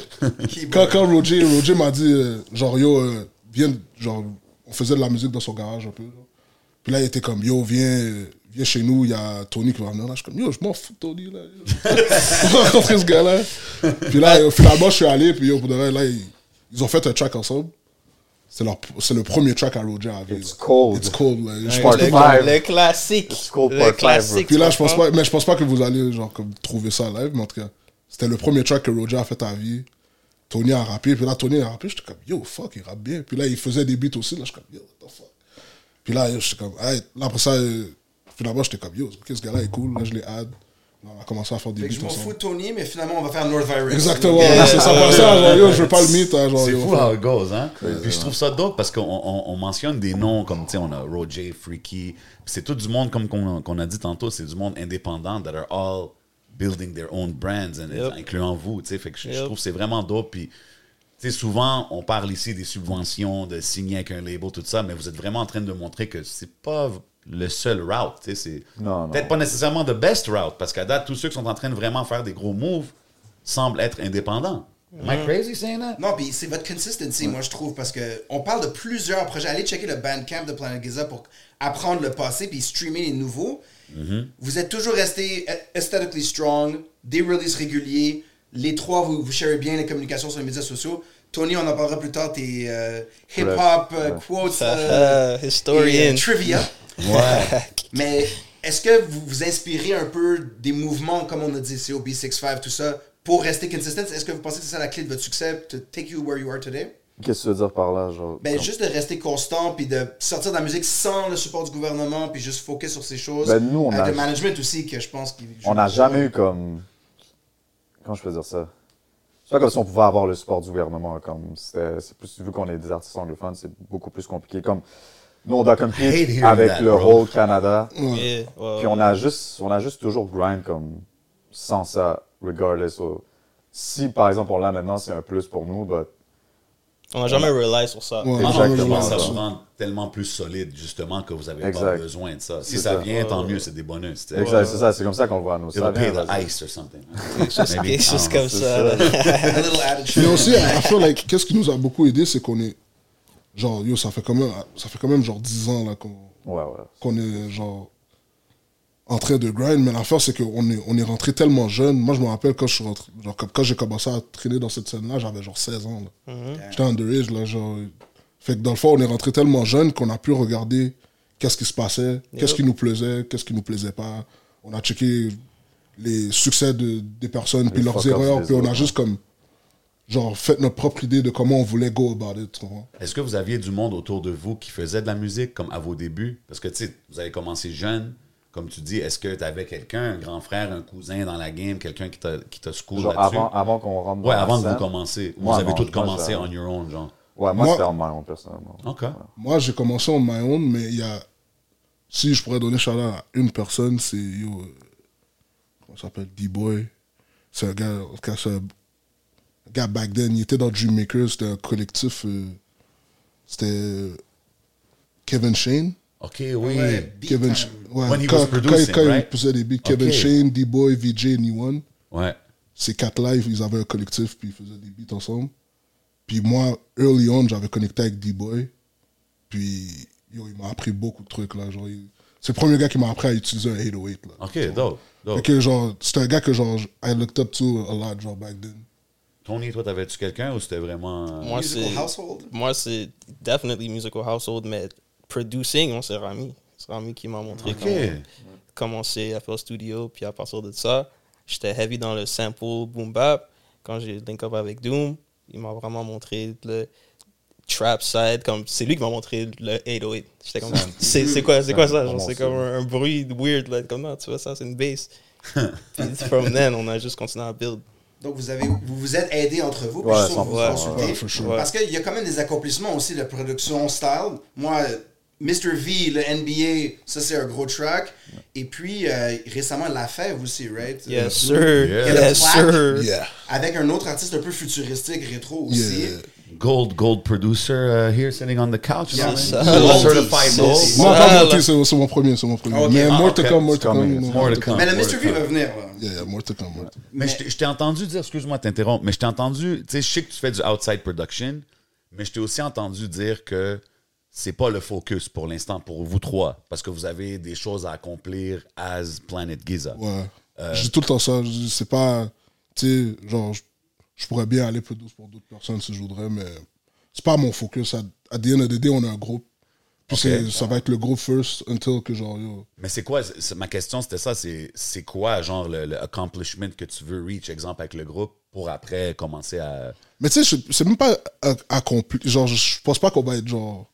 S7: quand, quand Roger, Roger m'a dit, euh, genre, yo, euh, viens, genre, on faisait de la musique dans son garage un peu. genre. Puis là, il était comme, yo, viens, euh, viens chez nous, il y a Tony qui va venir là. Je suis comme, yo, je m'en fous de Tony, là. On va rencontrer ce gars-là. Puis là, euh, finalement, je suis allé, puis yo, pour de vrai, là, ils, ils ont fait un track ensemble. C'est leur- c'est le premier track à Roger à vivre.
S6: It's cold.
S7: It's cold. là. Je
S6: Ouais,
S7: pense
S6: le
S7: pas-
S6: part five.
S5: Le classique.
S6: It's called
S5: le
S6: part five,
S5: classique.
S7: Puis là, je pense
S5: tu comprends?
S7: pas, mais je pense pas que vous allez genre comme trouver ça live, mais en tout cas, c'était le premier track que Roger a fait à vie. Tony a rappé, puis là, Tony a rappé, j'étais comme, yo, fuck, il rappe bien. Puis là, il faisait des beats aussi, là, j'étais comme, yo, what the fuck. Puis là, yo, j'étais comme, hey, là, après ça, euh, finalement, j'étais comme, yo, ok, ce gars-là est cool, là, je l'ai add. Là, on a commencé à faire des
S4: Fait que je
S7: beats
S4: m'en
S7: ensemble.
S4: fous de Tony, mais finalement, on va faire North Virus.
S7: Exactement, là, c'est ça, pas ça, genre, yo, je veux pas le mythe, hein, genre,
S3: C'est
S7: yo,
S3: fou
S7: fuck.
S3: how it goes, hein? Puis je trouve ça dope parce qu'on on- on mentionne des noms comme, tu sais, on a Roger, Freaky. Puis C'est tout du monde, comme qu'on qu'on a dit tantôt, c'est du monde indépendant that are all building their own brands, and
S5: Yep.
S3: incluant vous, tu sais. Fait que je, je
S5: Yep.
S3: trouve que c'est vraiment dope. Puis, tu sais, souvent, on parle ici des subventions, de signer avec un label, tout ça, mais vous êtes vraiment en train de montrer que c'est pas le seul route, tu sais. c'est
S6: Non, non.
S3: Peut-être pas nécessairement the best route parce qu'à date, tous ceux qui sont en train de vraiment faire des gros moves semblent être indépendants. Am I crazy saying that?
S4: Non, puis c'est votre consistency, moi, je trouve, parce que on parle de plusieurs projets. Allez checker le Bandcamp de Planet Giza pour apprendre le passé puis streamer les nouveaux. Vous êtes toujours resté aesthetically strong, des releases réguliers. Les trois, vous, vous sharez bien les communications sur les médias sociaux. Tony, on en parlera plus tard, tes euh, hip-hop euh, quotes, euh,
S5: Euh, historian.
S4: et, euh, trivia. Mais est-ce que vous vous inspirez un peu des mouvements, comme on a dit, COB65, tout ça, pour rester consistent? Est-ce que vous pensez que c'est ça la clé de votre succès, to take you where you are today?
S6: Qu'est-ce que tu veux dire par là, genre?
S4: Ben,
S6: comme-
S4: juste de rester constant, puis de sortir de la musique sans le support du gouvernement, puis juste focus sur ces choses.
S6: Ben, nous, on
S4: Avec
S6: a-
S4: le management aussi, que je pense qu'il joue
S6: on n'a
S4: beaucoup.
S6: jamais eu comme. Comment je peux dire ça? C'est pas comme si on pouvait avoir le support du gouvernement. Comme c'était- c'est plus vu qu'on est des artistes anglophones, c'est beaucoup plus compliqué. Comme nous, on doit
S3: I hate
S6: compter
S3: hearing
S6: avec
S3: that,
S6: le
S3: bro.
S6: whole Canada.
S5: Yeah, ouais,
S6: Puis on a juste, on a juste toujours grind comme sans ça, regardless. So, si par exemple on l'a maintenant, c'est un plus pour nous, but
S5: on n'a jamais rely sur ça.
S7: Ouais.
S3: Ah non,
S6: Exactement.
S3: Je pense que ça
S6: Ouais.
S3: vous rend tellement plus solide, justement, que vous n'avez pas
S6: Exact.
S3: besoin de ça. Si
S6: C'est
S3: ça,
S6: ça.
S3: vient, tant mieux, c'est des bonus. tu sais.
S6: exact, c'est ça, c'est comme ça qu'on le voit nous.
S3: It'll
S6: Ça
S3: pay
S6: vient,
S3: the
S6: vas-y.
S3: ice or something.
S5: Quelque chose comme ça. là.
S4: A little attitude.
S7: Mais aussi, à la fin, like, qu'est-ce qui nous a beaucoup aidé, c'est qu'on est. Genre, yo, ça fait quand même, ça fait quand même genre 10 ans là, qu'on
S6: Ouais, ouais.
S7: qu'on est genre en train de grind, mais l'affaire c'est qu'on est, on est rentré tellement jeune. Moi je me rappelle quand je suis rentré- genre, comme quand j'ai commencé à traîner dans cette scène-là, j'avais genre 16 ans. là. J'étais underage là, genre. Fait que dans le fond, on est rentré tellement jeune qu'on a pu regarder qu'est-ce qui se passait, qu'est-ce qui nous plaisait, qu'est-ce qui nous plaisait pas. On a checké les succès de, des personnes, puis leurs
S6: fuck-ups
S7: erreurs,
S6: des
S7: puis on a
S6: autres,
S7: juste comme genre fait notre propre idée de comment on voulait go about it. tu comprends?
S3: Est-ce que vous aviez du monde autour de vous qui faisait de la musique, comme à vos débuts? Parce que, tu sais, vous avez commencé jeune. Comme tu dis, est-ce que tu avais quelqu'un, un grand frère, un cousin dans la game, quelqu'un qui t'a qui t'a school
S6: Genre
S3: là-dessus?
S6: avant, avant qu'on rentre dans
S3: ouais,
S6: la
S3: avant que vous
S6: scène.
S3: commenciez. Vous
S6: Moi,
S3: avez
S6: non,
S3: tous
S6: moi,
S3: commencé
S6: j'avais-
S3: on your own, genre.
S6: Ouais, moi,
S7: Moi-
S6: c'était en main, personnellement.
S3: OK.
S7: Moi, j'ai commencé en my own, mais il y a. Si je pourrais donner shout à une personne, c'est. Yo, euh, comment il s'appelle D-Boy. C'est un gars. En tout cas, c'est un un gars back then. Il était dans Dream Maker. C'était un collectif. euh, c'était. euh, Kevin Shane.
S3: OK, oui.
S4: Ouais, beat
S7: Kevin
S4: time.
S7: Sh- ouais,
S3: When he
S7: quand,
S3: was producing,
S7: quand- quand
S3: right?
S7: il poussait des beats. Kevin
S3: Ok.
S7: Shane, D-Boy, VJ et Niwan
S3: Ouais.
S7: ces quatre lives, ils avaient un collectif, puis ils faisaient des beats ensemble. Puis moi, early on, j'avais connecté avec D-Boy. Puis, yo, il m'a appris beaucoup de trucs, là. Genre, il- C'est le premier gars qui m'a appris à utiliser un 808, là.
S3: OK, dope. dope.
S7: Fait que, genre, c'est un gars que, genre, I looked up to a lot, genre, back then.
S3: Tony, toi, t'avais-tu quelqu'un ou c'était vraiment... euh,
S5: Moi,
S4: Musical
S5: c'est.
S4: household?
S5: Moi, c'est definitely musical household, mais producing, on s'est Rami. C'est Rami qui m'a montré
S3: Ok.
S5: comment, comment c'est à faire au studio. Puis à partir de ça, j'étais heavy dans le sample boom bap. Quand j'ai link up avec Doom, il m'a vraiment montré le trap side. Comme, c'est lui qui m'a montré le 808. J'étais comme, c'est c'est quoi, c'est quoi ça? Genre, C'est comme un, un bruit weird. Là, comme, non, tu vois ça, c'est une bass. Puis from then, on a juste continué à build.
S4: Donc, vous, avez, vous vous êtes aidés entre vous, puis
S6: Ouais,
S4: je suis sûr que vous vous
S5: 100%,
S4: consultez.
S7: ouais, Ah, for sure.
S4: Parce qu'il y a quand même des accomplissements aussi de production style. Moi, Mr. V, le NBA, ça c'est un gros track. Et puis, euh, récemment, La Fève aussi, right?
S5: Yes, sir.
S3: Yeah.
S5: Yes, sir.
S7: Yeah.
S4: Avec un autre artiste un peu futuristique, rétro aussi.
S7: Yeah.
S3: Gold, gold producer uh, here sitting on the couch. you know what I mean?
S5: ça.
S3: Gold
S5: C'est
S3: certified
S5: ça.
S3: gold.
S5: C'est
S7: Non,
S5: Ah,
S7: pas
S5: là.
S7: Morty, c'est c'est mon premier, c'est mon premier.
S4: Ok.
S7: Mais
S4: Ah,
S7: more
S3: ok.
S7: to come, more
S6: It's
S7: to come.
S6: coming, it's
S7: more
S3: More to
S7: to
S3: come.
S4: Mais le
S3: more
S4: Mr.
S3: to
S4: V
S3: come.
S4: va venir, là.
S7: come. Yeah, yeah, more to come, more to come.
S3: Mais je t'ai- je t'ai entendu dire, excuse-moi de t'interrompre, mais je t'ai entendu, tu sais, je sais que tu fais du outside production, mais je t'ai aussi entendu dire que c'est pas le focus pour l'instant pour vous trois, parce que vous avez des choses à accomplir as Planet Giza.
S7: Ouais. Je dis tout le temps ça. Je dis, C'est pas. Tu sais, genre, je, je pourrais bien aller plus douce pour d'autres personnes si je voudrais, mais c'est pas mon focus. À, à the end of the day, on a un groupe. Puis c'est- ça va être le groupe first until que genre, yo.
S3: Mais c'est quoi, c'est- ma question c'était ça, c'est c'est quoi, genre, le, le accomplishment que tu veux reach, exemple, avec le groupe, pour après commencer à.
S7: Mais tu sais, je- c'est même pas a- accompli. Genre, je pense pas qu'on va être genre.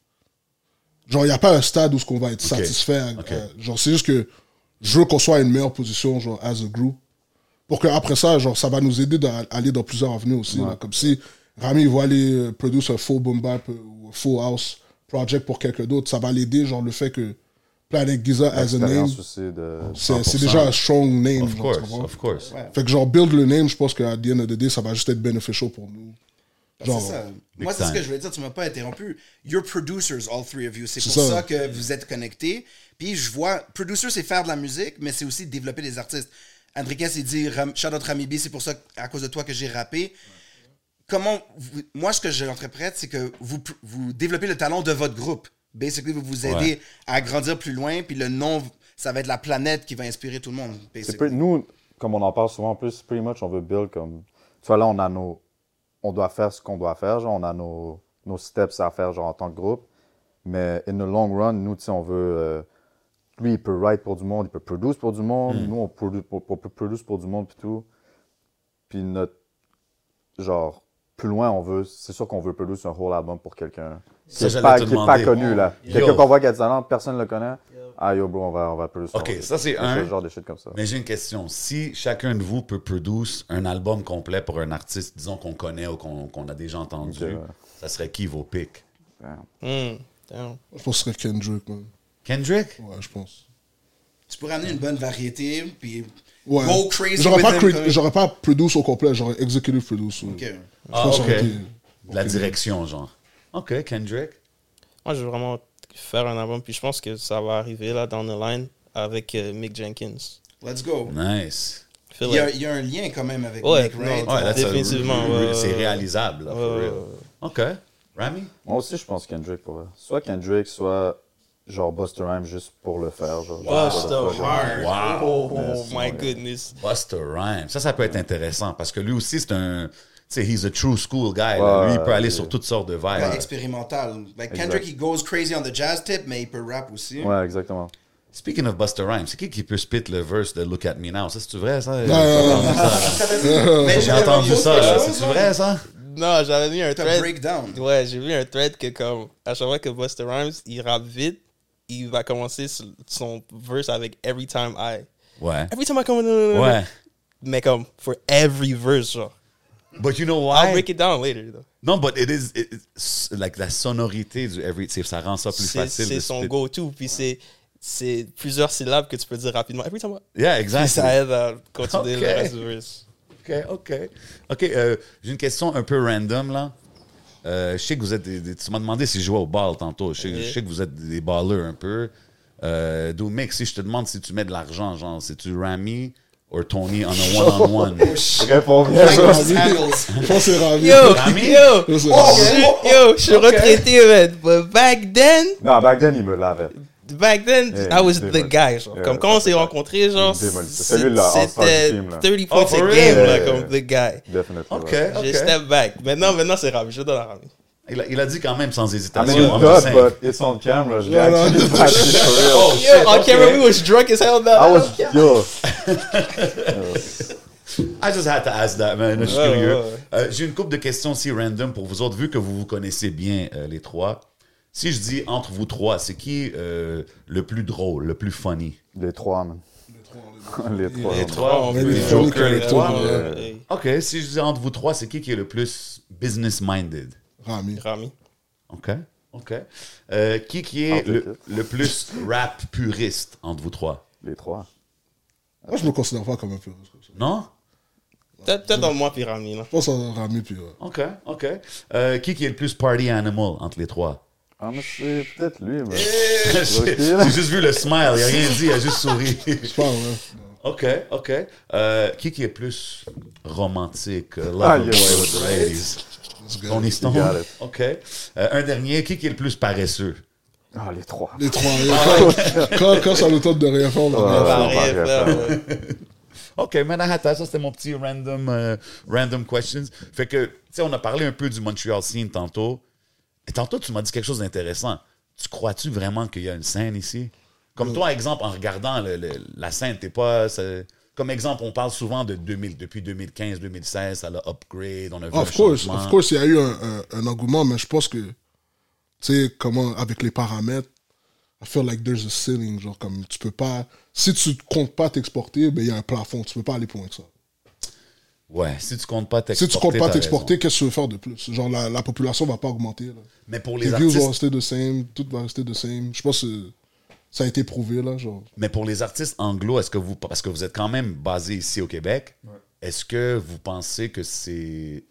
S7: Genre, il n'y a pas un stade où ce qu'on va être
S3: Ok.
S7: satisfait. à-
S3: Ok.
S7: à- genre, c'est juste que je veux qu'on soit à une meilleure position, genre, as a group. Pour qu'après ça, genre, ça va nous aider d'aller dans plusieurs avenues aussi. là. Comme si Rami va aller euh, produire un faux boom bap euh, ou un faux house project pour quelqu'un d'autre. Ça va l'aider, genre, le fait que Planet Giza as a name,
S6: L'expérience aussi de.
S7: c'est c'est
S3: 100%.
S7: déjà un strong name.
S3: Of
S7: genre, tu
S3: course,
S7: comprends?
S3: of course.
S7: Fait que genre build le name, je pense qu'à the end of the day, ça va juste être beneficial pour nous.
S4: Ben, Ah, C'est
S7: Genre,
S4: ça. Moi, c'est ce
S3: time.
S4: que je voulais dire. Tu m'as pas interrompu. You're producers, all three of you. C'est
S7: C'est
S4: pour ça.
S7: ça.
S4: que vous êtes connectés. Puis je vois, producer, c'est faire de la musique, mais c'est aussi développer des artistes. Andrika s'est dit, Ram- shout out Rami B, c'est pour ça, à cause de toi, que j'ai rappé. Comment, vous- moi, ce que j'interprète, c'est que vous, pr- vous développez le talent de votre groupe. Basically, vous vous aidez
S3: Ouais.
S4: à grandir plus loin, puis le nom, ça va être la planète qui va inspirer tout le monde.
S6: C'est
S4: basically.
S6: pretty- nous, comme on en parle souvent en plus, pretty much, on veut build comme. Tu vois, là, on a nos. On doit faire ce qu'on doit faire, genre, on a nos, nos steps à faire, genre, en tant que groupe. Mais in the long run, nous, tu sais, on veut. euh, lui, il peut write pour du monde, il peut produce pour du monde. Nous, on, produ- on- on peut produce pour du monde, puis tout. Puis notre. Genre, plus loin, on veut. C'est sûr qu'on veut produce un whole album pour quelqu'un. Qui
S3: Ça,
S6: est
S3: j'allais
S6: pas,
S3: te
S6: qui est pas
S3: demander.
S6: connu, là.
S3: Yo.
S6: Quelqu'un qu'on voit qui a du talent, personne ne le connaît. Ah, yo, bro, on va, on va produce.
S3: Ok,
S6: ton-
S3: ça, c'est
S6: Ce
S3: un.
S6: genre de shit comme ça.
S3: Mais j'ai une question. Si chacun de vous peut produire un album complet pour un artiste, disons qu'on connaît ou qu'on qu'on a déjà entendu,
S6: Ok, ouais.
S3: ça serait qui vos picks?
S5: Hmm, damn.
S7: je pense que ce serait Kendrick, man.
S3: Kendrick?
S7: Ouais, je pense.
S4: Tu pourrais amener une bonne variété, puis
S7: Ouais.
S4: go crazy.
S7: J'aurais
S4: with
S7: pas,
S4: them,
S7: cre-
S4: comme-
S7: j'aurais pas produce au complet, j'aurais executive produce. ouais.
S4: Ok.
S7: Je
S3: Ah,
S7: pense que ça aurait
S3: ok.
S7: été-
S3: De la direction, genre. OK, Kendrick.
S5: Moi, je veux vraiment faire un album, puis je pense que ça va arriver là dans the line avec euh, Mick Jenkins.
S4: Let's go.
S3: Nice.
S5: I feel
S4: Il y, a,
S5: like-
S4: il y a un lien quand même avec
S5: Ouais,
S4: Nick, right?
S5: non,
S3: Ouais, that's a-
S5: Définitivement, ouais,
S3: C'est
S5: ouais, ouais.
S3: réalisable, là, for
S5: Ouais,
S3: real.
S5: ouais, ouais.
S3: OK. Rami?
S6: Moi aussi, je pense Kendrick pour vrai. Soit Kendrick, soit genre Buster Rhymes juste pour le faire. Genre,
S3: Wow.
S5: Oh,
S6: Yes,
S5: my
S6: ouais.
S5: goodness.
S3: Buster Rhymes. Ça, ça peut être intéressant parce que lui aussi, c'est un. Tu sais, he's a true school guy. là.
S6: Ouais,
S3: lui, il peut
S6: ouais,
S3: aller
S6: ouais.
S3: sur toutes sortes de vibes.
S4: Ouais, Expérimental. Like Kendrick, he goes crazy on the jazz tip, mais il peut rap aussi.
S6: Ouais, exactement.
S3: Speaking of Buster Rhymes, c'est qui qui peut spit le verse de Look at Me Now? Ça, c'est-tu vrai, ça?
S6: Ben,
S7: Euh,
S4: Mais
S3: J'ai entendu ça, là. C'est-tu vrai, ça?
S5: Non, j'avais vu un
S4: T'as
S5: thread.
S4: breakdown.
S5: Ouais, j'ai vu un thread que, comme, à chaque fois que Buster Rhymes, il rappe vite, il va commencer s- son verse avec Every Time I.
S3: Ouais.
S5: Every Time I come.
S3: Ouais.
S5: Mais comme, for every verse, genre.
S3: But you know
S5: I'll
S3: why?
S5: break it down later, though.
S3: Non, but it is. it is- like, la sonorité du every. tu sais, Ça rend ça plus
S5: C'est
S3: facile. de
S5: c'est son
S3: spit.
S5: go-to, puis c'est- c'est plusieurs syllabes que tu peux dire rapidement. Every Time I.
S3: Yeah,
S5: Puis
S3: exact.
S5: ça aide à continuer le
S3: Ok.
S5: reste du verse.
S3: OK, OK. OK, euh, j'ai une question un peu random, là. Euh, je sais que vous êtes. des- des- tu m'as demandé si je jouais au ball tantôt. Je sais, je sais que vous êtes des ballers un peu. Euh, D'où, mec, si je te demande si tu mets de l'argent, genre, c'est-tu Rami ou Tony on a
S5: Oh,
S3: one-on-one?
S6: Réponds
S4: Michael Samuels.
S7: Je pense que c'est ravi.
S5: Yo,
S3: Rami?
S5: yo,
S7: Je sais.
S4: Oh,
S5: je- yo, je suis retraité, man. But back then,
S6: Non, back then, il me l'avait.
S5: back then,
S6: Yeah,
S5: I was
S6: Eh, il
S5: the
S6: démolit.
S5: guy, genre.
S6: Yeah,
S5: comme quand on s'est
S6: c'est ça.
S5: rencontrés, genre,
S6: Il démolit.
S5: c'est-
S6: C'est celui-là, all-star du
S5: c'était
S6: team, là.
S5: 30
S3: Oh,
S5: points
S3: for
S5: a
S3: real?
S5: game, là,
S6: Yeah.
S5: comme the guy.
S6: Definitely.
S3: OK,
S6: ouais.
S3: OK.
S5: J'ai step back. Maintenant, maintenant, c'est Rami. Je donne à Rami.
S3: Il a, il a dit quand même sans
S6: I mean,
S3: hésitation.
S6: you
S3: I'm
S6: did,
S3: just saying.
S6: but it's on camera. Je l'ai
S7: Non, non.
S6: actually pas dit, for real.
S5: Yo, on camera, we was drunk as hell that
S6: I was, yo,
S3: I just had to ask that, man. Je suis
S5: Ouais,
S3: curieux.
S5: ouais, ouais.
S3: Euh, J'ai une couple de questions aussi random pour vous autres, vu que vous vous connaissez bien, euh, les trois. Si je dis entre vous trois, c'est qui euh, le plus drôle, le plus funny?
S6: les trois, man. Les trois.
S3: Les
S6: man.
S3: trois,
S5: on
S3: les,
S5: veut
S7: les
S3: jokers,
S7: jokers,
S3: les
S7: les
S3: trois.
S7: trois,
S3: euh,
S5: Euh, hey,
S3: OK, si je dis entre vous trois, c'est qui qui est le plus business-minded?
S7: Rami.
S5: Rami.
S3: OK, OK. Euh, qui qui est
S6: Entre
S3: le, le plus rap puriste entre vous trois?
S6: Les trois.
S7: Moi, je me considère pas comme un puriste comme ça.
S3: Non?
S5: Peut-être peut-être dans moi puis Rami, là.
S7: Je pense à Rami, puis ouais.
S3: OK, OK. Euh, qui qui est le plus party animal entre les trois?
S6: Ah, mais c'est peut-être lui, mais.
S3: J'ai j'ai juste vu le smile, il a rien dit, il a juste souri.
S7: Je sais pas, ouais.
S3: OK, OK. Euh, qui qui est plus romantique? euh,
S6: Ah,
S3: Love
S6: yeah,
S3: away
S6: ouais,
S3: with the ladies.
S7: Let's go.
S3: Tony Stone.
S6: got it.
S3: OK. Euh, un dernier, qui qui est le plus paresseux?
S6: Ah, les trois.
S7: Les trois. ouais. Quand, quand, quand ça nous tente de rien faire, on va rien
S6: Ouais.
S7: faire.
S5: Bah,
S6: on va
S5: rien
S6: rien
S5: faire,
S6: faire.
S5: ouais.
S3: OK, Manhattan, ça c'était mon petit random, euh, random questions. Fait que, tu sais, on a parlé un peu du Montreal scene tantôt. Et tantôt, tu m'as dit quelque chose d'intéressant. Tu crois-tu vraiment qu'il y a une scène ici? Comme toi, exemple, en regardant le- le- la scène, t'es pas. c'est- Comme exemple, on parle souvent de 2000, depuis 2015, 2016, ça l'a upgrade, on a vu un
S7: Ah, Of course,
S3: changement.
S7: of course, il y a eu un, un- un engouement, mais je pense que, tu sais, comment, avec les paramètres, I feel like there's a ceiling, genre comme tu peux pas, si tu comptes pas t'exporter, ben il y a un plafond, tu peux pas aller plus loin que ça.
S3: Ouais, si tu comptes pas
S7: Si
S3: t'exporter.
S7: tu comptes pas
S3: t'as
S7: t'exporter,
S3: raison.
S7: qu'est-ce que tu veux faire de plus? Genre la, la population va pas augmenter. Là.
S3: Mais pour
S7: Les,
S3: les
S7: views
S3: artistes.
S7: vont rester the same, tout va rester the same. Je pense que ça a été prouvé là, genre.
S3: Mais pour les artistes anglo, est-ce que vous, parce que vous êtes quand même basé ici au Québec, est-ce que vous pensez que c'est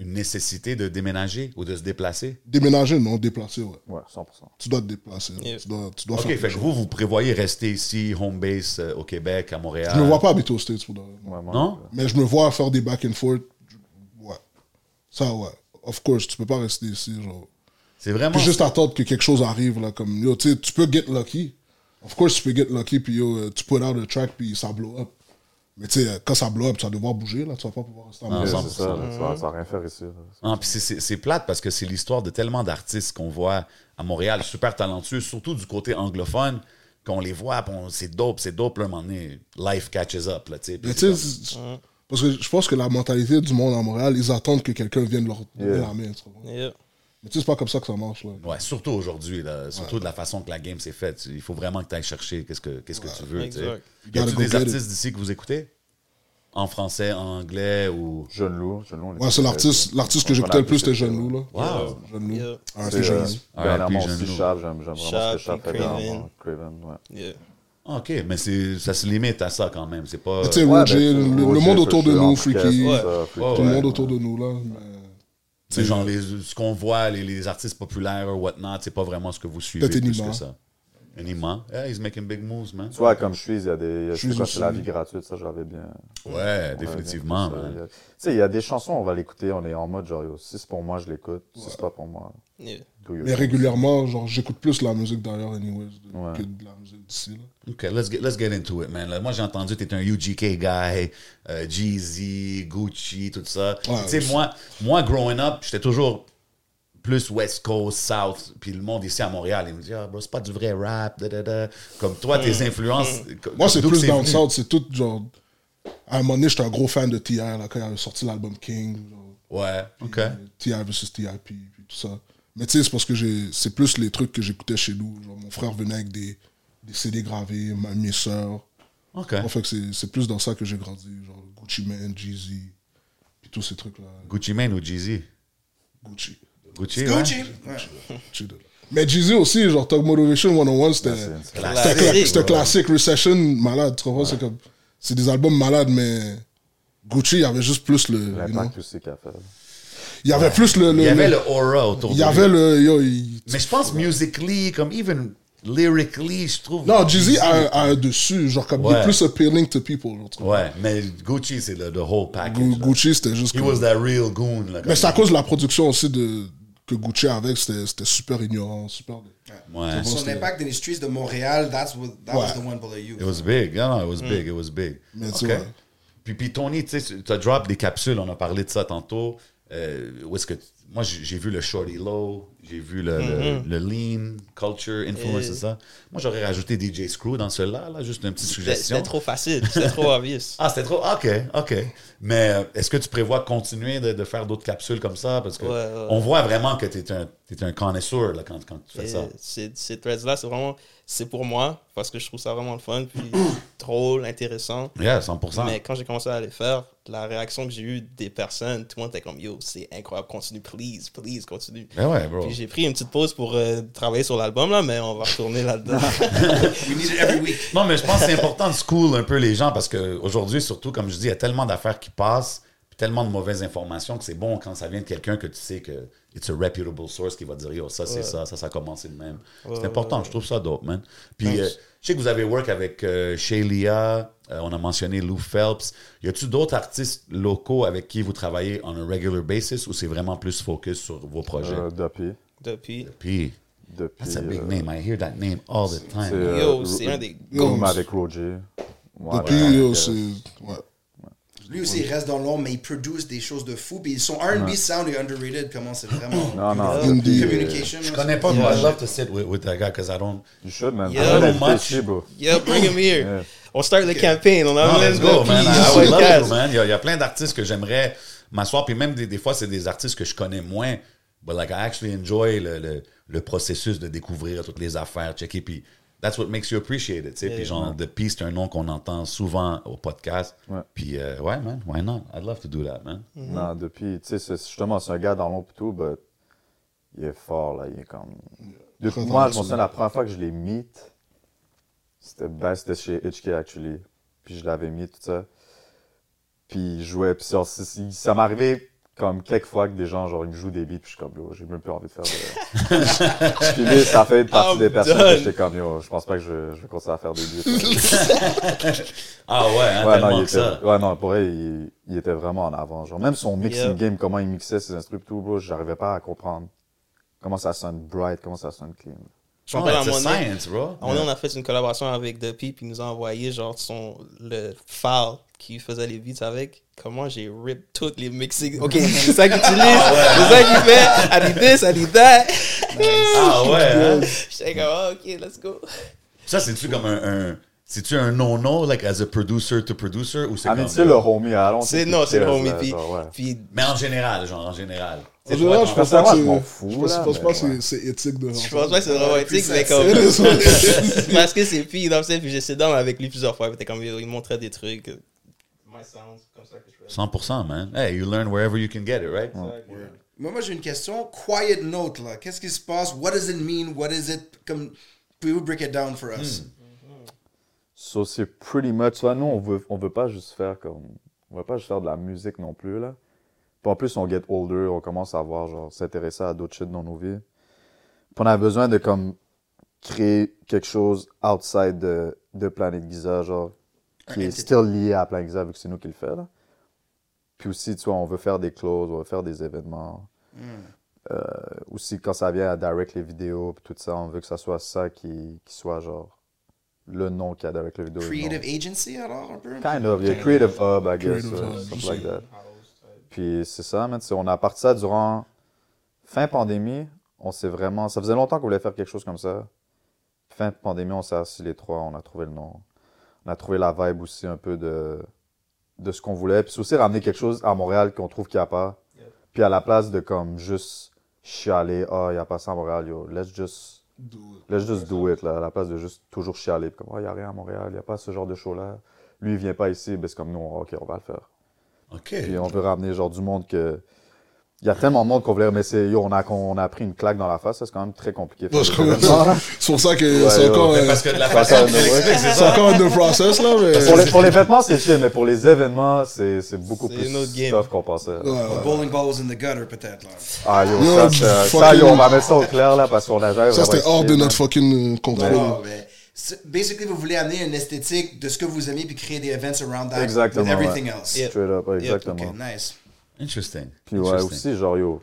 S3: une nécessité de déménager ou de se déplacer?
S7: Déménager, non, déplacer, ouais.
S6: Ouais, 100%.
S7: Tu dois te déplacer. là.
S5: Yeah.
S7: Tu dois, tu dois
S3: Ok,
S7: faire
S3: fait
S7: quelque
S3: que
S7: chose.
S3: vous, vous prévoyez rester ici, home base euh, au Québec, à Montréal.
S7: Je me vois pas habiter aux States pour de vrai.
S6: Ouais, moi,
S3: Non?
S6: euh,
S7: Mais je me vois faire des back and forth. Ouais. Ça, ouais. Of course, tu peux pas rester ici, genre.
S3: C'est vraiment.
S7: Puis juste attendre que quelque chose arrive, là, comme, yo, tu sais, tu peux get lucky. Of course, tu peux get lucky, puis yo, euh, tu put out a track, puis ça blow up. Mais tu sais, euh, quand ça blow up, tu vas devoir bouger, là, tu vas pas pouvoir rester en
S3: Ah,
S6: ouais,
S7: maison.
S6: c'est ça, là, tu vas- tu vas rien faire ici. là.
S3: Ah, puis c'est- c'est c'est plate parce que c'est l'histoire de tellement d'artistes qu'on voit à Montréal, super talentueux, surtout du côté anglophone, qu'on les voit, puis on- c'est dope, c'est dope, là, à un moment donné, life catches up, là, tu sais. puis
S7: Mais
S3: c'est
S7: tu sais, c'est- parce que je pense que la mentalité du monde à Montréal, ils attendent que quelqu'un vienne leur donner
S6: Yeah.
S7: la main, tu comprends?
S5: Yeah.
S7: Mais tu sais, c'est pas comme ça que ça marche, là.
S3: comme- Ouais, surtout aujourd'hui, là, surtout de la façon que la game s'est faite. Tu- Il faut vraiment que tu ailles chercher qu'est-ce que, qu'est-ce que tu veux. tu sais.
S5: Exact.
S3: Y a
S7: Gotta go
S3: des
S7: get it.
S3: artistes d'ici que vous écoutez En français, en anglais ou.
S6: Jeune Lou. Jeune Lou on
S7: Ouais,
S6: était-
S7: c'est l'artiste, l'artiste que
S6: on
S7: j'écoutais le
S6: connaît
S7: plus, c'était
S6: c'était-
S7: Jeune Lou, là.
S3: Wow.
S7: Jeune Lou.
S5: Yeah.
S7: Ah,
S6: C'est
S7: c'est Jeune Lou.
S3: Ah,
S6: dernièrement
S3: puis Jeune
S6: aussi
S3: Lou.
S6: Chab, j'aime j'aime vraiment ce
S5: Chab,
S6: que Chab
S5: puis
S6: fait dernièrement.
S5: Craven.
S6: Craven, ouais.
S5: Yeah.
S3: Ah, Ok, mais c'est, ça se limite à ça quand même. C'est pas.
S7: Tu sais,
S6: Ouais,
S7: Roger,
S6: ben,
S7: le,
S6: c'est-
S7: le
S6: Roger,
S7: monde
S6: for
S7: autour de
S6: sure,
S7: nous,
S6: Anticast,
S7: Freaky,
S5: Ouais.
S6: ça, Freaky,
S7: tout le
S6: ouais.
S7: monde autour de nous, là. mais
S3: tu sais, genre les, ce qu'on voit, les, les artistes populaires ou whatnot, c'est pas vraiment ce que vous suivez
S7: Peut-être
S3: plus
S7: Enima.
S3: que ça. Enima. Yeah, he's making big moves, man.
S6: Tu vois, comme je suis, il y a des. Je
S7: Suis
S6: suis quand
S7: aussi.
S6: c'est la vie gratuite, ça, j'avais bien.
S3: Ouais, définitivement,
S6: Ouais, il y
S3: man.
S6: a- Tu sais, il y a des chansons, on va l'écouter, on est en mode genre, yo, si c'est pour moi, je l'écoute, si c'est pas pour moi,
S5: Yeah.
S6: do your
S7: Mais
S6: thing.
S7: régulièrement, genre, j'écoute plus la musique d'ailleurs, anyways, de-
S6: Ouais.
S7: que de la musique d'ici, là.
S3: OK, let's get, let's get into it, man. Là, moi, j'ai entendu que t'es un UGK guy, euh, Jeezy, Gucci, tout ça.
S7: Ouais,
S3: tu sais,
S7: c'est-
S3: moi, moi, growing up, j'étais toujours plus West Coast, South, puis le monde ici à Montréal, il me dit, ah, bro, c'est pas du vrai rap, da, da, da. Comme toi, tes influences. comme-
S7: Hmm. Moi, c'est
S3: d'où
S7: plus
S3: que
S7: down
S3: venu?
S7: south, c'est tout, genre. À un moment donné, j'étais un gros fan de T.I., là, quand il avait sorti l'album King, genre.
S3: Ouais, OK.
S7: puis, T.I. versus T.I.P. puis tout ça. Mais tu sais, c'est parce que j'ai- c'est plus les trucs que j'écoutais chez nous. Genre, mon frère venait avec des, des CD gravés, ma, mes sœurs.
S3: OK.
S7: En fait, que c'est c'est plus dans ça que j'ai grandi. Genre, Gucci Mane, Jeezy, puis tous ces trucs-là.
S3: Gucci Mane ou Jeezy?
S7: Gucci.
S3: Gucci, ouais?
S4: Gucci. Ouais.
S7: Gucci de là. Mais Jeezy aussi, genre, Talk Motivation 101,
S3: Ah,
S6: C'est-
S7: c'était
S6: c'est-
S7: c'était cla-
S5: Classique,
S7: c'était classique, Recession, malade. Tu comprends? C'est comme. C'est des albums malades, mais. Gucci, il y avait juste plus le. you know,
S6: L'impact aussi qu'a fait.
S7: Il y avait plus le. le-
S3: Il y avait
S7: le-
S3: le aura autour de
S7: Il y
S3: lui.
S7: avait le. yo, il-
S3: Mais je pense musically, comme even lyrically, je trouve.
S7: Non, Jeezy a, un- a un dessus, genre comme il
S3: Ouais.
S7: est plus appealing to people. genre, tu comprends?
S3: Ouais, mais Gucci, c'est le the whole package.
S7: Gu-
S3: là.
S7: Gucci, c'était juste.
S3: He
S7: comme-
S3: was that real goon. là,
S7: Mais c'est à
S3: comme-
S7: cause de la production aussi de, que Gucci avec, c'était c'était super ignorant, super.
S3: Ouais.
S4: Son impact dans les streets de Montréal, that's what, that was the one below you.
S3: It was big. Non, non, it was big. It was big.
S7: Mm. Mais
S3: Ok.
S7: tu vois.
S3: Puis, puis Tony, tu sais, tu as drop des capsules. On a parlé de ça tantôt. Euh, où est-ce que. Moi, j'ai j'ai vu le Shorty Low. J'ai vu le, le, le Lean Culture Influence,
S5: Mm-hmm. Et-
S3: c'est ça. Moi, j'aurais rajouté DJ Screw dans cela, là. Juste une petite
S5: C'était-
S3: suggestion.
S5: C'était trop facile. C'était trop obvious.
S3: Ah, c'était trop. OK, OK. Mais euh, est-ce que tu prévois continuer de, de faire d'autres capsules comme ça? Parce que
S5: Ouais, ouais.
S3: on voit vraiment que tu es un, t'es un connoisseur là, quand, quand tu fais
S5: Et
S3: ça.
S5: Ces, ces threads-là, euh, c'est vraiment, c'est pour moi, parce que je trouve ça vraiment le fun, puis drôle, intéressant.
S3: Yeah, 100%.
S5: Mais quand j'ai commencé à les faire, la réaction que j'ai eue des personnes, tout le monde était comme Yo, c'est incroyable, continue, please, please, continue.
S3: Ben ouais, bro.
S5: Puis j'ai pris une petite pause pour euh, travailler sur l'album, là, mais on va retourner là-dedans.
S4: We need it every week.
S3: Non, mais je pense que c'est important de school un peu les gens parce qu'aujourd'hui, surtout, comme je dis, il y a tellement d'affaires qui passent, puis tellement de mauvaises informations que c'est bon quand ça vient de quelqu'un que tu sais que it's a reputable source qui va dire Yo, ça, c'est ça, ça, ça a commencé de même. c'est important, je trouve ça dope, man. Puis euh, je sais que vous avez work avec euh, Shelia, euh, on a mentionné Lou Phelps. Y a-tu d'autres artistes locaux avec qui vous travaillez on a regular basis ou c'est vraiment plus focus sur vos projets?
S6: Euh, Duppy.
S5: Depuis.
S3: Puis,
S6: Duppy.
S3: that's a Ah, big
S6: euh,
S3: name. I hear that name all the time.
S6: c'est, euh,
S5: Yo, c'est
S6: Ro-
S5: un des.
S7: Yo,
S6: Comme
S7: c'est-
S6: avec Roger. Ouais,
S7: Depuis,
S6: avec,
S7: yo,
S6: euh,
S7: c'est. Ouais.
S4: Lui aussi, il reste dans l'ombre, mais il produce des choses de fou. Puis son RB sound est underrated. Comment c'est vraiment.
S6: Non, non.
S7: Indie.
S6: depuis, euh,
S4: Communication.
S3: Je
S4: là,
S3: connais pas, but I'd love to sit with, with that guy because I don't.
S6: You should, man.
S5: Yeah.
S6: I don't
S3: Much.
S6: bro.
S5: Yeah, bring him here.
S6: Yeah.
S5: On start the campaign. On
S3: Non,
S5: a
S3: Ah, let's go, man.
S5: Puis,
S3: I would love
S5: podcast.
S3: to, man. Il y, a- il y a plein d'artistes que j'aimerais m'asseoir. Puis même des, des fois, c'est des artistes que je connais moins. But like, I actually enjoy le, le, le processus de découvrir toutes les affaires, checker. Puis that's what makes you appreciate it. tu sais. Puis genre, The Peace, c'est un nom qu'on entend souvent au podcast.
S6: Ouais.
S3: Puis euh, ouais, man, why not? I'd love to do that, man.
S6: Non, depuis, tu sais, c'est- justement, c'est un gars dans l'ombre et tout, but il est fort, là, il est comme... Depuis
S7: Très
S6: moi, je me
S7: talentueux.
S6: souviens, la première fois que je l'ai meet, c'était ben, c'était chez HK, actually, puis je l'avais mis, tout ça, puis il jouait, puis ça, c'est- c'est- ça m'est arrivé comme quelques fois que des gens, genre, ils me jouent des beats, puis je suis comme, yo, j'ai même plus envie de faire de... puis lui, ça fait partie
S5: I'm
S6: des personnes
S5: done.
S6: que j'étais comme, yo, je pense pas que je, je vais continuer à faire des beats.
S3: Ah ouais, hein,
S6: Ouais,
S3: tellement
S6: non, il
S3: que
S6: était,
S3: ça.
S6: ouais, non, pour vrai, il, il était vraiment en avant. Genre, même son mixing
S5: Yeah.
S6: game, comment il mixait ses instruments, tout, bro, j'arrivais pas à comprendre comment ça sonne bright, comment ça sonne clean.
S5: Je me
S3: Oh,
S5: rappelle à
S3: it's
S5: mon
S3: a
S5: nez.
S3: science, bro.
S5: On, on a fait une collaboration avec Duppy, puis il nous a envoyé genre son le file qui faisait les beats avec. Comment j'ai rip toutes les mixings. Ok, c'est ça qu'il utilise, c'est ça qu'il fait. I did this, I did that.
S3: Ah ouais, hein?
S5: J'étais comme, ah, ok, let's go.
S3: Ça, c'est-tu comme un. un c'est-tu un no-no, like as a producer to producer, ou c'est
S6: Ah,
S3: comme.
S6: mais c'est le homie, allons.
S5: C'est non, c'est le homie. Puis,
S6: Ouais.
S5: puis
S3: Mais en général, genre, en général.
S7: En général, je pense pas
S6: personnellement,
S7: que
S6: je m'en
S7: c'est-
S6: fous,
S7: je pense-
S6: là,
S7: je pense
S6: mais
S7: pas que
S6: ouais.
S7: c'est- c'est éthique de
S5: je pense pas que c'est vraiment éthique, mais comme. parce que c'est puis, dans le sens, puis j'essaie d'en avec lui plusieurs fois. Puis t'es comme, yo, il me montrait des trucs. My sounds, comme ça que je
S3: 100%, man. Hey, you learn wherever you can get it, right?
S4: Moi, moi j'ai une question. Quiet note, là. Qu'est-ce qui se passe? What does it mean? What is it? Comme, pouvez-vous break it down for us?
S6: So, c'est pretty much, là, nous, on veut, on veut pas juste faire comme, on veut pas juste faire de la musique non plus, là. Puis en plus, on get older, on commence à voir, genre, s'intéresser à d'autres shit dans nos vies. Puis on a besoin de, comme, créer quelque chose outside de, de Planète Giza, genre, qui est still lié à Planète Giza, vu que c'est nous qui le fait, là. Puis aussi, tu vois, on veut faire des closes, on veut faire des événements. Euh, aussi, quand ça vient à direct les vidéos, puis tout ça, on veut que ça soit ça qui, qui soit, genre, le nom qu'il y a direct les vidéos. le nom.
S4: Creative agency, alors, un peu?
S6: Kind of, yeah. Creative hub, I guess,
S7: Creative
S6: uh,
S7: hub,
S6: something
S7: je
S6: like
S7: sais.
S6: that. Puis c'est ça, man, tu sais, on a parti ça durant fin pandémie, on s'est vraiment, ça faisait longtemps qu'on voulait faire quelque chose comme ça. Fin pandémie, on s'est assis les trois, on a trouvé le nom, on a trouvé la vibe aussi un peu de de ce qu'on voulait, puis c'est aussi ramener quelque chose à Montréal qu'on trouve qu'il n'y a pas. Puis à la place de comme juste chialer, ah, il n'y a pas ça à Montréal, yo, let's just Let's just do it, là, à la place de juste toujours chialer. puis Comme, Ah, il n'y a rien à Montréal, il n'y a pas ce genre de show-là. Lui, il vient pas ici, ben, c'est comme nous, on- OK, on va le faire.
S3: OK.
S6: Puis euh, on veut ramener genre du monde que. Il y a tellement de monde qu'on voulait remercier. Yo, on a, on a pris une claque dans la face, ça, c'est quand même très compliqué. faire
S7: Ouais, je
S6: des
S7: comprends.
S6: événements, là.
S7: C'est pour ça que
S6: Ouais,
S7: c'est encore,
S6: ouais.
S7: euh,
S3: Parce que de la façon
S6: ça,
S3: dont tu
S6: ouais.
S3: l'expliques, c'est
S7: c'est
S3: ça.
S7: encore un de process, là, mais.
S6: Pour les, pour les vêtements, c'est chill, mais pour les événements, c'est c'est beaucoup
S5: C'est
S6: plus
S5: une autre game.
S6: tough qu'on pensait.
S7: Ouais, ouais.
S4: Bowling balls in the gutter, peut-être, là.
S6: Ah, yo,
S7: Yo,
S6: ça, ça,
S7: fucking-
S6: ça, yo, on va mettre ça au clair, là, parce qu'on a jamais
S7: Ça,
S6: vraiment
S7: c'était hors de
S6: essayé,
S7: notre fucking euh, contrôle.
S4: Non, mais c'est- oh, Basically, vous voulez amener une esthétique de ce que vous aimez puis créer des events around that
S6: Exactement,
S4: with everything
S6: ouais.
S4: else.
S5: Yeah.
S6: Straight up, exactement.
S4: Okay, nice.
S3: Interesting.
S6: Puis ouais,
S3: Interesting.
S6: aussi, genre, yo,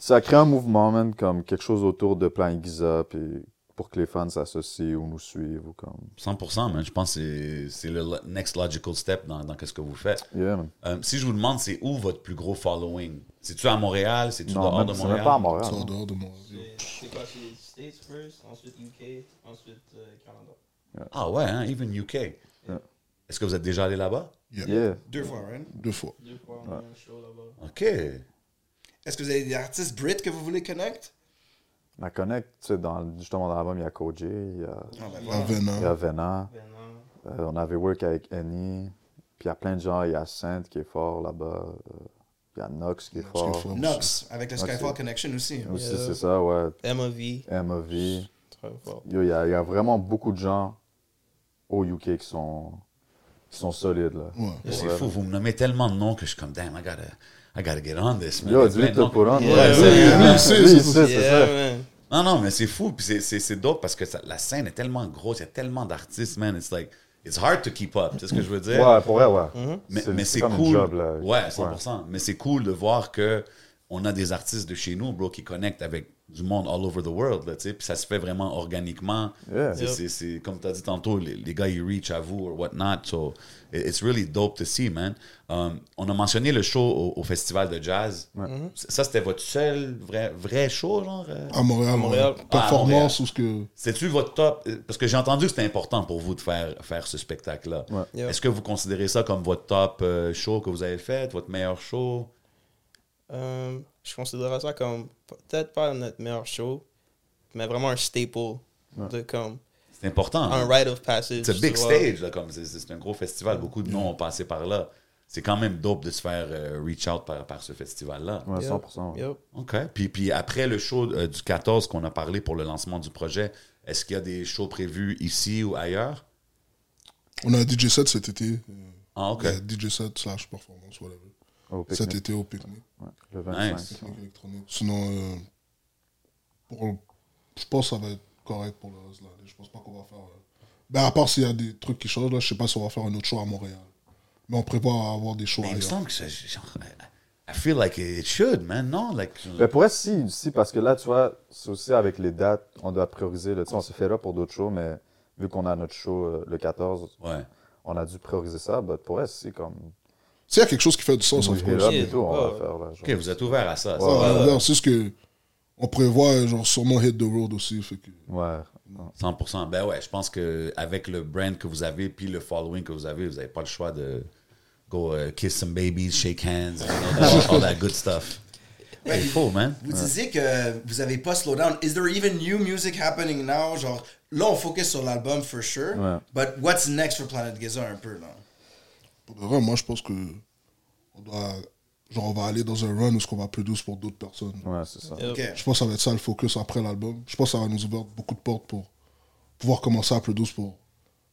S6: ça crée un mouvement, man, comme quelque chose autour de Plan Giza, puis pour que les fans s'associent ou nous suivent, ou comme...
S3: 100%, man. Je pense que c'est- c'est le lo- next logical step dans, dans ce que vous faites.
S6: Yeah, man.
S3: Euh, si je vous demande, c'est où votre plus gros following? C'est-tu à Montréal? C'est-tu
S6: Non,
S3: dehors
S6: même-
S3: de
S6: c'est même
S3: Montréal?
S6: pas à Montréal.
S7: C'est
S6: non.
S7: hors dehors de moi.
S5: C'est quoi, c'est States first, ensuite UK, ensuite Canada.
S3: Ah ouais, hein? Even UK. Est-ce que vous êtes déjà allé là-bas?
S6: Yeah.
S4: Deux fois, right?
S7: Deux fois.
S5: Deux fois, on a un show là-bas.
S3: OK.
S4: Est-ce que vous avez des artistes brits que vous voulez connect?
S6: Ma Connect, tu sais, dans, justement, dans l'album, il y a Koji, il y a,
S4: Ah, ben,
S7: À
S6: il
S7: Venin.
S6: y a Vena,
S5: Ben non.
S6: euh, on avait work avec Annie, puis il y a plein de gens, il y a Sainte qui est fort là-bas, euh, il y a Nox qui est
S7: Parce
S6: fort.
S7: qu'il faut-
S4: Nox, avec le
S6: Nox,
S4: Skyfall
S6: c'est-
S4: Connection aussi.
S6: Aussi,
S5: Yeah.
S6: c'est ça, ouais,
S5: MOV,
S6: MOV.
S5: très fort.
S6: Yo, Il y, a il y a vraiment beaucoup de gens au UK qui sont, qui sont solides, là.
S7: Ouais.
S3: C'est fou, vous me nommez tellement de noms que je suis comme, damn, I gotta, I gotta get on this, man.
S6: Yo,
S3: Il y a plein
S6: dis-lui
S3: de
S6: que t'as
S3: noms.
S6: pour un.
S5: Yeah,
S6: ouais,
S5: ouais.
S6: sérieux,
S7: Lui,
S6: man.
S7: il sait,
S6: Lui, il
S7: c'est
S6: sait, c'est
S5: Yeah,
S6: ça.
S5: man.
S3: Non, non, mais c'est fou. Puis c'est- c'est c'est dope parce que ça- la scène est tellement grosse, il y a tellement d'artistes, man. It's like, it's hard to keep up. C'est ce que je veux dire.
S6: Ouais, pour vrai, ouais.
S3: mais mais c'est
S6: comme un
S3: cool.
S6: job, là.
S3: ouais, 100%. Mais c'est cool de voir que on a des artistes de chez nous, bro, qui connectent avec du monde all over the world, là, tu sais, puis ça se fait vraiment organiquement.
S6: Yeah.
S3: C'est-
S5: Yep.
S3: c'est- C'est comme tu as dit tantôt, les, les gars, ils reach à vous or whatnot, so it- it's really dope to see, man. Um, on a mentionné le show au, au festival de jazz. Ça, c'était votre seul vrai, vrai show, genre? euh?
S7: À Montréal.
S5: Montréal.
S7: ouais.
S3: Ah, à
S7: Performance ou ce que.
S3: C'est-tu votre top? euh, Parce que j'ai entendu que c'était important pour vous de faire, faire ce spectacle-là.
S6: Ouais.
S5: Yeah.
S3: Est-ce que vous considérez ça comme votre top euh, show que vous avez fait, votre meilleur show?
S5: Euh, je considérais ça comme peut-être pas notre meilleur show, mais vraiment un staple. De comme
S3: C'est important.
S5: un
S3: hein?
S5: rite of passage.
S3: C'est un big
S5: tu vois.
S3: stage, là, comme c'est- c'est un gros festival. Beaucoup de noms ont passé par là. C'est quand même dope de se faire euh, reach out par, par ce festival-là.
S6: Ouais,
S5: Yep,
S6: 100%. ouais.
S5: yep.
S3: OK. Puis, puis après le show euh, du 14 qu'on a parlé pour le lancement du projet, est-ce qu'il y a des shows prévus ici ou ailleurs?
S7: On a un DJ set cet été.
S3: Ah, OK.
S7: Euh, DJ set slash performance, whatever.
S6: Au
S7: Cet
S6: pique-nique.
S7: été au pique-nique.
S6: Ouais, Le 25.
S3: Nice.
S7: Pique-nique électronique. Sinon, euh, pour- je pense que ça va être correct pour le reste de l'année. Je pense pas qu'on va faire. euh, Ben, à part s'il y a des trucs qui changent, là, je sais pas si on va faire un autre show à Montréal. Mais on prévoit à avoir des shows
S3: Mais il me
S7: ailleurs.
S3: semble que ça. genre, I- I feel like it should, man. Non, like.
S6: Mais pour être si, si, parce que là, tu vois, c'est aussi avec les dates, on doit prioriser. Là, Tu sais, on se fait là pour d'autres shows, mais vu qu'on a notre show euh, le 14,
S3: Ouais.
S6: on a dû prioriser ça. But pour être si, comme.
S7: S'il y a quelque chose qui fait du sens,
S6: nous,
S7: of
S6: hit
S7: course.
S6: up
S5: Yeah.
S6: et tout, on va
S5: Ouais.
S6: faire. Là, genre.
S3: OK, vous êtes ouvert à ça. ça.
S7: Ouais, ouais, ouais, C'est ce que. On prévoit, euh, genre, sûrement Hit the Road aussi. Fait que...
S6: Ouais. Non.
S3: 100%. Ben ouais, je pense que avec le brand que vous avez puis le following que vous avez, vous n'avez pas le choix de go euh, kiss some babies, shake hands, you know, that- all that good stuff.
S4: Ouais,
S3: il faut, man.
S4: Vous disiez que vous avez pas slow down. Is there even new music happening now? Genre, là, on focus sur l'album for sure.
S6: Ouais.
S4: But what's next for Planet Giza un peu, là?
S7: Pour de vrai, moi, je pense que on doit, genre, on va aller dans un run où ce qu'on va produire pour d'autres personnes.
S6: Ouais, c'est ça.
S5: Yep.
S4: Ok.
S7: Je pense que ça va être ça le focus après l'album. Je pense que ça va nous ouvrir beaucoup de portes pour pouvoir commencer à produire pour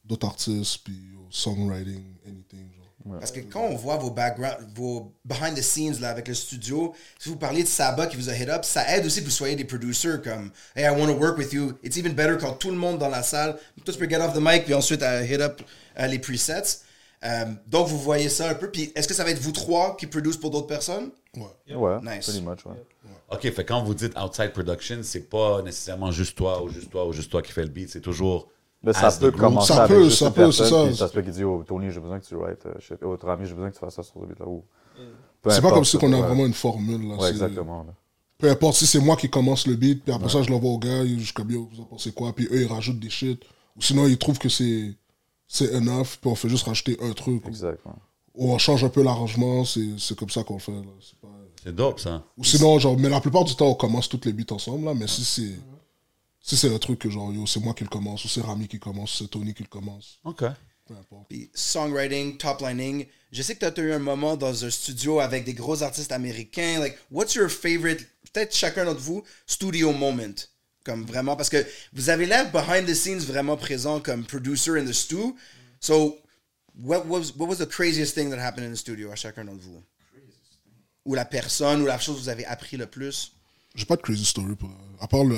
S7: d'autres artistes, puis au songwriting, anything. Genre.
S4: Parce que quand on voit vos backgrounds, vos behind the scenes là, avec le studio, si vous parlez de Saba qui vous a hit up, ça aide aussi que vous soyez des producers comme Hey, I want to work with you. It's even better quand tout le monde dans la salle, tous peut get off the mic, puis ensuite euh, hit up euh, les presets. Euh, donc vous voyez ça un peu. Puis est-ce que ça va être vous trois qui produisent pour d'autres personnes
S6: Ouais,
S4: Nice.
S6: pretty much, ouais.
S3: OK, fait quand vous dites outside production, c'est pas nécessairement juste toi ou juste toi ou juste toi qui fait le beat, c'est toujours
S6: Mais ça
S3: as the
S6: peut
S3: group.
S6: commencer
S7: Ça
S6: avec
S7: peut,
S6: juste
S7: ça
S6: une
S7: peut, c'est
S6: personne,
S7: ça.
S6: puis Ça se peut qu'il dit, oh, Tony, j'ai besoin que tu write, euh, je sais pas, autre ami, j'ai besoin que tu fasses ça sur le beat là. ou- Peu
S7: C'est pas
S6: importe,
S7: comme si on a
S6: ouais.
S7: vraiment une formule. Là.
S6: Ouais,
S7: C'est-
S6: exactement. là.
S7: Peu importe si c'est moi qui commence le beat, puis après ça, je l'envoie aux gars, je suis comme, Yo, vous en pensez quoi, puis eux, ils rajoutent des shit. Ou sinon, ils trouvent que c'est c'est enough, puis on fait juste rajouter un truc.
S6: Exact. ouais.
S7: Ou on change un peu l'arrangement, c'est c'est comme ça qu'on fait. Là. C'est pas-
S3: c'est dope ça.
S7: Ou sinon, genre, mais la plupart du temps, on commence toutes les beats ensemble, là, mais si c'est. Si c'est un truc que genre, yo, c'est moi qui le commence, ou c'est Rami qui commence, ou c'est Tony qui le commence,
S3: OK.
S7: peu importe.
S4: Puis songwriting, toplining. Je sais que tu as eu un moment dans un studio avec des gros artistes américains. Like, what's your favorite, peut-être chacun d'entre vous, studio moment? Comme vraiment, parce que vous avez l'air behind the scenes vraiment présent comme producer in the stew. So, what was, what was the craziest thing that happened in the studio à chacun d'entre vous? Ou la personne, ou la chose que vous avez appris le plus?
S7: J'ai pas de crazy story pour. euh, À part le,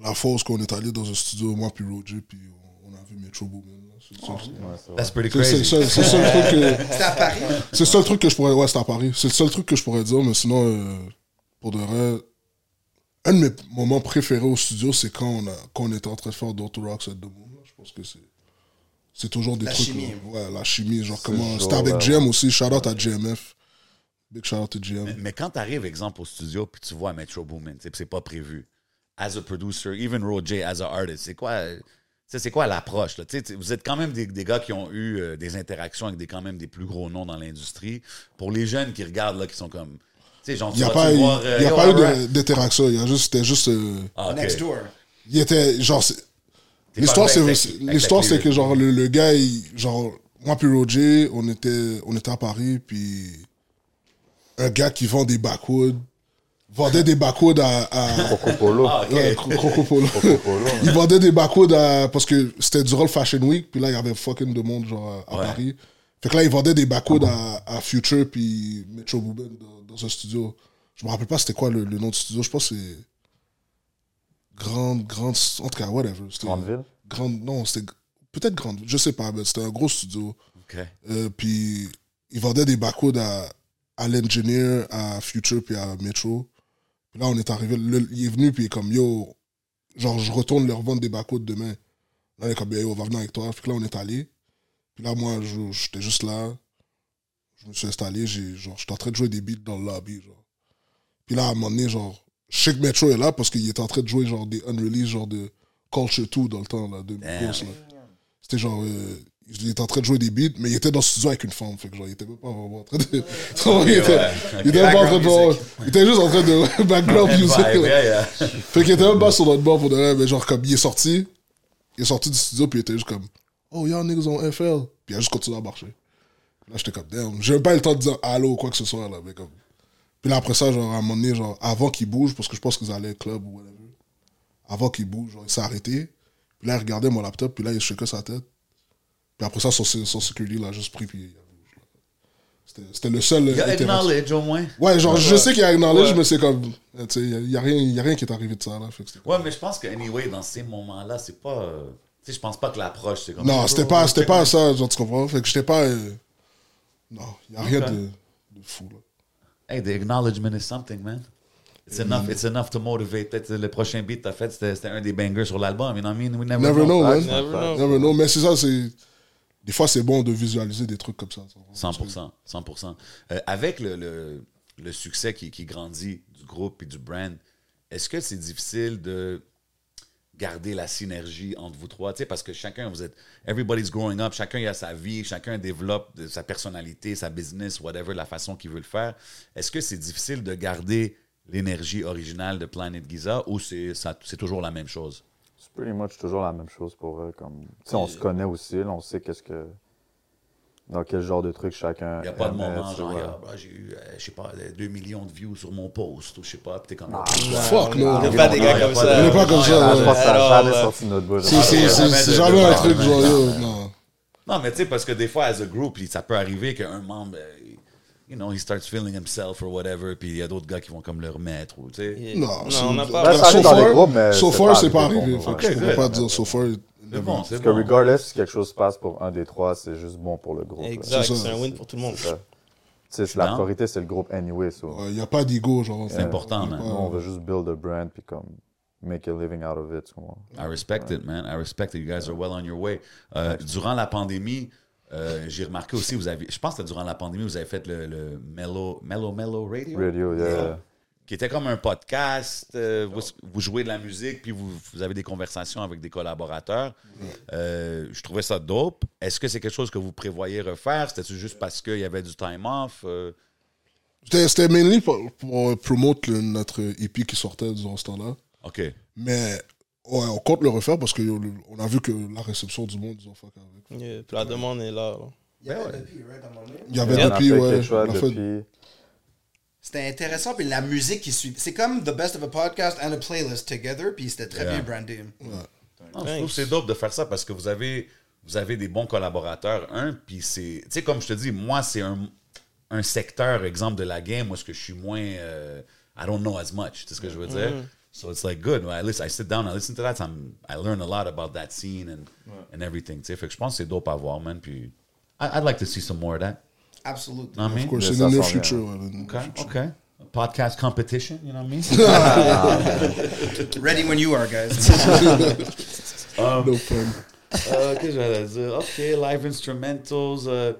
S7: la fois où on est allé dans un studio, moi puis Roger, puis on, on a vu Metro Boomin. là. C'est le seul-
S3: That's pretty
S7: c'est- c'est le
S3: crazy.
S7: seul- c'est le seul truc que-
S4: C'était à Paris.
S7: c'est le seul truc que je pourrais. Ouais, c'était à Paris. C'est le seul truc que je pourrais dire, mais sinon, euh, pour de vrai. Un de mes moments préférés au studio, c'est quand on, a, quand on était en train de faire Don't Rocks at the Moon. là. Je pense que c'est. C'est toujours des
S4: La
S7: trucs.
S4: chimie.
S7: là. Ouais, la chimie. Genre,
S6: Ce
S7: comment. C'était
S6: jour-là,
S7: avec
S6: ouais.
S7: GM aussi. Shout out à GMF. Big shout out à
S3: Mais,
S7: GM.
S3: mais quand tu arrives, exemple, au studio puis tu vois Metro Boomin, tu sais, puis c'est pas prévu. As a producer, even Roger as a artist, c'est quoi, euh, tu sais, c'est quoi l'approche? là? Tu sais, tu- Vous êtes quand même des, des gars qui ont eu euh, des interactions avec des, quand même des plus gros noms dans l'industrie. Pour les jeunes qui regardent, là, qui sont comme. Tu sais, genre,
S7: Il
S3: tu
S7: n'y a
S3: vas-tu
S7: pas, eu-
S3: voir, euh,
S7: il y a
S3: yo,
S7: pas eu
S3: alright.
S7: de- d'interaction. Il y a juste. C'était juste. euh,
S3: Ah, ok.
S4: Next door.
S7: il était. Genre. c'est-
S3: T'es
S7: L'histoire,
S3: pas
S7: c'est
S3: avec-
S7: c'est-
S3: avec- avec
S7: l'histoire,
S3: la
S7: c'est que
S3: clé,
S7: genre le, le gars, il- genre moi puis Roger, on était, on était à Paris, puis un gars qui vend des backwoods vendait des backwoods à, à
S6: Coco Polo.
S3: Ah,
S7: ouais, Cro- Crocopolo.
S6: Polo, ouais.
S7: il vendait des backwoods à parce que c'était durant le Fashion Week, puis là il y avait fucking de monde genre à, à
S3: Ouais.
S7: Paris. Fait que là il vendait des backwoods à, à Future puis Metro Boomin dans, dans un studio. Je me rappelle pas c'était quoi le, le nom du studio. Je pense que c'est grande grande en tout cas whatever. C'était-
S6: Grandeville.
S7: grande non c'était g- peut-être grande je sais pas mais c'était un gros studio
S3: Ok.
S7: Euh, puis ils vendaient des barcodes à à l'engineer à Future puis à Metro puis Puis là, on est arrivé, le- il est venu, puis il est comme, yo, genre, je retourne leur vendre des backups demain. Là, il est comme, yo, on va venir avec toi. Puis que là, on est allé. Puis là, moi, je- j'étais juste là. Je me suis installé, j'ai, genre, j'étais en train de jouer des beats dans le lobby, genre. Puis là, à un moment donné, genre, je sais que Metro est là parce qu'il était en train de jouer, genre, des unreleased, genre, de Culture 2 dans le temps, là, de Migos, là. C'était genre, euh, il était en train de jouer des beats, mais il était dans le studio avec une femme, fait que genre, il était même pas vraiment en train de. il était, il était même pas en train de.
S3: Background music.
S7: Il était juste en train de. background
S3: Head
S7: music.
S3: vibe,
S7: là.
S3: yeah, yeah.
S7: Fait qu'il était même pas sur notre bord pour de vrai, mais genre comme il est sorti, il est sorti du studio puis il était juste comme Oh y'all niggas ont FL. Puis il a juste continué à marcher. Là j'étais comme damn, j'ai même pas eu le temps de dire allô ou quoi que ce soit là, mais comme. Puis là après ça, genre à un moment donné, genre avant qu'il bouge, parce que je pense qu'ils allaient au club ou whatever, avant qu'il bouge, genre il s'est arrêté, puis là il regardait mon laptop, puis là il que sa tête. Puis après ça, son, son security l'a juste pris puis il a bougé, là. C'était- C'était le seul.
S3: Il a
S7: interaction.
S3: acknowledge au moins.
S7: Ouais, genre, je sais qu'il y a acknowledge,
S5: Ouais.
S7: mais c'est comme. euh, Tu sais, il y a- il y a, rien- il y a rien qui est arrivé de ça, là. Fait que c'était-
S3: Ouais, mais je pense que, anyway, dans ces moments-là, c'est pas. euh, Tu sais, je pense pas que l'approche, c'est comme.
S7: Non, c'était pas, c'était pas
S3: ça.
S7: ça, genre, tu comprends? Fait que j'étais pas. euh, Non, il n'y a rien de, de fou, là.
S3: Hey, the acknowledgement is something, man. It's enough, it's enough to motivate. Peut-être le prochain beat que t'as fait, c'était c'était un des bangers sur l'album. You know what I mean? We never,
S7: Never know, man.
S5: Never know.
S7: Never know, mais c'est ça, c'est. Des fois, c'est bon de visualiser des trucs comme ça. tu comprends?
S3: 100%. 100%. Euh, avec le, le, le succès qui, qui grandit du groupe et du brand, est-ce que c'est difficile de garder la synergie entre vous trois? Tu sais, parce que chacun, vous êtes. Everybody's growing up, chacun il a sa vie, chacun développe de- sa personnalité, sa business, whatever, la façon qu'il veut le faire. Est-ce que c'est difficile de garder l'énergie originale de Planet Giza ou c'est ça- c'est toujours la même chose?
S6: C'est pretty much toujours la même chose pour eux. Comme... tu sais, On se connaît aussi, là, on sait qu'est-ce que. Dans quel genre de truc chacun.
S3: Il n'y a pas de
S6: aimait,
S3: moment,
S6: Euh, tu
S3: genre,
S6: vois.
S3: Ah, bah, j'ai eu, euh, je sais pas, 2 millions de views sur mon post, ou je sais pas, puis t'es comme. Ah,
S7: Fuck, non.
S5: Il y a pas des gars comme ça.
S7: On n'est pas comme
S6: Ah,
S7: ça,
S6: je
S7: ouais.
S6: pense que ça
S5: Alors,
S6: a jamais
S5: euh,
S6: sorti de notre bouche.
S7: C'est- c'est- C'est c'est jamais un truc, genre, yo, non.
S3: Non, mais tu sais, parce que des fois, as a group, puis ça peut arriver qu'un membre, euh, you know, he starts feeling himself or whatever, puis il y a d'autres gars qui vont comme le remettre, ou tu sais.
S5: Yeah.
S7: Non,
S5: Non,
S7: c'est-
S5: on n'a pas.
S6: Ben,
S7: là,
S6: ça arrive
S7: so
S6: dans les
S7: far-
S6: groupes, mais
S7: So
S6: c'est
S7: far,
S6: pas
S7: c'est pas
S6: arrivé pour
S7: arrivé.
S6: nous,
S7: Fait que
S3: ouais.
S7: je pourrais
S3: Ok,
S7: pas
S3: good.
S7: dire so far.
S3: C'est
S5: Mm-hmm.
S3: bon, c'est bon.
S6: Parce que regardless, si quelque chose se passe pour un des trois, c'est juste bon pour le groupe. là.
S5: Exact,
S7: C'est ça.
S5: c'est un win pour tout le monde.
S6: C'est ça. Tu sais, c'est la
S3: Non.
S6: priorité, c'est le groupe anyway. so.
S7: Il n'y a pas d'ego, genre.
S3: C'est important, man.
S6: Nous, on veut juste build a brand puis comme make a living out of it. tu comprends?
S3: I respect it, man. I respect it. You guys are well on your way. Euh, durant la pandémie, euh, j'ai remarqué aussi, vous avez, je pense que durant la pandémie, vous avez fait le, le Mellow, Mellow, Mellow Radio,
S6: Radio, yeah.
S3: qui était comme un podcast. euh, vous, vous jouez de la musique, puis vous, vous avez des conversations avec des collaborateurs. Euh, je trouvais ça dope. Est-ce que c'est quelque chose que vous prévoyez refaire? C'était-tu juste parce qu'il y avait du time off? Euh,
S7: C'était c'était mainly pour, pour promote le- notre EP qui sortait durant ce temps-là.
S3: OK.
S7: Mais ouais, on compte le refaire parce qu'on a vu que la réception du monde, ils ont fuck avec.
S5: Yeah, puis la demande est là. là.
S3: Ben
S7: Il y avait
S6: On a
S7: depuis,
S6: fait
S7: ouais.
S6: quelque chose
S7: on a fait-
S6: depuis.
S4: C'était intéressant, puis la musique qui suit. C'est comme The Best of a Podcast and a Playlist together, puis c'était très bien brandé.
S3: Non, Ah, je trouve que Hein, c'est dope de faire ça parce que vous avez, vous avez des bons collaborateurs, un, puis c'est... Tu sais, comme je te dis, moi, c'est un, un secteur, exemple, de la game où est-ce que je suis moins... euh, I don't know as much, tu sais ce que je veux dire? So it's like good. I, listen, I sit down, I listen to that, I'm, I learn a lot about that scene and, and everything, tu sais. Fait que je pense que c'est dope à voir, man, puis... I- I'd like to see some more of that.
S4: Absolument.
S3: Non, mais...
S7: Of course,
S6: Mais
S7: c'est
S6: ça
S7: le near
S6: sent bien.
S7: future. ouais, le near
S3: OK,
S7: future.
S3: OK. Podcast competition, you know what I mean?
S4: Ready when you are, guys.
S7: No problem.
S3: Euh, Qu'est-ce que j'allais dire? OK, live instrumentals. euh,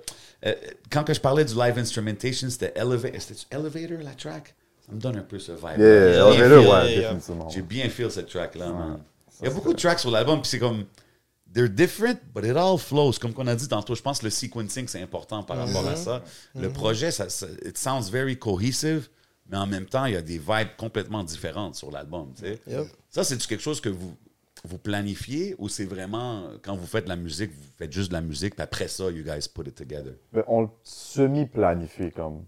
S3: euh, quand que je parlais du live instrumentation, c'était Eleva- c'était-tu Elevator, la track? Ça me donne un peu ce vibe.
S6: Yeah,
S5: Yeah,
S6: on est là,
S5: yeah,
S6: ouais,
S5: yeah.
S6: définitivement.
S3: J'ai bien feel cette track-là, man. Il y a beaucoup de tracks sur l'album, puis c'est comme... They're different, but it all flows. Comme qu'on a dit tantôt, je pense que le sequencing, c'est important par rapport à ça. Le projet, ça, ça- it sounds very cohesive, mais en même temps, il y a des vibes complètement différentes sur l'album, tu sais.
S5: Yep.
S3: Ça, c'est quelque chose que vous, vous planifiez ou c'est vraiment euh, quand vous faites de la musique, vous faites juste de la musique, puis après ça, you guys put it together.
S6: Mais on le semi-planifie comme.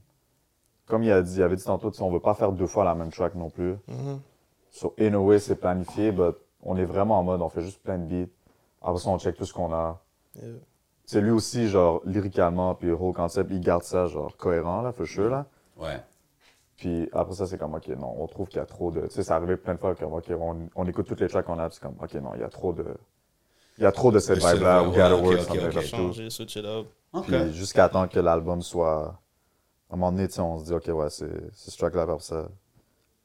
S6: Comme il a dit, il avait dit tantôt, tu sais, on veut pas faire deux fois la même track non plus. So, in a way, c'est planifié, but on est vraiment en mode, on fait juste plein de beats. Après ça, on check tout ce qu'on a.
S5: Yeah.
S6: C'est lui aussi, genre, lyricalement, puis le whole concept, il garde ça, genre, cohérent, là, for sure, là.
S3: Ouais.
S6: Puis après ça, c'est comme, OK, non, on trouve qu'il y a trop de. Tu sais, ça arrivait plein de fois, comme, OK, on, on écoute toutes les tracks qu'on a, puis c'est comme, OK, non, il y a trop de. Il y a trop de cette
S3: De ce-
S6: vibe-là, we
S3: ouais,
S6: gotta
S3: ok,
S6: work
S3: ok,
S6: something
S3: ok.
S6: like that too.
S5: Changer, switch it up.
S3: OK.
S6: Puis jusqu'à temps que l'album soit. À un moment donné, tu sais, on se dit, OK, ouais, c'est c'est ce track-là, puis après ça.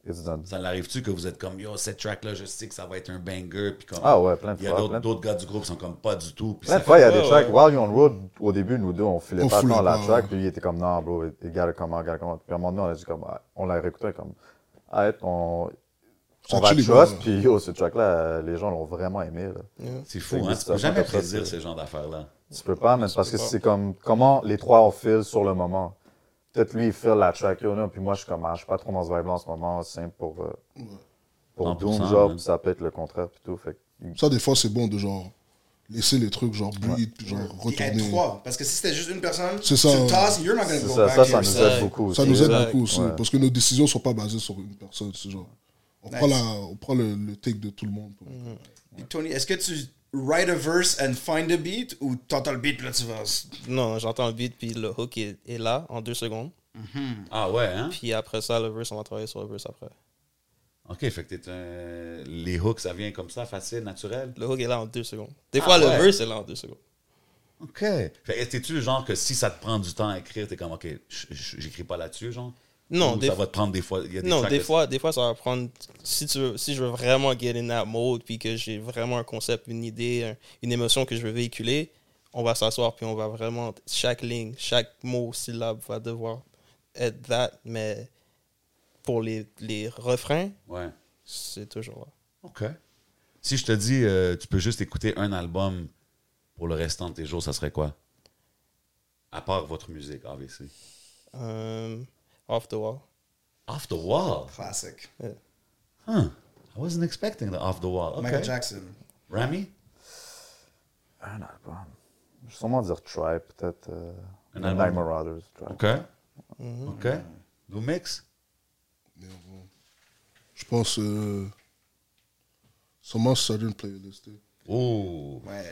S6: It's done.
S3: Ça l'arrive-tu que vous êtes comme yo, cette track-là, je sais que ça va être un banger. Puis comme,
S6: Ah ouais, plein de
S3: Il y a
S6: fois,
S3: d'autres
S6: plein de-
S3: d'autres gars du groupe qui sont comme pas du tout. Puis
S6: Plein
S3: ça
S6: de fois, il y a des
S5: ouais,
S6: tracks.
S5: ouais.
S6: While You're on Road, au début, nous deux, on filait
S7: On
S6: pas
S7: foulait
S6: tant la
S7: pas,
S6: track.
S7: ouais.
S6: Puis il était comme, non, bro, il garde comment, garde comment. Puis à un moment donné, on a dit comme, ah, on l'a réécouté comme, ah, on,
S7: Ça
S6: on va
S7: tue les
S6: trust.
S7: gars,
S6: Puis yo, ce track-là, euh, les gens l'ont vraiment aimé. Là.
S3: C'est fou, hein? Tu peux
S6: Exactement,
S3: jamais
S6: comme ça,
S3: prédire
S6: c'est-
S3: ce genre d'affaires-là.
S6: Tu peux pas, mais parce que c'est comme comment les trois ont feel sur le moment. Peut-être lui, il feel la track, yo, là, puis moi, je suis comme, ah, je suis pas trop dans ce vibe en ce moment, c'est simple pour, euh, pour
S3: 100%,
S6: Doom,
S3: hein.
S6: genre, puis ça peut être le contraire, puis tout. Fait que-
S7: hein. Ça, des fois, c'est bon de genre laisser les trucs genre bleed, puis genre
S4: Puis être
S7: retourner.
S4: trois. Parce que si c'était juste une personne,
S7: C'est ça.
S4: tu le tasses, you're not gonna
S6: c'est
S4: go
S6: ça,
S4: back
S6: ça,
S4: here.
S6: ça nous
S5: ça.
S6: aide beaucoup.
S7: Ça
S6: aussi,
S7: nous aide
S6: là.
S5: Exact,
S7: beaucoup aussi,
S6: ouais.
S7: parce que nos décisions sont pas basées sur une personne. C'est genre, on prend, la, on prend le, le take de tout le monde. pour-
S6: Mhm.
S4: Puis Tony, est-ce que tu write a verse and find a beat ou t'entends le beat puis là tu vas.
S5: Non, j'entends le beat, puis le hook est, est là en deux secondes.
S3: Ah ouais, hein?
S5: Puis après ça, le verse, on va travailler sur le verse après.
S3: Ok, fait que t'es un. Les hooks, ça vient comme ça, facile, naturel.
S5: Le hook est là en deux secondes. Des fois, le
S3: Ah ouais.
S5: verse est là en deux secondes.
S3: Ok. Fait que t'es-tu le genre que si ça te prend du temps à écrire, t'es comme, ok, j- j- j'écris pas là-dessus, genre?
S5: Non,
S3: Ou
S5: des
S3: ça
S5: fois-
S3: va te prendre des fois. il Y a des
S5: non,
S3: tracks
S5: des
S3: que-
S5: fois, des fois, ça va prendre. Si, tu veux- si je veux vraiment get in that mode, puis que j'ai vraiment un concept, une idée, un- une émotion que je veux véhiculer, on va s'asseoir, puis on va vraiment. Chaque ligne, chaque mot, syllabe va devoir être that, mais pour les, les refrains,
S3: Ouais.
S5: c'est toujours là.
S3: Ok. Si je te dis, euh, tu peux juste écouter un album pour le restant de tes jours, ça serait quoi? À part votre musique, obviously.
S5: Euh, off the wall.
S3: Off the wall?
S4: Classic.
S3: Huh. I wasn't expecting the off the wall. Ok.
S4: Michael Jackson.
S3: Rami?
S6: Un album. Je vais sûrement dire Tribe, peut-être. Euh,
S3: Un
S6: Midnight
S3: album.
S6: Marauders, Tribe.
S3: OK.
S4: Mm-hmm.
S3: OK. Blue Mix?
S7: Je pense, euh, sûrement Southern Playlist. eh.
S3: Oh.
S4: Ouais.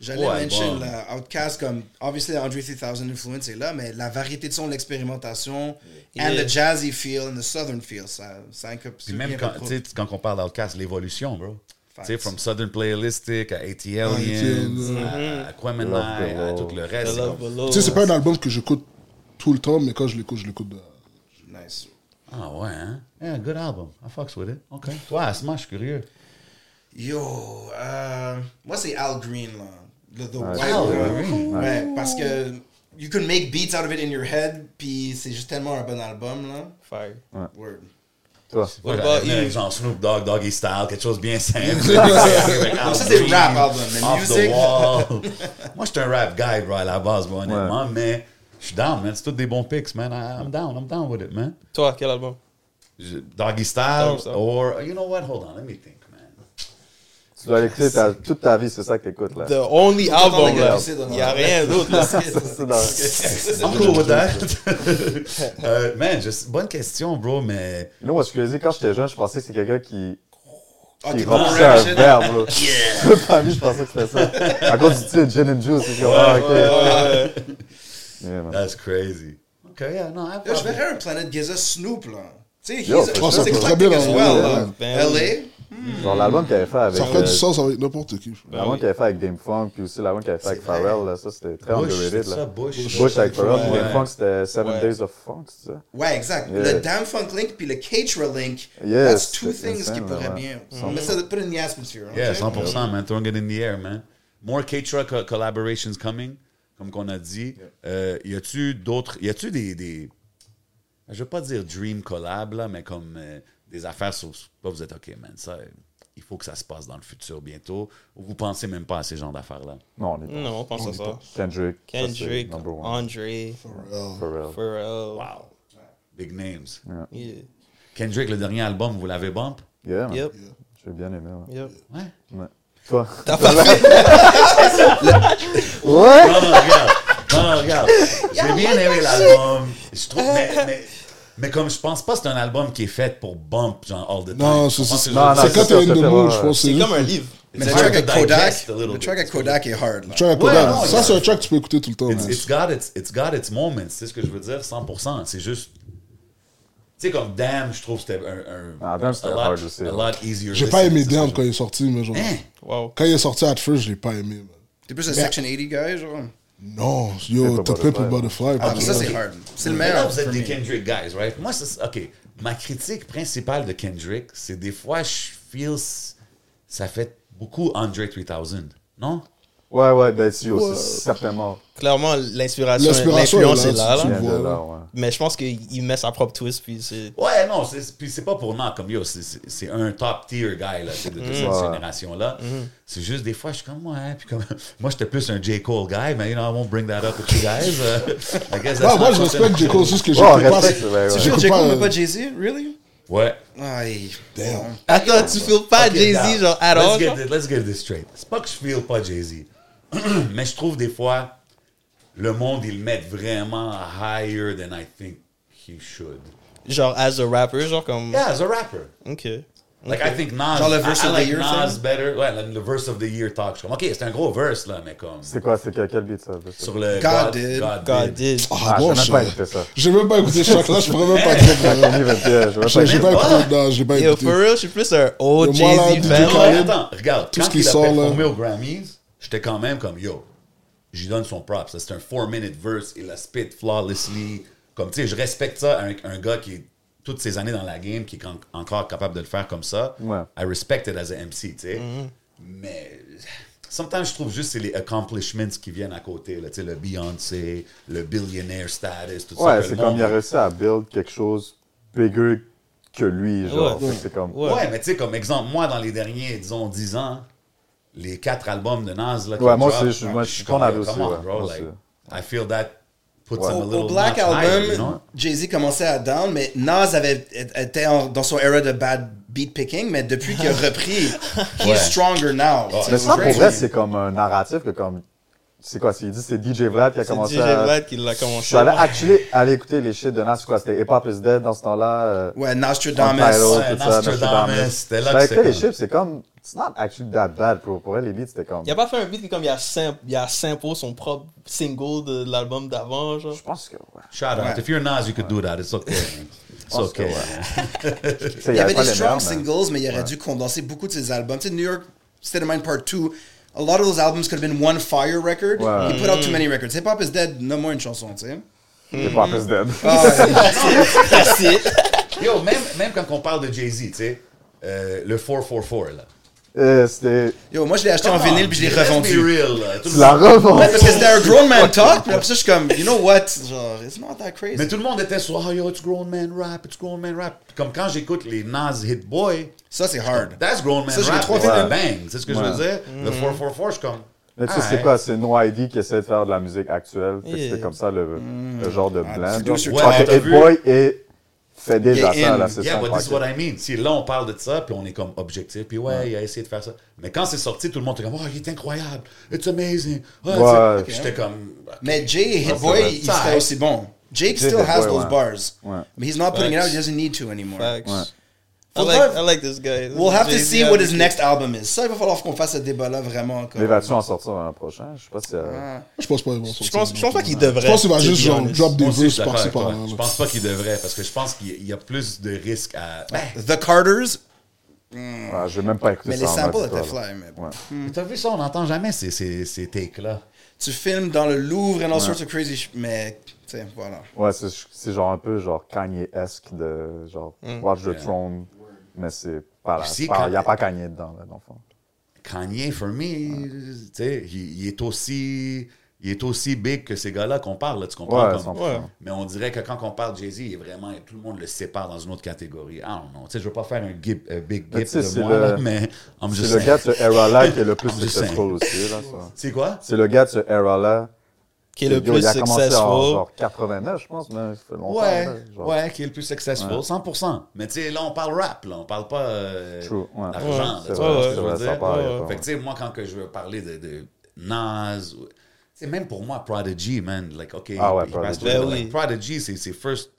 S4: J'allais
S3: Ouais,
S4: mention
S3: bon.
S4: la Outcast comme, obviously, Andre 3000 influence est là, mais la variété de son, l'expérimentation, and
S5: Yeah.
S4: the jazzy feel, and the southern feel, ça, ça incube-
S3: Puis même
S4: bien
S3: quand,
S4: votre-
S3: tu sais, quand on parle d'Outcast, l'évolution, bro. Tu
S4: Facts. Ah,
S3: sais, from Southern Playlistic à AT
S7: ATL,
S3: Aliens,
S7: ouais.
S3: à- à Aquemini,
S6: Love
S3: à
S6: Below.
S3: tout le reste.
S5: The
S3: c'est
S5: Love
S3: comme-
S5: Below.
S7: Tu sais, c'est pas un album que j'écoute tout le temps, mais quand je l'écoute, je l'écoute. de-
S4: Nice.
S3: Ah ouais, hein? Yeah, good album. I fucks with it. OK. Toi, Asma, je suis curieux.
S4: Yo, euh, moi c'est Al Green là, le the white
S3: Al
S4: guy.
S3: Green.
S4: Ouais, parce que you can make beats out of it in your head, puis c'est juste tellement un bon album là.
S5: Fire.
S4: Word.
S6: Toi.
S3: Moi,
S4: Bah,
S5: What
S3: j'allais
S5: about
S3: venir
S5: you?
S3: avec genre Snoop Dogg, Doggy Style, quelque chose bien simple.
S4: Non,
S3: Donc
S4: ça, c'est rap album, mais music-
S3: Moi, je suis un rap guy, bro, à la base, bro, honnêtement, mais je suis down, man. C'est tous des bons picks, man. I- I'm down, I'm down with it, man.
S5: Toi, quel album?
S3: Doggy style,
S5: Doggy style.
S3: or you know what? Hold on, let me think, man.
S6: Tu dois l'écouter ta- toute ta vie, c'est ça que t'écoutes, là.
S5: The only
S4: Attends,
S5: album,
S4: les gars,
S5: là.
S4: c'est dans
S5: Il n'y a
S4: la-
S5: rien d'autre, là.
S6: C'est dans-
S3: I'm cool with that. Euh, man, je- bonne question, bro, mais
S6: You know what's crazy? Quand j'étais jeune, je pensais que c'est quelqu'un qui,
S4: Ah,
S6: qui
S4: t'es
S6: remplissait
S4: pas
S6: un
S4: rap,
S6: verre, bro. Toute ma vie, je pensais que c'était ça. À cause du titre Gin and Juice, c'est comme, ah, ok. Yeah, man.
S3: that's crazy. Okay, yeah, no, I
S4: Yo, je verrais un Planet Giza Snoop là. Tu sais, he's
S6: Yo,
S4: a-
S6: ça
S4: he's
S6: peut
S7: très
S4: eclectic
S7: bien,
S4: as
S7: ouais,
S4: well.
S7: ouais.
S4: là.
S5: Ben
S4: LA,
S6: Genre l'album qu'il avait fait avec.
S7: Ça ferait
S6: euh,
S7: du sens avec n'importe qui.
S6: L'album qu'il avait fait avec Dame Funk, puis aussi l'album qu'il avait fait avec Pharrell, là, ça c'était très
S3: Bush, c'est
S6: underrated.
S3: ça,
S6: Là.
S3: Bush.
S6: Bush avec Pharrell, puis
S3: Ouais.
S6: Dame Funk c'était Seven
S5: Ouais.
S6: Days of Funk, c'est ça?
S4: Ouais, exact.
S6: Yeah.
S4: Le Damn Funk Link puis le Catra Link,
S6: Yes,
S4: that's two
S6: c'est
S4: things qui
S6: insane,
S4: pourraient
S6: ouais.
S4: bien. On met ça put it in the atmosphere.
S3: Yeah,
S4: ok?
S3: 100%, man. Throwing it in the air, man. More K-Truck co- collaborations coming, comme qu'on a dit. Euh, y a-tu d'autres... Y a-tu des, des... Je veux pas dire dream collab, là, mais comme euh, des affaires sur... sur quoi vous êtes, OK, man, ça... euh, Il faut que ça se passe dans le futur bientôt. Ou vous pensez même pas à ces genres d'affaires-là?
S6: Non, on est pas.
S5: Non, on pense à ça.
S6: Kendrick. ça, c'est
S5: Kendrick,
S6: number one.
S5: Andre,
S6: Pharrell.
S5: Pharrell.
S3: Wow. Big names.
S5: Yeah.
S3: Kendrick, le dernier album, vous l'avez bump?
S6: Yeah, man.
S5: Yep,
S6: J'ai bien aimé, ouais.
S5: yep.
S3: Ouais.
S6: Toi?
S3: Non, non, regarde. Non, non, regarde. J'ai bien aimé l'album. Je trouve, mais, mais,
S4: Euh.
S3: mais comme je pense pas que c'est un album qui est fait pour bump, genre all the time.
S7: Non,
S3: Tu
S7: c'est
S3: comprends
S7: c'est-
S3: ce que je veux dire?
S6: non,
S7: c'est quand
S6: c'est
S7: t'es
S6: ça,
S7: in the
S6: c'est
S7: mood,
S6: pas-
S7: je pense.
S5: C'est
S7: juste-
S5: comme un livre.
S4: Mais le
S3: It's hard
S4: track avec
S3: to digest
S4: Kodak,
S3: a little
S4: le
S3: bit.
S4: track avec Kodak est hard là.
S7: Tu vois, la
S3: Ouais,
S7: Kodak,
S3: non,
S7: ça,
S3: yeah.
S7: c'est un track que tu peux écouter tout le temps.
S3: It's,
S7: man.
S3: it's got its, it's got its moments, c'est ce que je veux dire, 100%. C'est juste. Tu sais, comme Damn, je trouve que c'était un. un
S6: Ah, Damn, c'était
S3: a
S6: hard
S3: lot,
S6: aussi,
S3: A
S6: ouais.
S3: lot easier.
S7: J'ai pas
S3: listen, c'est
S7: aimé
S3: ça que
S7: Damn
S3: je-
S7: quand il est sorti, mais genre.
S3: Hein?
S5: Wow.
S7: Quand il est sorti at first, je l'ai pas aimé, man.
S4: T'es plus un Section 80 guy, genre.
S7: Non, yo,
S6: Paper
S7: Too Paper
S6: Butterfly.
S7: Butterfly.
S4: Ah,
S7: par
S4: ça
S7: exemple.
S4: c'est hard. C'est le
S3: Mais là,
S4: meilleur.
S3: vous êtes
S4: for
S3: des
S4: me.
S3: Kendrick guys, right? Moi, c'est. Ok. Ma critique principale de Kendrick, c'est des fois, je feel s- ça fait beaucoup Andre 3000, non?
S6: Ouais, ouais, ben si, aussi, certainement.
S5: Clairement, l'inspiration,
S7: L'inspiration
S5: l'influence
S7: est
S5: est là.
S7: là, tu- tu
S5: là.
S7: le
S6: Bien
S7: vois,
S6: de
S7: là.
S6: là, ouais.
S5: Mais je pense qu'il met sa propre twist, puis c'est.
S3: Ouais, non, c'est- puis c'est pas pour non, comme yo, c'est- c'est c'est un top tier guy là, c'est de, de
S5: Mm-hmm.
S3: cette
S6: Ouais.
S3: génération-là. C'est juste des fois, je suis comme, ouais, puis comme, moi, j'étais plus un J. Cole guy, mais you know, I won't bring that up with you guys. Euh, I guess that's
S7: Non, Ah, moi,
S3: not
S7: je
S3: something-
S7: respecte J. Cole, c'est juste que
S6: Ouais,
S7: j'écoute pas.
S6: respecte, ouais, ouais.
S4: Yo,
S7: j'écoute
S4: J. Cole,
S7: pas,
S4: mais
S7: euh,
S4: pas Jay-Z? Really?
S3: Ouais.
S4: Aïe.
S7: Damn.
S5: Attends, tu feel pas
S3: Ok,
S5: Jay-Z,
S3: now,
S5: genre, at all?
S3: Let's get,
S5: genre?
S3: thi- let's get this straight. C'est pas que je feel pas Jay-Z, mais je trouve des fois, le monde, ils le mettent vraiment higher than I think he should.
S5: Genre, as a rapper, genre, comme.
S3: Yeah, as a rapper.
S5: Ok.
S3: Like, I think Nas,
S4: Genre le
S3: I-
S4: verse
S3: I,
S4: of the
S3: like
S4: year
S3: Nas
S4: thing?
S3: better. Ouais, le, le verse of the year talk show. OK, c'est un gros verse, là, mais comme...
S6: C'est quoi, c'est quel, quel beat ça? c'est ça?
S3: Sur le...
S4: God did.
S5: God did.
S7: Ah,
S6: Ah,
S7: bon,
S6: j'ai même
S7: je-
S6: pas écouté ça.
S7: J'ai même pas écouté ce track-là, je pourrais même pas dire.
S6: J'ai
S7: vraiment.
S6: commis votre piège, j'ai même
S7: Je
S6: pas
S7: l'ai
S6: écouté.
S7: pas écouté dedans, je l'ai pas
S5: Yo,
S7: écouté.
S5: for real, je suis plus un old
S7: Yo, moi, là,
S5: Jay-Z
S7: DJ
S5: fan.
S3: Non,
S7: Khaled.
S3: mais attends, regarde,
S7: Tout
S3: quand
S7: ce qui
S3: il a
S7: sort, là.
S3: performé aux Grammys, j'étais quand même comme, yo, j'y donne son props. là. C'est un four-minute verse, il la spit flawlessly. Comme, tu sais, je respecte ça, un, un gars qui est toutes ses années dans la game, qui est en- encore capable de le faire comme ça.
S6: Ouais.
S3: I respect it as a MC, tu sais. Mais... Sometimes, je trouve juste c'est les accomplishments qui viennent à côté. Là, tu sais, le Beyoncé, le billionaire status, tout ça.
S6: Ouais,
S3: que
S6: c'est
S3: le
S6: comme
S3: monde-
S6: il a réussi à build quelque chose bigger que lui, genre.
S5: Ouais.
S6: Fait que C'est comme.
S5: Ouais.
S3: Ouais, mais tu sais, comme exemple, moi, dans les derniers, disons, 10 ans, les quatre albums de Nas, là, qui
S6: Ouais, moi
S3: drop,
S6: aussi, je- moi, je suis
S3: comme,
S6: condamné
S3: yo,
S6: aussi,
S3: come on,
S6: ouais,
S3: bro,
S6: moi
S3: like,
S6: aussi.
S3: I feel that puts him a
S4: Au,
S3: little
S4: au Black
S3: notch higher, you
S4: Album,
S3: know?
S4: Jay-Z commençait à down, mais Nas avait, était en- dans son era de bad beat picking, mais depuis qu'il a repris,
S3: Ouais.
S4: he's stronger now.
S3: Ouais.
S4: C'est
S6: Mais ça, pour
S4: crazy.
S6: vrai, c'est comme un narratif que comme. C'est quoi, s'il dit c'est DJ Vlad qui a
S5: C'est
S6: commencé
S5: DJ
S6: à.
S5: Vlad qui l'a commencé.
S6: Je suis allé, actually, aller écouter les shit de Nas, c'est quoi, c'était Hip Hop is Dead dans ce temps-là. euh,
S4: Ouais,
S6: Untitled,
S4: Nostradamus.
S3: Ouais,
S6: tout ça,
S3: Nostradamus,
S6: Nostradamus.
S3: c'était là que
S6: J'avais
S3: c'est
S6: écouté les
S3: comme-
S6: shit, c'est comme. It's not actually that bad, bro. Pour elle, les beats, c'était comme.
S5: Il a pas fait un beat qui, comme, il a, sim- il a simple son propre single de l'album d'avant, genre.
S6: Je pense que, ouais.
S3: Shout out.
S4: Ouais.
S3: If you're Nas, you could do that. It's okay. man. It's
S6: pense que
S3: okay.
S6: Tu sais,
S4: Il y avait
S6: pas
S4: des
S6: les
S4: strong
S6: meilleurs, mais-
S4: singles, mais il aurait dû condenser beaucoup de ses albums. Tu sais, New York State of Mind Part 2, a lot of those albums could have been one fire record.
S6: Ouais.
S4: He put out too many records. Hip Hop is Dead, non moins une chanson, tu sais.
S6: Hip Hop is Dead.
S5: Merci.
S3: Yo, même, même quand on parle de Jay-Z, tu sais, euh, le 444, là.
S6: Euh, C'était.
S4: Yo, moi je l'ai acheté en vinyle puis je l'ai
S3: Let's be
S4: revendu.
S3: real, là. Tout le
S6: Tu l'as
S3: monde-
S6: revendu.
S4: Ouais, parce que c'était un grown man talk, puis après ça je suis comme, you know what, genre, it's not that crazy.
S3: Mais tout le monde était sur, oh yo, it's grown man rap, it's grown man rap. Comme quand j'écoute les Nas Hit Boy,
S4: Ça c'est hard.
S3: That's grown man
S4: Ça, j'ai
S3: rap.
S4: trois
S3: It's
S4: filles
S3: a
S4: de-
S3: bang. C'est ce que je
S6: Ouais.
S3: veux dire. Le 444, je suis comme.
S6: Mais tu sais,
S3: alright.
S6: c'est quoi? C'est No ID qui essaie de faire de la musique actuelle. Fait que
S5: Yeah.
S6: C'était comme ça le,
S4: Mm.
S6: le genre
S3: Ah,
S6: de blend.
S4: do sur
S6: Ouais,
S3: track.
S6: que Hit-Boy est fait déjà
S4: Il est
S6: ça,
S4: in.
S6: là, c'est
S3: Yeah,
S6: ça.
S3: but this is
S6: le
S3: what I mean. Si là, on parle de ça, puis on est comme objectif, puis ouais, il a essayé de faire ça. Mais quand c'est sorti, tout le monde était comme, oh, il est incroyable, it's amazing. Oh,
S6: Ouais.
S3: c'est-
S6: Ok.
S3: Puis J'étais comme,
S4: Mais Jay et
S6: vrai.
S4: Hitboy, il serait aussi bon. Jake
S6: Jay
S4: still has
S6: Hitboy,
S4: those
S6: ouais.
S4: bars.
S6: Ouais.
S4: But he's not putting it out,
S5: Facts.
S4: he doesn't need to anymore.
S5: Facts.
S6: Ouais.
S5: I, like, I like this guy.
S4: We'll have to
S5: Jay-Z
S4: see what his
S5: advocate.
S4: next album is. Ça, il va falloir qu'on fasse ce débat-là vraiment. comme-
S6: Mais vas-tu en sortir l'an prochain? Je sais pas si. euh,
S4: Mm.
S7: Je pense pas qu'ils vont
S5: Je
S7: sortir.
S5: pense, je pense pas qu'il devrait.
S7: Je pense qu'il va
S5: to
S7: juste
S5: be
S7: genre
S5: honest.
S7: drop des
S3: Moi aussi, je
S7: verses
S3: suis d'accord
S7: par-ci
S3: avec toi.
S7: par-là.
S3: Je
S7: là.
S3: pense pas qu'il devrait, parce que je pense qu'il y a- il y a plus de risques à. Ben,
S4: The Carters,
S6: ah, je vais même pas écouter
S4: mais
S6: ça.
S4: les
S6: en mode,
S4: samples
S6: toi,
S4: étaient
S6: là.
S4: fly. Mais
S6: Ouais.
S3: mais ben, t'as vu ça, on n'entend jamais ces, ces, ces takes-là.
S4: Tu filmes dans le Louvre and all sorts of crazy shit. Mais, tu sais, voilà.
S6: Ouais, c'est c'est genre un peu genre Kanye-esque de genre
S4: Mm.
S6: Watch the Throne, mais c'est pas là.
S3: Si,
S6: Il n'y a
S3: Kanye-
S6: pas Kanye dedans, là, dans le fond.
S3: Kanye, for me, tu sais, il, il est aussi. Il est aussi big que ces gars-là qu'on parle, là, tu comprends?
S6: Ouais,
S3: Comme-
S6: 100%.
S5: Ouais.
S3: Mais on dirait que quand on parle de Jay-Z, il est vraiment, tout le monde le sépare dans une autre catégorie. Ah non, tu sais, je veux pas faire un, gip- un big gift
S6: Mais Ben, tu sais,
S3: de
S6: c'est
S3: moi, là,
S6: le-
S3: mais I'm just
S6: C'est le
S3: saying.
S6: gars de ce era-là qui est le plus
S3: I'm just saying.
S6: successful aussi, là, ça.
S3: C'est quoi?
S6: C'est le gars de ce era-là.
S5: Qui est le
S6: Yo,
S5: plus
S6: il a commencé
S5: successful.
S6: en genre 89, je pense, mais ça fait longtemps.
S3: Ouais,
S6: là, genre.
S3: ouais, qui est le plus successful, 100%. Mais tu sais, là, on parle rap, là, on parle pas euh,
S6: True, ouais.
S3: d'argent,
S6: Ouais,
S3: là,
S6: c'est
S3: tu
S6: vrai,
S3: vois ce
S6: c'est
S3: que
S6: vrai,
S3: je veux
S6: ça
S3: dire?
S6: part, il y a pas,
S3: Fait
S6: ouais.
S3: que tu sais, moi, quand que je veux parler de, de Nas, ou- tu sais, même pour moi, Prodigy, man, like, OK,
S6: Ah ouais,
S3: il passe
S6: Prodigy.
S3: tout le-
S5: Ben
S3: like,
S5: oui.
S3: Prodigy, c'est ses first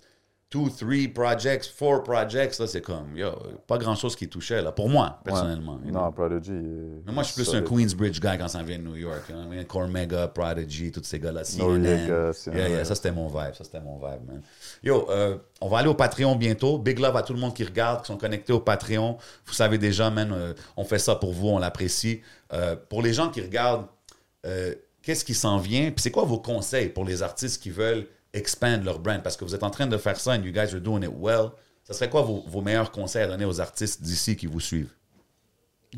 S3: two, three projects, four projects, là, c'est comme, yo, pas grand-chose qui touchait, là, pour moi,
S6: Ouais.
S3: personnellement. you know?
S6: Non, Prodigy. il-
S3: Mais moi, je suis plus
S6: solide.
S3: un Queensbridge guy quand ça vient de New York. You know what I mean? Cormega, Prodigy, tous ces gars-là. CNN.
S6: Noriega, CNN.
S3: Yeah, yeah, ça, c'était mon vibe. Ça, c'était mon vibe, man. Yo, euh, on va aller au Patreon bientôt. Big love à tout le monde qui regarde, qui sont connectés au Patreon. Vous savez déjà, man, euh, on fait ça pour vous, on l'apprécie. Euh, pour les gens qui regardent, euh, qu'est-ce qui s'en vient? Puis c'est quoi vos conseils pour les artistes qui veulent expand leur brand? Parce que vous êtes en train de faire ça and you guys are doing it well. Ça serait quoi vos, vos meilleurs conseils à donner aux artistes d'ici qui vous suivent?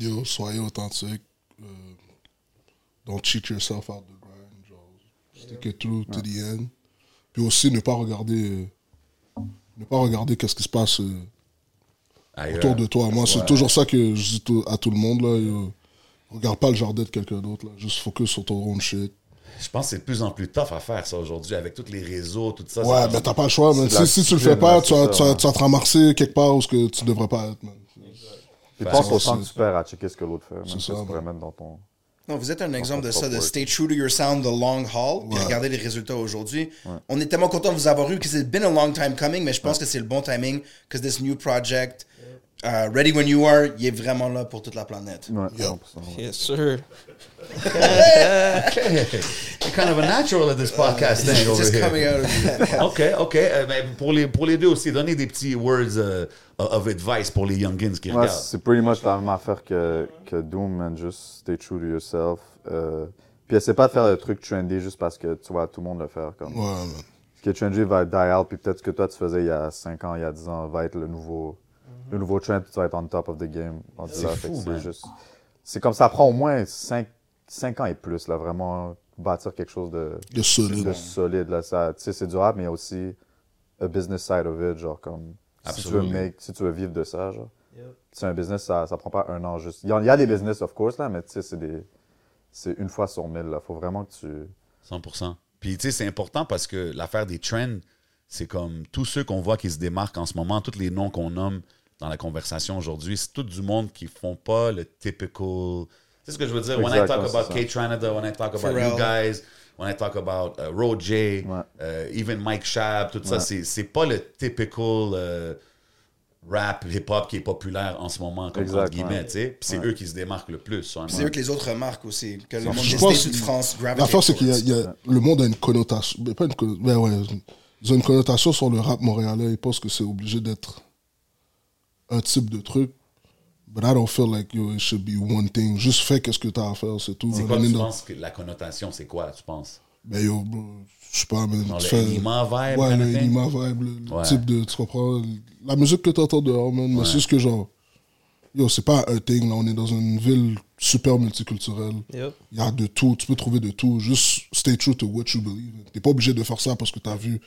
S7: Yo, soyez authentique. euh, don't cheat yourself out the grind. Genre, stick it through to the end. Puis aussi, ne pas regarder. euh, ne pas regarder qu'est-ce qui se passe euh,
S3: Ailleurs.
S7: autour de toi. Moi, c'est toujours ça que je dis tou- à tout le monde. Là, yo. Regarde pas le jardin de quelqu'un d'autre. là. Juste focus sur ton own shit.
S3: Je pense que c'est de plus en plus tough à faire ça aujourd'hui avec tous les réseaux, tout ça.
S7: Ouais,
S3: ça-
S7: mais t'as pas le choix, man.
S6: C'est de la
S7: Si, si tu le
S6: discipline,
S7: fais pas,
S6: là, c'est
S7: tu vas,
S6: ça,
S7: tu vas-
S6: ouais.
S7: tu vas te ramasser quelque part où ce que tu devrais pas être, man.
S6: Puis
S3: Ben,
S6: pense
S7: c'est
S6: autant
S7: ça.
S6: que tu perds à checker ce que l'autre fait, même
S7: C'est
S6: si
S7: ça,
S6: tu
S7: ouais.
S6: pourrais mettre dans ton.
S4: Non, vous êtes un exemple de ça, de
S6: propre
S4: stay true to your sound the long haul, puis
S7: Ouais.
S4: regardez les résultats aujourd'hui. On est tellement content de vous avoir eu, que c'est been a long time coming, mais je pense que c'est le bon timing, que this new project, uh, Ready When You Are, il est vraiment là pour toute la planète.
S6: Ouais,
S7: Yeah.
S6: 100%, ouais.
S5: Yes, sir.
S3: You're kind of a natural at this podcast thing over
S4: Just
S3: here.
S4: coming out of you.
S3: OK, OK. Euh, ben, pour, les, pour les deux aussi, donnez des petits words euh, of advice pour les youngins qui
S6: Ouais,
S3: regardent.
S6: c'est pretty much la même affaire que, que Doom, man. Just stay true to yourself. Euh, puis essaie pas de faire le truc trendy juste parce que tu vois tout le monde le faire. Comme.
S7: Ouais, man.
S6: Ce qui est trendy va die out, puis peut-être ce que toi tu faisais il y a 5 ans, il y a 10 ans, va être le nouveau, le nouveau trend, puis tu vas être on top of the game. On dit
S3: C'est
S6: là, fait
S3: fou,
S6: que
S3: man.
S6: c'est juste. C'est comme ça prend au moins 5, ans et plus, là, vraiment bâtir quelque chose de,
S7: De solide.
S6: de solide. Là, ça, tu sais, c'est durable, mais il y a aussi a business side of it, genre comme si tu, veux
S3: Absolument.
S6: make- si tu veux vivre de ça, genre. C'est un business, ça, ça prend pas un an juste. Il y, en- il y a des business, of course, là, mais tu sais, c'est des. C'est une fois sur mille, là. Faut vraiment que tu.
S3: 100%. Puis, tu sais, c'est important parce que l'affaire des trends, c'est comme tous ceux qu'on voit qui se démarquent en ce moment, tous les noms qu'on nomme dans la conversation aujourd'hui, c'est tout du monde qui font pas le typical. Tu sais ce que je veux dire? When I
S6: Exactement,
S3: talk about
S6: c'est ça.
S3: Kate Tranada, when I talk about
S4: Pharrell.
S3: you guys, when I talk about uh, Ro J,
S6: Ouais.
S3: euh, even Mike Shab, tout ça,
S6: Ouais.
S3: c'est c'est pas le typical euh, rap, hip-hop qui est populaire en ce moment, comme
S6: Exact,
S3: entre guillemets,
S6: ouais.
S3: tu sais. Puis c'est eux qui se démarquent le plus. sûrement.
S4: C'est eux que les autres remarquent aussi, que le monde
S7: Je
S4: des
S7: pense-
S4: States de France gravitate
S7: L'affaire, c'est qu'il y a,
S4: towards.
S7: il y a- le monde a une connotation. Mais pas une connotation. ouais, ils ont une connotation sur le rap montréalais. Ils pensent que c'est obligé d'être un type de truc. But I don't feel like yo, it should be one thing. Juste fais qu'est-ce que t'as à faire, c'est tout.
S3: C'est
S7: Man,
S3: quoi,
S7: on est
S3: tu
S7: dans-
S3: penses que la connotation, c'est quoi, tu penses?
S7: Mais yo, bro, je sais pas, mais.
S3: Dans
S7: tu
S3: le
S7: fais-
S3: Enima vibe,
S7: Ouais,
S3: kind
S7: le
S3: of thing?
S7: Enima vibe, le- le
S3: Ouais.
S7: type de. Tu comprends La musique que t'entends dehors, man. Mais c'est juste que genre. Yo, c'est pas un thing, là. On est dans une ville super multiculturelle.
S5: Yep.
S7: Il y a de tout, tu peux trouver de tout. Juste stay true to what you believe. in. T'es pas obligé de faire ça parce que t'as vu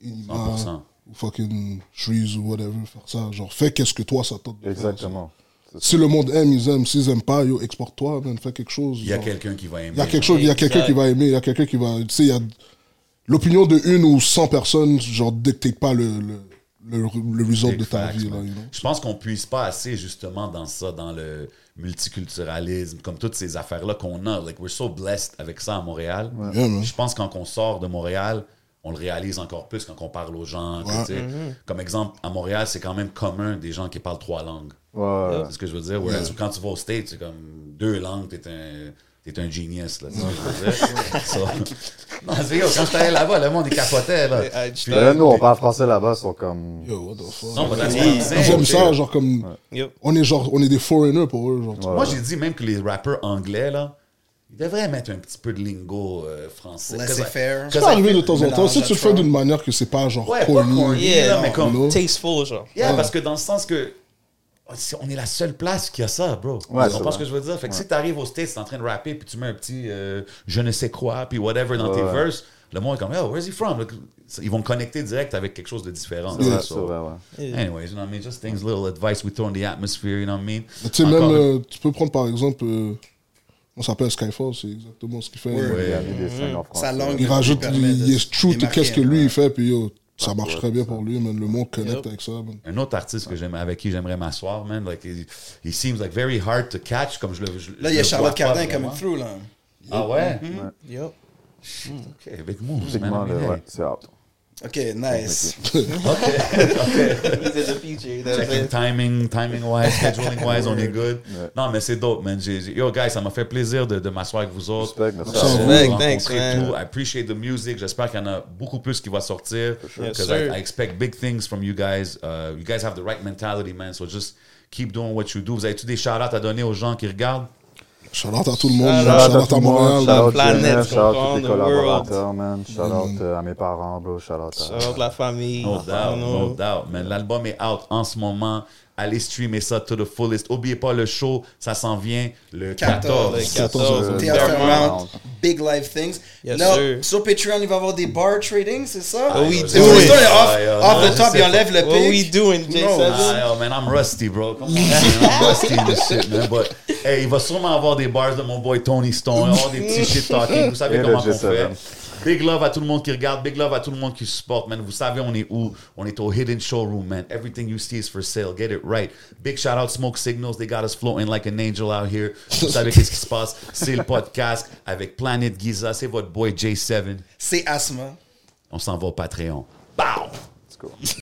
S7: Inima
S3: 100%.
S7: ou fucking Shreeze ou whatever faire ça. Genre, fais qu'est-ce que toi ça tente de faire.
S6: Exactement.
S7: Si le monde aime, ils aiment. S'ils aiment pas, yo, exporte-toi, man, fais quelque chose.
S3: Il y a
S7: genre.
S3: quelqu'un qui va aimer.
S7: Il y a quelque chose, il y a quelqu'un qui va aimer, il y a quelqu'un qui va. Tu sais, il y a. L'opinion de une ou 100 personnes, genre, dictate pas le, le, le, le result
S3: Big
S7: de ta
S3: facts,
S7: vie, là,
S3: man.
S7: you know.
S3: Je pense qu'on puise pas assez justement dans ça, dans le multiculturalisme, comme toutes ces affaires-là qu'on a. Like, we're so blessed avec ça à Montréal.
S7: Yeah, man.
S3: Je pense que quand on sort de Montréal, on le réalise encore plus quand on parle aux gens. que,
S7: Ouais.
S3: tu sais. Comme exemple, à Montréal, c'est quand même commun des gens qui parlent trois langues.
S6: Ouais, ouais.
S3: C'est ce que je veux dire. Whereas quand tu vas au States, c'est comme deux langues, t'es un. T'es un genius, là, tu sais ce que je veux dire? So- Non, c'est vrai, quand j'étais allé là-bas, le monde, il capotait, là.
S5: I just-
S3: Puis-
S6: Mais là, nous, on parle français là-bas, ils sont comme.
S7: Yo, what the fuck.
S3: Non, mais that's what I'm saying,
S7: Ils aiment
S3: tu sais.
S7: ça, genre, comme.
S5: Yep.
S7: On est genre, on est des foreigners pour eux, genre. tu
S3: Moi, j'ai dit même que les rappeurs anglais, là, ils devraient mettre un petit peu de lingo euh, français.
S4: Laissez faire.
S7: Ça peut arriver de temps en
S4: mélange
S7: temps. Si
S4: à
S7: tu le fais
S4: Trump.
S7: d'une manière que c'est pas genre
S3: Ouais, pas
S7: corny,
S3: corny,
S5: Yeah,
S3: là,
S5: non,
S3: mais comme.
S7: non.
S5: Tasteful, genre.
S3: Yeah, parce que dans le sens que. oh, On est la seule place qui a ça, bro.
S6: Ouais,
S3: tu
S6: c'est
S3: comprends
S6: vrai.
S3: ce que je veux dire? Fait que si t'arrives au States, t'es en train de rapper, puis tu mets un petit euh, je ne sais quoi, puis whatever dans tes
S6: Ouais.
S3: verses, le monde est comme, oh, where's he from? Like, Ils vont connecter direct avec quelque chose de différent.
S6: Ouais,
S3: tu sais,
S6: c'est
S3: so-
S6: vrai, ouais.
S3: Anyways, you know what I mean? Just things, little advice we throw in the atmosphere, you know what I mean?
S7: Mais Tu sais,
S3: Encore
S7: même,
S3: une-
S7: euh, tu peux prendre par exemple, euh, on s'appelle Skyfall, c'est exactement ce qu'il fait.
S6: Il y
S3: Ouais.
S6: a mis des signes en français.
S4: Sa langue
S7: Il rajoute,
S4: lui permet
S7: il
S4: de se
S7: est true to
S4: démarquer,
S7: qu'est-ce que lui
S4: ouais.
S7: il fait, puis yo, ça marche très bien pour lui, man. Le monde connecte
S5: Yep.
S7: avec ça, man.
S3: un autre artiste que j'aime avec qui j'aimerais m'asseoir man like he, he seems like very hard to catch comme je le je- je
S4: Là, il y a
S3: le
S4: Charlotte
S3: vois pas
S4: Cardin coming
S3: vraiment.
S4: through, là.
S3: ah ouais
S5: Yep.
S3: ok big moves man
S6: Physiquement,
S3: I mean,
S6: le-
S3: hey.
S6: ouais, c'est out.
S4: OK, nice.
S5: He's in the future. you know what I'm
S3: Checking
S5: saying?
S3: timing, timing wise, scheduling wise, on est good. Non, mais c'est dope, man. J'ai- j'ai- yo, guys, ça m'a fait plaisir de, de m'asseoir avec vous autres.
S6: Respect, merci.
S3: Merci à vous,
S5: Respect,
S3: de
S5: thanks,
S3: rencontrer
S5: man.
S3: tout. I appreciate the music. J'espère qu'il y en a beaucoup plus qui va sortir. Because
S5: Yes, sir.
S3: I, I expect big things from you guys. Uh, you guys have the right mentality, man. So just keep doing what you do. Vous avez-tu des shout-outs à donner aux gens qui regardent?
S7: Shout-out à tout le monde, man.
S5: Shout-out
S7: Shout-out à Montréal.
S6: Shout out
S7: man.
S5: planète, tu
S6: shout out
S5: comprends,
S6: tous
S5: the
S6: tes
S5: world.
S6: collaborateurs, man. Shout out à mes parents, bro. Shout out à.
S5: Shout out Oh, la famille.
S3: No doubt,
S5: I
S3: no
S5: know.
S3: doubt. man. l'album est out en ce moment. Allez streamer ça to the fullest. Oubliez pas le show, ça s'en vient le 14.
S5: Le
S7: 14,
S5: 14.
S4: Théâtre
S5: Fairmont.
S4: Around, Big Live Things.
S5: Yes,
S4: Là,
S5: sir.
S4: sur Patreon, il va y avoir des bar trading, c'est ça?
S5: Ah oui,
S4: C'est
S5: do
S4: pour
S5: it.
S4: ça, off,
S3: Ah, yeah,
S4: off
S3: non,
S4: the top,
S3: je
S4: il
S3: sais
S4: enlève le
S5: What we
S4: pic.
S5: doing, J7?
S3: Ah, yo, man, I'm rusty, bro. Come on, man, I'm rusty in this shit, man. But, hey, il va sûrement avoir des bars de mon boy Tony Stone, avoir des petits shit talking. Vous savez
S6: Et le
S3: comment on
S6: G7.
S3: fait. Big love à tout le monde qui regarde, big love à tout le monde qui supporte, man. Vous savez, on est où? On est au Hidden Showroom, man. Everything you see is for sale. Get it right. Big shout out Smoke Signals. They got us floating like an angel out here. Vous savez qu'est-ce qui se passe? C'est le podcast avec Planet Giza. C'est votre boy J7.
S4: C'est Asma.
S3: On s'en va au Patreon. Bow!
S6: Let's go.